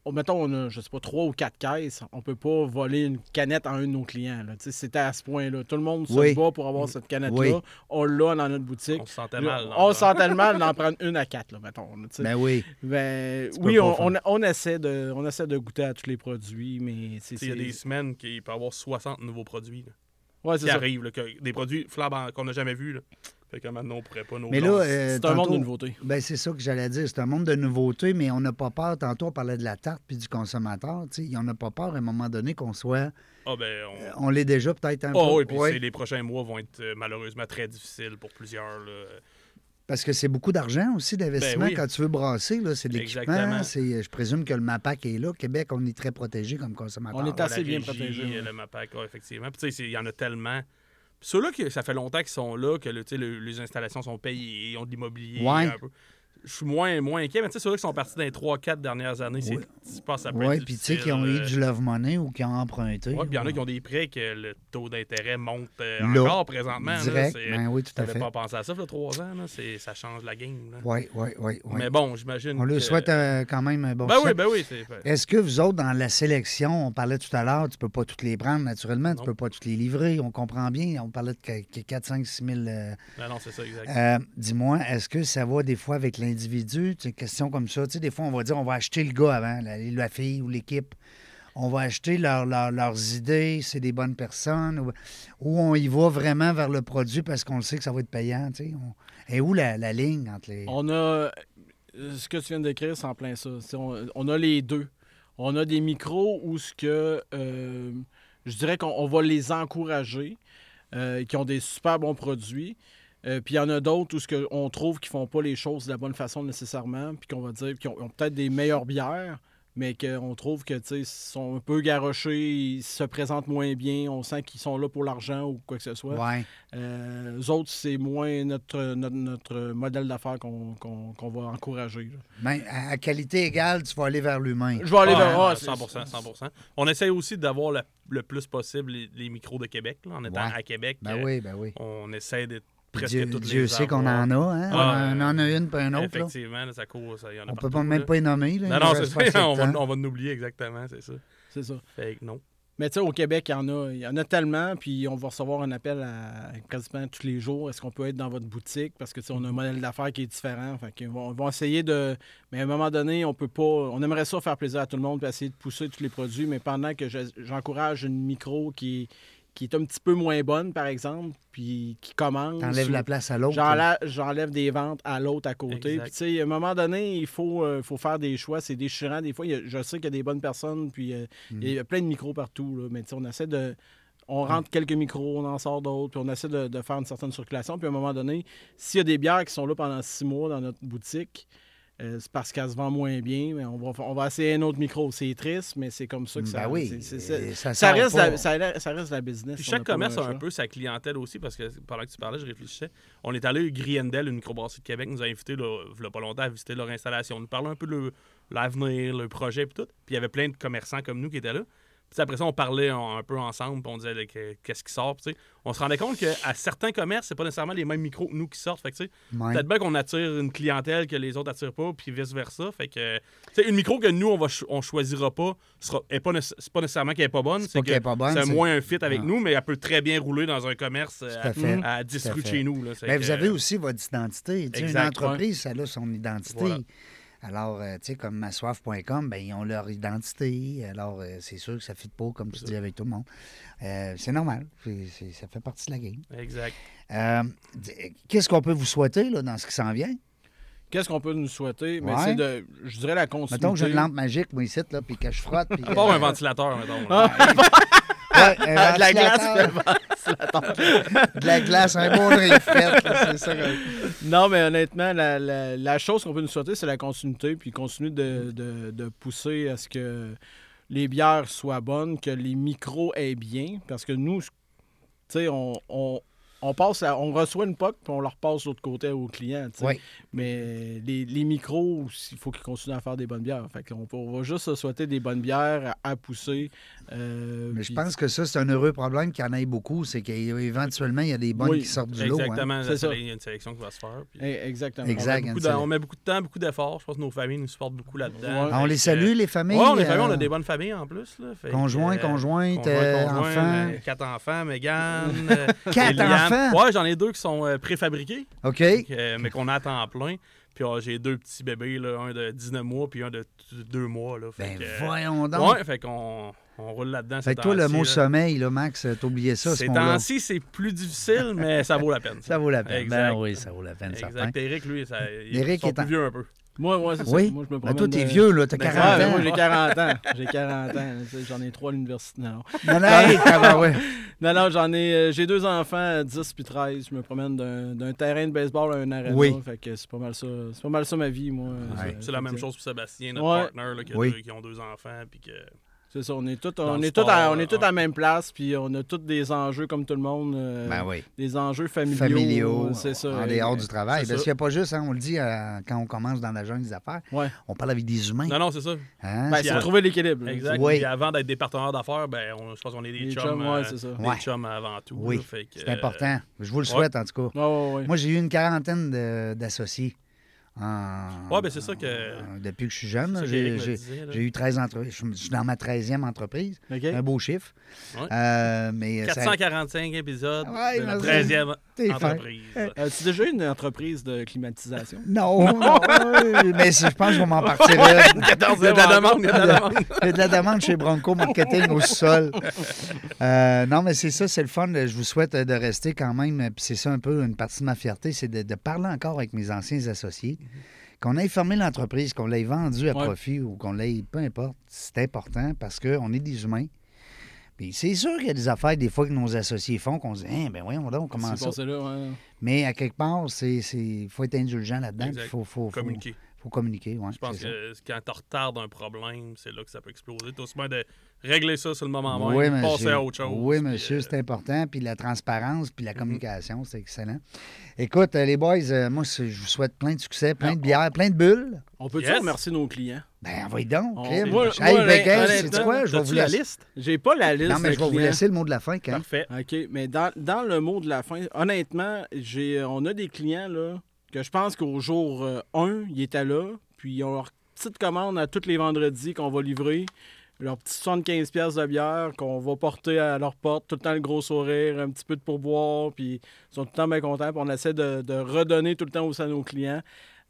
[SPEAKER 3] on- mettons, on a, je sais pas, trois ou quatre caisses. On peut pas voler une canette à un de nos clients. là. Tu sais, C'était à ce point-là. Tout le monde
[SPEAKER 1] Oui.
[SPEAKER 3] se bat pour avoir cette canette-là.
[SPEAKER 1] Oui.
[SPEAKER 3] On l'a dans notre boutique.
[SPEAKER 2] On se sentait
[SPEAKER 3] Là,
[SPEAKER 2] mal. hein.
[SPEAKER 3] On
[SPEAKER 2] là.
[SPEAKER 3] s'entend tellement d'en prendre une à quatre, là, mettons. là, tu sais.
[SPEAKER 1] Ben oui.
[SPEAKER 3] Ben,
[SPEAKER 1] Tu peux
[SPEAKER 3] oui,
[SPEAKER 1] pas
[SPEAKER 3] on,
[SPEAKER 1] faire.
[SPEAKER 3] on- on essaie de, on essaie de goûter à tous les produits, mais c'est.
[SPEAKER 2] Tu sais, Il y a
[SPEAKER 3] c'est-
[SPEAKER 2] des semaines qu'il peut y avoir 60 nouveaux produits là,
[SPEAKER 3] Ouais, c'est
[SPEAKER 2] qui
[SPEAKER 3] ça.
[SPEAKER 2] arrivent. là, que- des produits flambants qu'on n'a jamais vus. là. Fait que maintenant, on pourrait pas nos
[SPEAKER 1] Mais là, euh,
[SPEAKER 3] C'est un monde de
[SPEAKER 1] tantôt-
[SPEAKER 3] nouveautés.
[SPEAKER 1] Ben, c'est ça que j'allais dire. C'est un monde de nouveautés, mais on n'a pas peur. Tantôt, on parlait de la tarte puis du consommateur. tu sais. On n'a pas peur à un moment donné qu'on soit.
[SPEAKER 2] Ah, ben, on-
[SPEAKER 1] On l'est déjà peut-être un
[SPEAKER 2] Oh,
[SPEAKER 1] peu.
[SPEAKER 2] oui, puis
[SPEAKER 1] Ouais,
[SPEAKER 2] c'est- les prochains mois vont être euh, malheureusement très difficiles pour plusieurs. là.
[SPEAKER 1] Parce que c'est beaucoup d'argent aussi d'investissement
[SPEAKER 2] Ben oui.
[SPEAKER 1] quand tu veux brasser. là. C'est de l'équipement.
[SPEAKER 2] Exactement.
[SPEAKER 1] c'est- Je présume que le MAPAC est là. Québec, on est très protégé comme consommateur.
[SPEAKER 3] On est à- Assez
[SPEAKER 2] la
[SPEAKER 3] bien
[SPEAKER 2] régie,
[SPEAKER 3] protégé,
[SPEAKER 2] euh,
[SPEAKER 3] ouais.
[SPEAKER 2] Le MAPAC, ouais, effectivement. Puis, tu sais, c'est- il y en a tellement. Puis ceux-là, que ça fait longtemps qu'ils sont là, que le- tu sais, le- les installations sont payées, ils ont de l'immobilier.
[SPEAKER 1] Ouais.
[SPEAKER 2] un peu. Je suis moins, moins inquiet, mais tu sais, ceux-là qui sont partis dans les 3-4 dernières années, c'est, je pense que ça peut
[SPEAKER 1] Oui,
[SPEAKER 2] être
[SPEAKER 1] puis tu sais,
[SPEAKER 2] difficile,
[SPEAKER 1] qui ont eu
[SPEAKER 2] euh,
[SPEAKER 1] du love-money ou qui ont emprunté.
[SPEAKER 2] ouais, puis il y en a
[SPEAKER 1] Ouais.
[SPEAKER 2] qui ont des prêts que le taux d'intérêt monte euh,
[SPEAKER 1] Là,
[SPEAKER 2] encore présentement. là.
[SPEAKER 1] Direct.
[SPEAKER 2] C'est-
[SPEAKER 1] Ben oui, tout à
[SPEAKER 2] t'avais
[SPEAKER 1] fait.
[SPEAKER 2] pas pensé à ça, là, 3 ans. là. C'est- ça change la game. là.
[SPEAKER 1] Oui, oui, oui.
[SPEAKER 2] Mais bon, j'imagine.
[SPEAKER 1] On
[SPEAKER 2] que-
[SPEAKER 1] lui souhaite euh, quand même un bon
[SPEAKER 2] Ben oui,
[SPEAKER 1] succès.
[SPEAKER 2] ben oui. c'est-
[SPEAKER 1] Est-ce que vous autres, dans la sélection, on parlait tout à l'heure, tu peux pas toutes les prendre, naturellement, tu
[SPEAKER 2] Non.
[SPEAKER 1] peux pas toutes les livrer, on comprend bien, on parlait de qu- qu- 4, 5, 6 000. euh,
[SPEAKER 2] Non, non, c'est ça, exact.
[SPEAKER 1] euh, Dis-moi, est-ce que ça va des fois avec l'individu? C'est une question comme ça. Tu sais, des fois, on va dire, on va acheter le gars avant, la, la fille ou l'équipe. On va acheter leur- leur- leurs idées, c'est des bonnes personnes. Ou, ou on y va vraiment vers le produit parce qu'on le sait que ça va être payant. tu sais. On- Et où la, la ligne entre les...
[SPEAKER 3] On a euh, ce que tu viens de décrire, c'est en plein ça. C'est- On, on a les deux. On a des micros où ce que euh, je dirais qu'on on va les encourager, euh, qui ont des super bons produits. Euh, puis il y en a d'autres où ce que on trouve qu'ils font pas les choses de la bonne façon nécessairement, puis qu'on va dire qu'ils ont, ils ont peut-être des meilleures bières, mais qu'on trouve que tu sais, ils sont un peu garochés, ils se présentent moins bien, on sent qu'ils sont là pour l'argent ou quoi que ce soit.
[SPEAKER 1] Ouais.
[SPEAKER 3] Euh, eux autres, c'est moins notre, notre, notre modèle d'affaires qu'on qu'on- qu'on va encourager. là.
[SPEAKER 1] Ben, à, à qualité égale, tu vas aller vers l'humain.
[SPEAKER 3] Je vais aller
[SPEAKER 2] Ah,
[SPEAKER 3] vers.
[SPEAKER 2] ouais,
[SPEAKER 3] ah, c'est-
[SPEAKER 2] 100%, 100%. On essaye aussi d'avoir la- le plus possible les, les micros de Québec, là, en étant
[SPEAKER 1] Ouais.
[SPEAKER 2] à Québec.
[SPEAKER 1] Ben
[SPEAKER 2] euh,
[SPEAKER 1] oui, ben oui.
[SPEAKER 2] On essaie de presque
[SPEAKER 1] Dieu,
[SPEAKER 2] toutes
[SPEAKER 1] Dieu
[SPEAKER 2] les
[SPEAKER 1] sait qu'on en a, hein?
[SPEAKER 2] Ah,
[SPEAKER 1] on en- on en a une puis un autre, là.
[SPEAKER 2] Effectivement, là, ça court, ça, il y en a
[SPEAKER 1] On peut
[SPEAKER 2] partout,
[SPEAKER 1] pas, même
[SPEAKER 2] là.
[SPEAKER 1] pas les nommer, là. il
[SPEAKER 2] Non,
[SPEAKER 1] nous
[SPEAKER 2] non,
[SPEAKER 1] reste pas
[SPEAKER 2] c'est
[SPEAKER 1] assez de
[SPEAKER 2] ça. <laughs> On va,
[SPEAKER 1] temps.
[SPEAKER 2] on va nous oublier exactement, c'est ça.
[SPEAKER 3] C'est ça.
[SPEAKER 2] Fait que non.
[SPEAKER 3] Mais tu sais, au Québec, il y, en a, il y en a tellement, puis on va recevoir un appel à, quasiment tous les jours. Est-ce qu'on peut être dans votre boutique? Parce que tu sais, on a un modèle d'affaires qui est différent. Fait qu'ils vont- ils vont essayer de. Mais à un moment donné, on peut pas. On aimerait ça faire plaisir à tout le monde, puis essayer de pousser tous les produits. Mais pendant que je- j'encourage une micro qui, qui est un petit peu moins bonne, par exemple, puis qui commence.
[SPEAKER 1] T'enlèves
[SPEAKER 3] ou-
[SPEAKER 1] la place à l'autre. là.
[SPEAKER 3] J'enlève, j'enlève des ventes à l'autre à côté.
[SPEAKER 2] Exact.
[SPEAKER 3] Puis, tu sais, à un moment donné, il faut, euh, faut faire des choix. C'est déchirant. Des fois, il y a- je sais qu'il y a des bonnes personnes, puis euh,
[SPEAKER 1] Mm.
[SPEAKER 3] il y a plein de micros partout. là. mais tu sais, on essaie de. On rentre quelques micros, on en sort d'autres, puis on essaie de, de faire une certaine circulation. Puis à un moment donné, s'il y a des bières qui sont là pendant six mois dans notre boutique, Euh, c'est parce qu'elle se vend moins bien, mais on va, on va essayer un autre micro. C'est triste, mais c'est comme ça que ça.
[SPEAKER 1] Ben oui,
[SPEAKER 3] c'est- c'est-
[SPEAKER 1] et
[SPEAKER 3] c'est-
[SPEAKER 1] ça
[SPEAKER 3] ça,
[SPEAKER 1] sort
[SPEAKER 3] reste
[SPEAKER 1] pas.
[SPEAKER 3] la, ça, la- ça reste la business.
[SPEAKER 2] Puis
[SPEAKER 3] on
[SPEAKER 2] chaque
[SPEAKER 3] a pas
[SPEAKER 2] commerce a
[SPEAKER 3] le
[SPEAKER 2] un
[SPEAKER 3] choix.
[SPEAKER 2] peu sa clientèle aussi, parce que pendant que tu parlais, je réfléchissais. On est allé à Griendel, une microbrasserie de Québec, nous a invités, là, il pas longtemps, à visiter leur installation. On nous parlait un peu de l'avenir, le projet, puis tout. Puis il y avait plein de commerçants comme nous qui étaient là. Puis après ça, on parlait un, un peu ensemble, puis on disait là, que- qu'est-ce qui sort. puis tu sais. on se rendait compte qu'à certains commerces, c'est pas nécessairement les mêmes micros que nous qui sortent. Fait que, tu sais,
[SPEAKER 1] Ouais.
[SPEAKER 2] Peut-être bien qu'on attire une clientèle que les autres attirent pas, puis vice-versa. Fait que, tu sais, une micro que nous, on va cho- on choisira pas, sera, est pas, nécess- c'est pas nécessairement qu'elle est pas bonne.
[SPEAKER 1] pas
[SPEAKER 2] que
[SPEAKER 1] qu'elle est pas bonne,
[SPEAKER 2] C'est
[SPEAKER 1] c'est-
[SPEAKER 2] moins un fit avec
[SPEAKER 1] Ah.
[SPEAKER 2] nous, mais elle peut très bien rouler dans un commerce euh,
[SPEAKER 1] Tout à fait.
[SPEAKER 2] à, à 10
[SPEAKER 1] Tout à
[SPEAKER 2] rues de
[SPEAKER 1] fait.
[SPEAKER 2] chez nous. là. C'est
[SPEAKER 1] Mais
[SPEAKER 2] que-
[SPEAKER 1] Ben, vous
[SPEAKER 3] euh,
[SPEAKER 1] avez aussi votre identité. Tu sais, une
[SPEAKER 2] Exact,
[SPEAKER 1] entreprise, ça a son identité.
[SPEAKER 2] Voilà.
[SPEAKER 1] Alors, euh, tu sais, comme massoif.com, ben, ils ont leur identité. Alors, euh, c'est sûr que ça ne fit pas, comme tu dis, avec tout le monde. Euh, c'est normal. C'est- c'est- ça fait partie de la game.
[SPEAKER 2] Exact.
[SPEAKER 1] Euh, d- Qu'est-ce qu'on peut vous souhaiter là, dans ce qui s'en vient?
[SPEAKER 3] Qu'est-ce qu'on peut nous souhaiter? Mais
[SPEAKER 1] Ouais.
[SPEAKER 3] c'est de, je dirais la continuité.
[SPEAKER 1] Mettons que j'ai une lampe magique, moi, ici, là, puis que je frotte.
[SPEAKER 3] <laughs>
[SPEAKER 1] puis que-
[SPEAKER 2] À part un ventilateur, mettons.
[SPEAKER 1] Ah, Ouais, un
[SPEAKER 3] <laughs> de la glace,
[SPEAKER 1] ventilateur.
[SPEAKER 3] <laughs>
[SPEAKER 1] de la glace, un bon drink fait, là, c'est ça.
[SPEAKER 3] Non, mais honnêtement, la, la- la chose qu'on peut nous souhaiter, c'est la continuité, puis continuer de, de- de pousser à ce que les bières soient bonnes, que les micros aient bien, parce que nous, tu sais, on, on, on passe à- on reçoit une POC, puis on la repasse de l'autre côté aux clients, tu sais.
[SPEAKER 1] Oui.
[SPEAKER 3] Mais les, les micros, il faut qu'ils continuent à faire des bonnes bières. Fait qu'on peut- on va juste se souhaiter des bonnes bières à, à pousser. euh,
[SPEAKER 1] Mais je
[SPEAKER 3] puis-
[SPEAKER 1] pense que ça, c'est un heureux problème qu'il y en ait beaucoup. C'est qu'éventuellement, il y a des bonnes
[SPEAKER 3] Oui,
[SPEAKER 1] qui sortent du lot. hein.
[SPEAKER 2] Exactement.
[SPEAKER 3] C'est ça.
[SPEAKER 2] Il y a une sélection qui va se faire. puis-
[SPEAKER 3] Eh, Exactement.
[SPEAKER 2] On,
[SPEAKER 1] Exact.
[SPEAKER 2] met beaucoup
[SPEAKER 1] une
[SPEAKER 2] de-
[SPEAKER 1] sélection.
[SPEAKER 2] on met beaucoup de temps, beaucoup d'efforts. Je pense que nos familles nous supportent beaucoup là-dedans.
[SPEAKER 3] Ouais.
[SPEAKER 1] Ah, on
[SPEAKER 2] Fait
[SPEAKER 1] les
[SPEAKER 2] que-
[SPEAKER 1] salue, les familles.
[SPEAKER 2] Ouais, on est famille, on
[SPEAKER 1] euh,
[SPEAKER 2] a des bonnes familles en plus. Là, Fait que,
[SPEAKER 1] Conjoints,
[SPEAKER 2] euh,
[SPEAKER 1] conjointes,
[SPEAKER 2] conjoints,
[SPEAKER 1] euh,
[SPEAKER 2] conjoints,
[SPEAKER 1] enfants.
[SPEAKER 2] euh, Quatre
[SPEAKER 1] <laughs>
[SPEAKER 2] enfants, Mégane. euh,
[SPEAKER 1] Quatre
[SPEAKER 2] Eliane.
[SPEAKER 1] enfants?
[SPEAKER 2] Ouais, j'en ai deux qui sont euh, préfabriqués,
[SPEAKER 1] OK.
[SPEAKER 2] donc, euh, mais qu'on attend en plein. Puis euh, j'ai deux petits bébés, là, un de 19 mois puis un de t- 2 mois. Là, fait
[SPEAKER 1] Ben
[SPEAKER 2] que, euh,
[SPEAKER 1] voyons donc.
[SPEAKER 2] Ouais, fait qu'on on roule là-dedans.
[SPEAKER 1] fait
[SPEAKER 2] ces
[SPEAKER 1] que toi, le
[SPEAKER 2] temps-ci,
[SPEAKER 1] mot
[SPEAKER 2] là.
[SPEAKER 1] sommeil, là, Max, t'as oublié ça, ce
[SPEAKER 2] Ces
[SPEAKER 1] mot-là.
[SPEAKER 2] temps-ci, c'est plus difficile, mais ça vaut la peine.
[SPEAKER 1] <laughs> Ça vaut la peine.
[SPEAKER 2] Exact.
[SPEAKER 1] Ben oui, ça vaut la peine, certain.
[SPEAKER 2] Exact. Eric, lui, ça, il
[SPEAKER 1] Eric
[SPEAKER 2] Eric
[SPEAKER 1] est
[SPEAKER 2] est
[SPEAKER 1] en-
[SPEAKER 2] plus vieux un peu.
[SPEAKER 3] Moi, moi, c'est ça.
[SPEAKER 1] Oui.
[SPEAKER 3] Moi, je me
[SPEAKER 1] Ben
[SPEAKER 3] promène
[SPEAKER 1] toi, t'es
[SPEAKER 3] de-
[SPEAKER 1] vieux, là, t'as
[SPEAKER 2] Ben,
[SPEAKER 3] Ouais,
[SPEAKER 1] 40
[SPEAKER 3] mais
[SPEAKER 1] ans.
[SPEAKER 3] moi, j'ai 40 ans. J'ai 40 ans. Tu sais, J'en ai trois à l'université. Non, non.
[SPEAKER 1] Non, non,
[SPEAKER 3] <laughs>
[SPEAKER 1] hey, tabarouette.
[SPEAKER 3] non, non, j'en ai. euh, j'ai deux enfants, euh, 10 puis 13. Je me promène d'un, d'un terrain de baseball à un arena.
[SPEAKER 1] Oui.
[SPEAKER 3] Fait que c'est pas mal ça. C'est pas mal ça ma vie, moi. Euh,
[SPEAKER 2] C'est la
[SPEAKER 3] fait
[SPEAKER 2] même
[SPEAKER 3] que-
[SPEAKER 2] chose pour Sébastien, notre
[SPEAKER 3] Ouais.
[SPEAKER 2] partner, là, qui, a
[SPEAKER 1] Oui.
[SPEAKER 2] deux- qui ont deux enfants. Puis que...
[SPEAKER 3] C'est ça. On est tous,
[SPEAKER 2] Dans
[SPEAKER 3] on
[SPEAKER 2] le
[SPEAKER 3] est tous à,
[SPEAKER 2] sport,
[SPEAKER 3] on est tous
[SPEAKER 2] hein.
[SPEAKER 3] à la même place. Puis on a tous des enjeux comme tout le monde. euh,
[SPEAKER 1] Ben oui.
[SPEAKER 3] Des enjeux familiaux.
[SPEAKER 1] Familiaux,
[SPEAKER 3] euh, c'est ça.
[SPEAKER 1] en
[SPEAKER 3] euh,
[SPEAKER 1] dehors du travail.
[SPEAKER 2] c'est
[SPEAKER 1] Parce
[SPEAKER 2] ça.
[SPEAKER 1] qu'il n'y a pas juste, hein, on le dit euh, quand on commence dans la jungle des affaires,
[SPEAKER 3] Ouais.
[SPEAKER 1] on parle avec des humains.
[SPEAKER 2] Non, non, c'est ça.
[SPEAKER 1] hein,
[SPEAKER 3] Ben,
[SPEAKER 1] Ah, c'est-
[SPEAKER 3] c'est de trouver l'équilibre.
[SPEAKER 2] Exact.
[SPEAKER 1] Oui.
[SPEAKER 2] Puis avant d'être des partenaires d'affaires, ben, on- je pense qu'on est des
[SPEAKER 3] Les
[SPEAKER 2] chums.
[SPEAKER 3] chums, ouais,
[SPEAKER 2] euh,
[SPEAKER 3] c'est ça.
[SPEAKER 2] Des
[SPEAKER 1] Ouais.
[SPEAKER 2] chums avant tout.
[SPEAKER 1] Oui,
[SPEAKER 2] là, fait que,
[SPEAKER 1] c'est
[SPEAKER 2] euh,
[SPEAKER 1] important. Je vous le souhaite, en tout cas.
[SPEAKER 3] Ouais, ouais, ouais.
[SPEAKER 1] Moi, j'ai eu une quarantaine de- d'associés. en-
[SPEAKER 2] Ouais, ben, c'est ça que-
[SPEAKER 1] en- depuis que je suis jeune,
[SPEAKER 2] C'est
[SPEAKER 1] là,
[SPEAKER 2] ça
[SPEAKER 1] j'ai
[SPEAKER 2] qu'Éric me
[SPEAKER 1] j'ai-
[SPEAKER 2] disait, là.
[SPEAKER 1] j'ai eu 13 entreprises. Je suis- je suis dans ma 13e entreprise.
[SPEAKER 3] OK?
[SPEAKER 1] Un beau chiffre.
[SPEAKER 2] Ouais.
[SPEAKER 1] Euh, mais ça-
[SPEAKER 2] 445 épisodes
[SPEAKER 1] Ouais, mais
[SPEAKER 2] de la
[SPEAKER 1] c'est-
[SPEAKER 2] 13e
[SPEAKER 1] t'es fin.
[SPEAKER 2] entreprise. euh,
[SPEAKER 3] As-tu déjà eu une entreprise de climatisation?
[SPEAKER 1] Non,
[SPEAKER 2] <laughs>
[SPEAKER 1] non, euh, mais c'est- je pense que je vais m'en partir.
[SPEAKER 2] Il y a de la demande, il y a de la demande.
[SPEAKER 1] Il y a de la demande chez Bronco Marketing au sol. Euh, non, mais c'est ça, c'est le fun. Je vous souhaite de rester quand même. Puis c'est ça un peu une partie de ma fierté, c'est de, de parler encore avec mes anciens associés. Qu'on ait fermé l'entreprise, qu'on l'ait vendue à
[SPEAKER 3] Ouais.
[SPEAKER 1] profit ou qu'on l'ait, peu importe, c'est important parce qu'on est des humains. Puis c'est sûr qu'il y a des affaires, des fois, que nos associés font, qu'on se dit, eh ben voyons donc, comment
[SPEAKER 3] C'est
[SPEAKER 1] ça?
[SPEAKER 3] passé-là, ouais.
[SPEAKER 1] Mais à quelque part, c'est, c'est- faut être indulgent là-dedans. Il
[SPEAKER 2] Exact.
[SPEAKER 1] faut, faut, faut-
[SPEAKER 2] Communiquer.
[SPEAKER 1] faut communiquer, ouais,
[SPEAKER 2] Je pense
[SPEAKER 1] c'est ça.
[SPEAKER 2] que quand tu retardes un problème, c'est là que ça peut exploser. T'as aussi bien de régler ça sur le moment même,
[SPEAKER 1] Oui,
[SPEAKER 2] passer
[SPEAKER 1] monsieur.
[SPEAKER 2] à autre chose.
[SPEAKER 1] Oui,
[SPEAKER 2] puis,
[SPEAKER 1] monsieur,
[SPEAKER 2] euh, Mhm.
[SPEAKER 1] c'est important. Puis la transparence, puis la communication, c'est excellent. Écoute, euh, les boys, euh, moi, c'est- je vous souhaite plein de succès, plein
[SPEAKER 2] Ah, oh.
[SPEAKER 1] de bières, plein de bulles.
[SPEAKER 3] On peut-tu
[SPEAKER 2] Yes.
[SPEAKER 3] remercier nos clients?
[SPEAKER 1] Ben, envoyez donc,
[SPEAKER 3] On-
[SPEAKER 1] Clem.
[SPEAKER 3] Moi-
[SPEAKER 1] hey,
[SPEAKER 3] moi,
[SPEAKER 1] Vegas,
[SPEAKER 3] honnêtement,
[SPEAKER 1] c'est quoi? Je vais
[SPEAKER 2] hein. t'as-tu
[SPEAKER 1] vous
[SPEAKER 2] la
[SPEAKER 1] laisser.
[SPEAKER 2] liste?
[SPEAKER 3] J'ai pas la liste.
[SPEAKER 1] Non, mais
[SPEAKER 3] de
[SPEAKER 1] je vais vous
[SPEAKER 3] clients.
[SPEAKER 1] laisser le mot de la fin, quand
[SPEAKER 2] Parfait.
[SPEAKER 3] OK, mais dans, dans le mot de la fin, honnêtement, j'ai, on a des clients là, que je pense qu'au jour 1, ils étaient là, puis ils ont leur petite commande à tous les vendredis qu'on va livrer, leur petit 75$ piastres de bière qu'on va porter à leur porte, tout le temps le gros sourire, un petit peu de pourboire, puis ils sont tout le temps bien contents, puis on essaie de, de redonner tout le temps aussi à nos clients.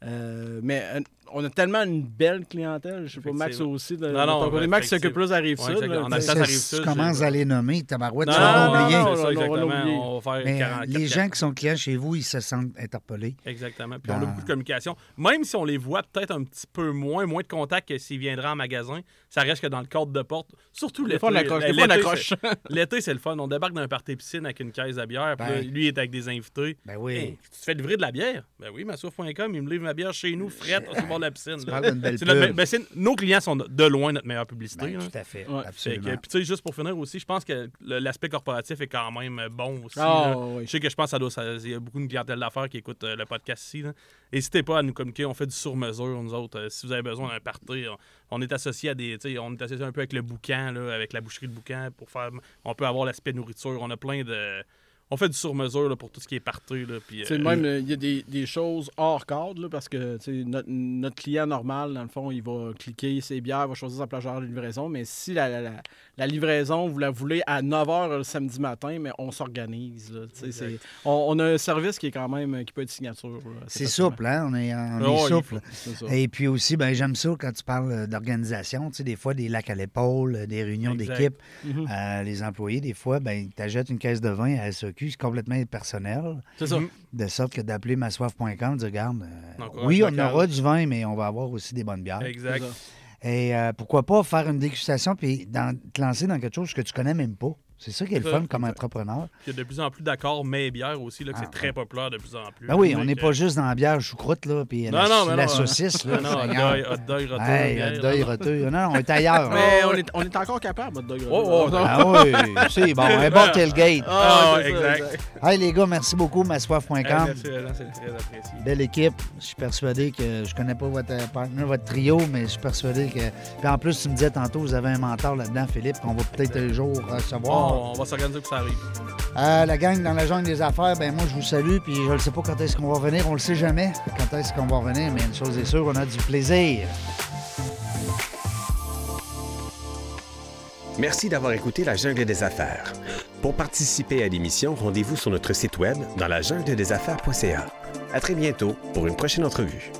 [SPEAKER 3] Euh, mais euh, on a tellement une belle clientèle. Je sais pas, Max
[SPEAKER 2] Effectivement.
[SPEAKER 3] aussi. De,
[SPEAKER 2] Non,
[SPEAKER 3] de ton
[SPEAKER 2] non,
[SPEAKER 3] côté. Max s'occupe
[SPEAKER 2] effectivement.
[SPEAKER 3] plus à Rive-Sud.
[SPEAKER 2] Ouais,
[SPEAKER 3] là,
[SPEAKER 2] exactement.
[SPEAKER 3] tu sais.
[SPEAKER 2] Ça, ça arrive, ça,
[SPEAKER 1] tu
[SPEAKER 2] j'ai-
[SPEAKER 1] commences à les nommer, tabarouette,
[SPEAKER 3] Non,
[SPEAKER 1] tu vas
[SPEAKER 3] non,
[SPEAKER 1] oublier.
[SPEAKER 3] non,
[SPEAKER 2] c'est
[SPEAKER 3] non,
[SPEAKER 2] ça,
[SPEAKER 3] non,
[SPEAKER 2] exactement.
[SPEAKER 3] l'oublier.
[SPEAKER 2] On va faire
[SPEAKER 1] Mais
[SPEAKER 2] 44
[SPEAKER 1] les gens qui sont clients chez vous, ils se sentent interpellés.
[SPEAKER 2] Exactement. Puis on
[SPEAKER 1] Dans-
[SPEAKER 2] a
[SPEAKER 3] Ah.
[SPEAKER 2] beaucoup de communication. Même si on les voit peut-être un petit peu moins, moins de contact que s'ils viendraient en magasin, ça reste que dans le cadre de porte. Surtout
[SPEAKER 3] Des
[SPEAKER 2] l'été. ben,
[SPEAKER 3] fois, on accroche. Des fois, on
[SPEAKER 2] L'été,
[SPEAKER 3] accroche.
[SPEAKER 2] c'est- <laughs> L'été, c'est le fun. On débarque d'un party piscine avec une caisse à bière. Puis
[SPEAKER 1] Ben.
[SPEAKER 2] là, lui, il est avec des invités.
[SPEAKER 1] Ben oui.
[SPEAKER 2] Hey, tu te fais livrer de la bière? Ben oui, massouf.com, il me livre ma bière chez nous, frette, sur le bord de la piscine. là.
[SPEAKER 1] parles d'une belle
[SPEAKER 2] <laughs> C'est notre-
[SPEAKER 1] pub.
[SPEAKER 2] ben, ben, c'est- nos clients sont de loin notre meilleure publicité.
[SPEAKER 1] Ben,
[SPEAKER 2] là.
[SPEAKER 1] tout à fait,
[SPEAKER 3] Ouais.
[SPEAKER 2] Fait hein. que-
[SPEAKER 1] absolument.
[SPEAKER 2] Puis, tu sais, juste pour finir aussi, je pense que le- l'aspect corporatif est quand même euh, bon aussi.
[SPEAKER 3] Ah,
[SPEAKER 2] là.
[SPEAKER 3] oui.
[SPEAKER 2] Je sais que je pense qu'il y a beaucoup de clientèle d'affaires qui écoute euh, le podcast ici. là. N'hésitez pas à nous communiquer. On fait du sur-mesure, nous autres. Euh, si vous avez besoin d'un party, on, on est associé à des. tu sais, On est associé un peu avec le boucan, là, avec la boucherie de boucan. pour faire. On peut avoir l'aspect nourriture. On a plein de. On fait du sur-mesure là, pour tout ce qui est party. Là, puis,
[SPEAKER 3] Tu sais,
[SPEAKER 2] euh,
[SPEAKER 3] même, euh, il y a des, des choses hors cadre, là, parce que tu sais, notre, notre client normal, dans le fond, il va cliquer ses bières, va choisir sa plage horaire de livraison. Mais si la, la- la- la livraison, vous la voulez à 9 h le samedi matin, mais on s'organise. là, tu sais, c'est- on, on a un service qui est quand même qui peut être signature. là, assez
[SPEAKER 1] C'est
[SPEAKER 3] facilement.
[SPEAKER 1] souple, hein? On est, on
[SPEAKER 2] Ah ouais,
[SPEAKER 1] est
[SPEAKER 2] il
[SPEAKER 1] souple.
[SPEAKER 3] C'est ça.
[SPEAKER 1] Et puis aussi, ben, j'aime ça quand tu parles euh, d'organisation. Tu sais, des fois, des lacs à l'épaule, euh, des réunions
[SPEAKER 2] Exact. Mhm.
[SPEAKER 1] d'équipe. Euh, les employés, des fois, ben, t'achètes une caisse de vin à SOQ, c'est complètement impersonnel.
[SPEAKER 3] C'est ça.
[SPEAKER 1] De sorte que d'appeler massoif.com, de dire, regarde, euh,
[SPEAKER 2] Mhm. Donc,
[SPEAKER 1] oui,
[SPEAKER 2] ouais,
[SPEAKER 1] on hein.
[SPEAKER 2] local.
[SPEAKER 1] aura du vin, mais on va avoir aussi des bonnes bières.
[SPEAKER 2] Exact.
[SPEAKER 3] C'est ça.
[SPEAKER 1] Et euh, pourquoi pas faire une dégustation puis dans- te lancer dans quelque chose que tu connais même pas. C'est ça qui est le
[SPEAKER 2] Ça,
[SPEAKER 1] fun comme entrepreneur.
[SPEAKER 2] Puis, il y a de plus en plus d'accords, mais bière aussi, là, que
[SPEAKER 1] Ah,
[SPEAKER 2] c'est très populaire de plus en plus.
[SPEAKER 1] Ben oui,
[SPEAKER 2] Fait
[SPEAKER 1] on n'est
[SPEAKER 2] que-
[SPEAKER 1] pas juste dans la bière choucroute, là, puis la,
[SPEAKER 2] euh, Non, non, ben
[SPEAKER 1] la
[SPEAKER 2] non, hein.
[SPEAKER 1] saucisse, là.
[SPEAKER 2] Non, non, euh, hot
[SPEAKER 1] Seigneur.
[SPEAKER 2] dog, hot dog, retour,
[SPEAKER 1] Hey,
[SPEAKER 2] bière,
[SPEAKER 1] hot dog, retour. Non, non, on est
[SPEAKER 2] <laughs>
[SPEAKER 1] ailleurs. là.
[SPEAKER 3] Mais on est, on est encore capable, de
[SPEAKER 2] Oh, oh,
[SPEAKER 1] Ah oui, c'est bon. Un bon tailgate.
[SPEAKER 2] Ah,
[SPEAKER 3] c'est ça,
[SPEAKER 2] exact.
[SPEAKER 1] Hey, les gars, merci beaucoup, massoif.com.
[SPEAKER 2] Hey, merci, Alain, c'est très apprécié.
[SPEAKER 1] Belle équipe. Je suis persuadé que je connais pas votre euh, partner, votre trio, mais je suis persuadé que. Puis en plus, tu me disais tantôt, vous avez un mentor là-dedans, Philippe, qu'on va peut-être un jour recevoir.
[SPEAKER 2] Bon, on va s'organiser pour que ça arrive.
[SPEAKER 1] Euh, la gang dans la jungle des affaires, ben moi je vous salue, puis je ne sais pas quand est-ce qu'on va revenir, on le sait jamais quand est-ce qu'on va revenir, mais une chose est sûre, on a du plaisir.
[SPEAKER 4] Merci d'avoir écouté La Jungle des Affaires. Pour participer à l'émission, rendez-vous sur notre site web dans la jungle des affaires.ca. À très bientôt pour une prochaine entrevue.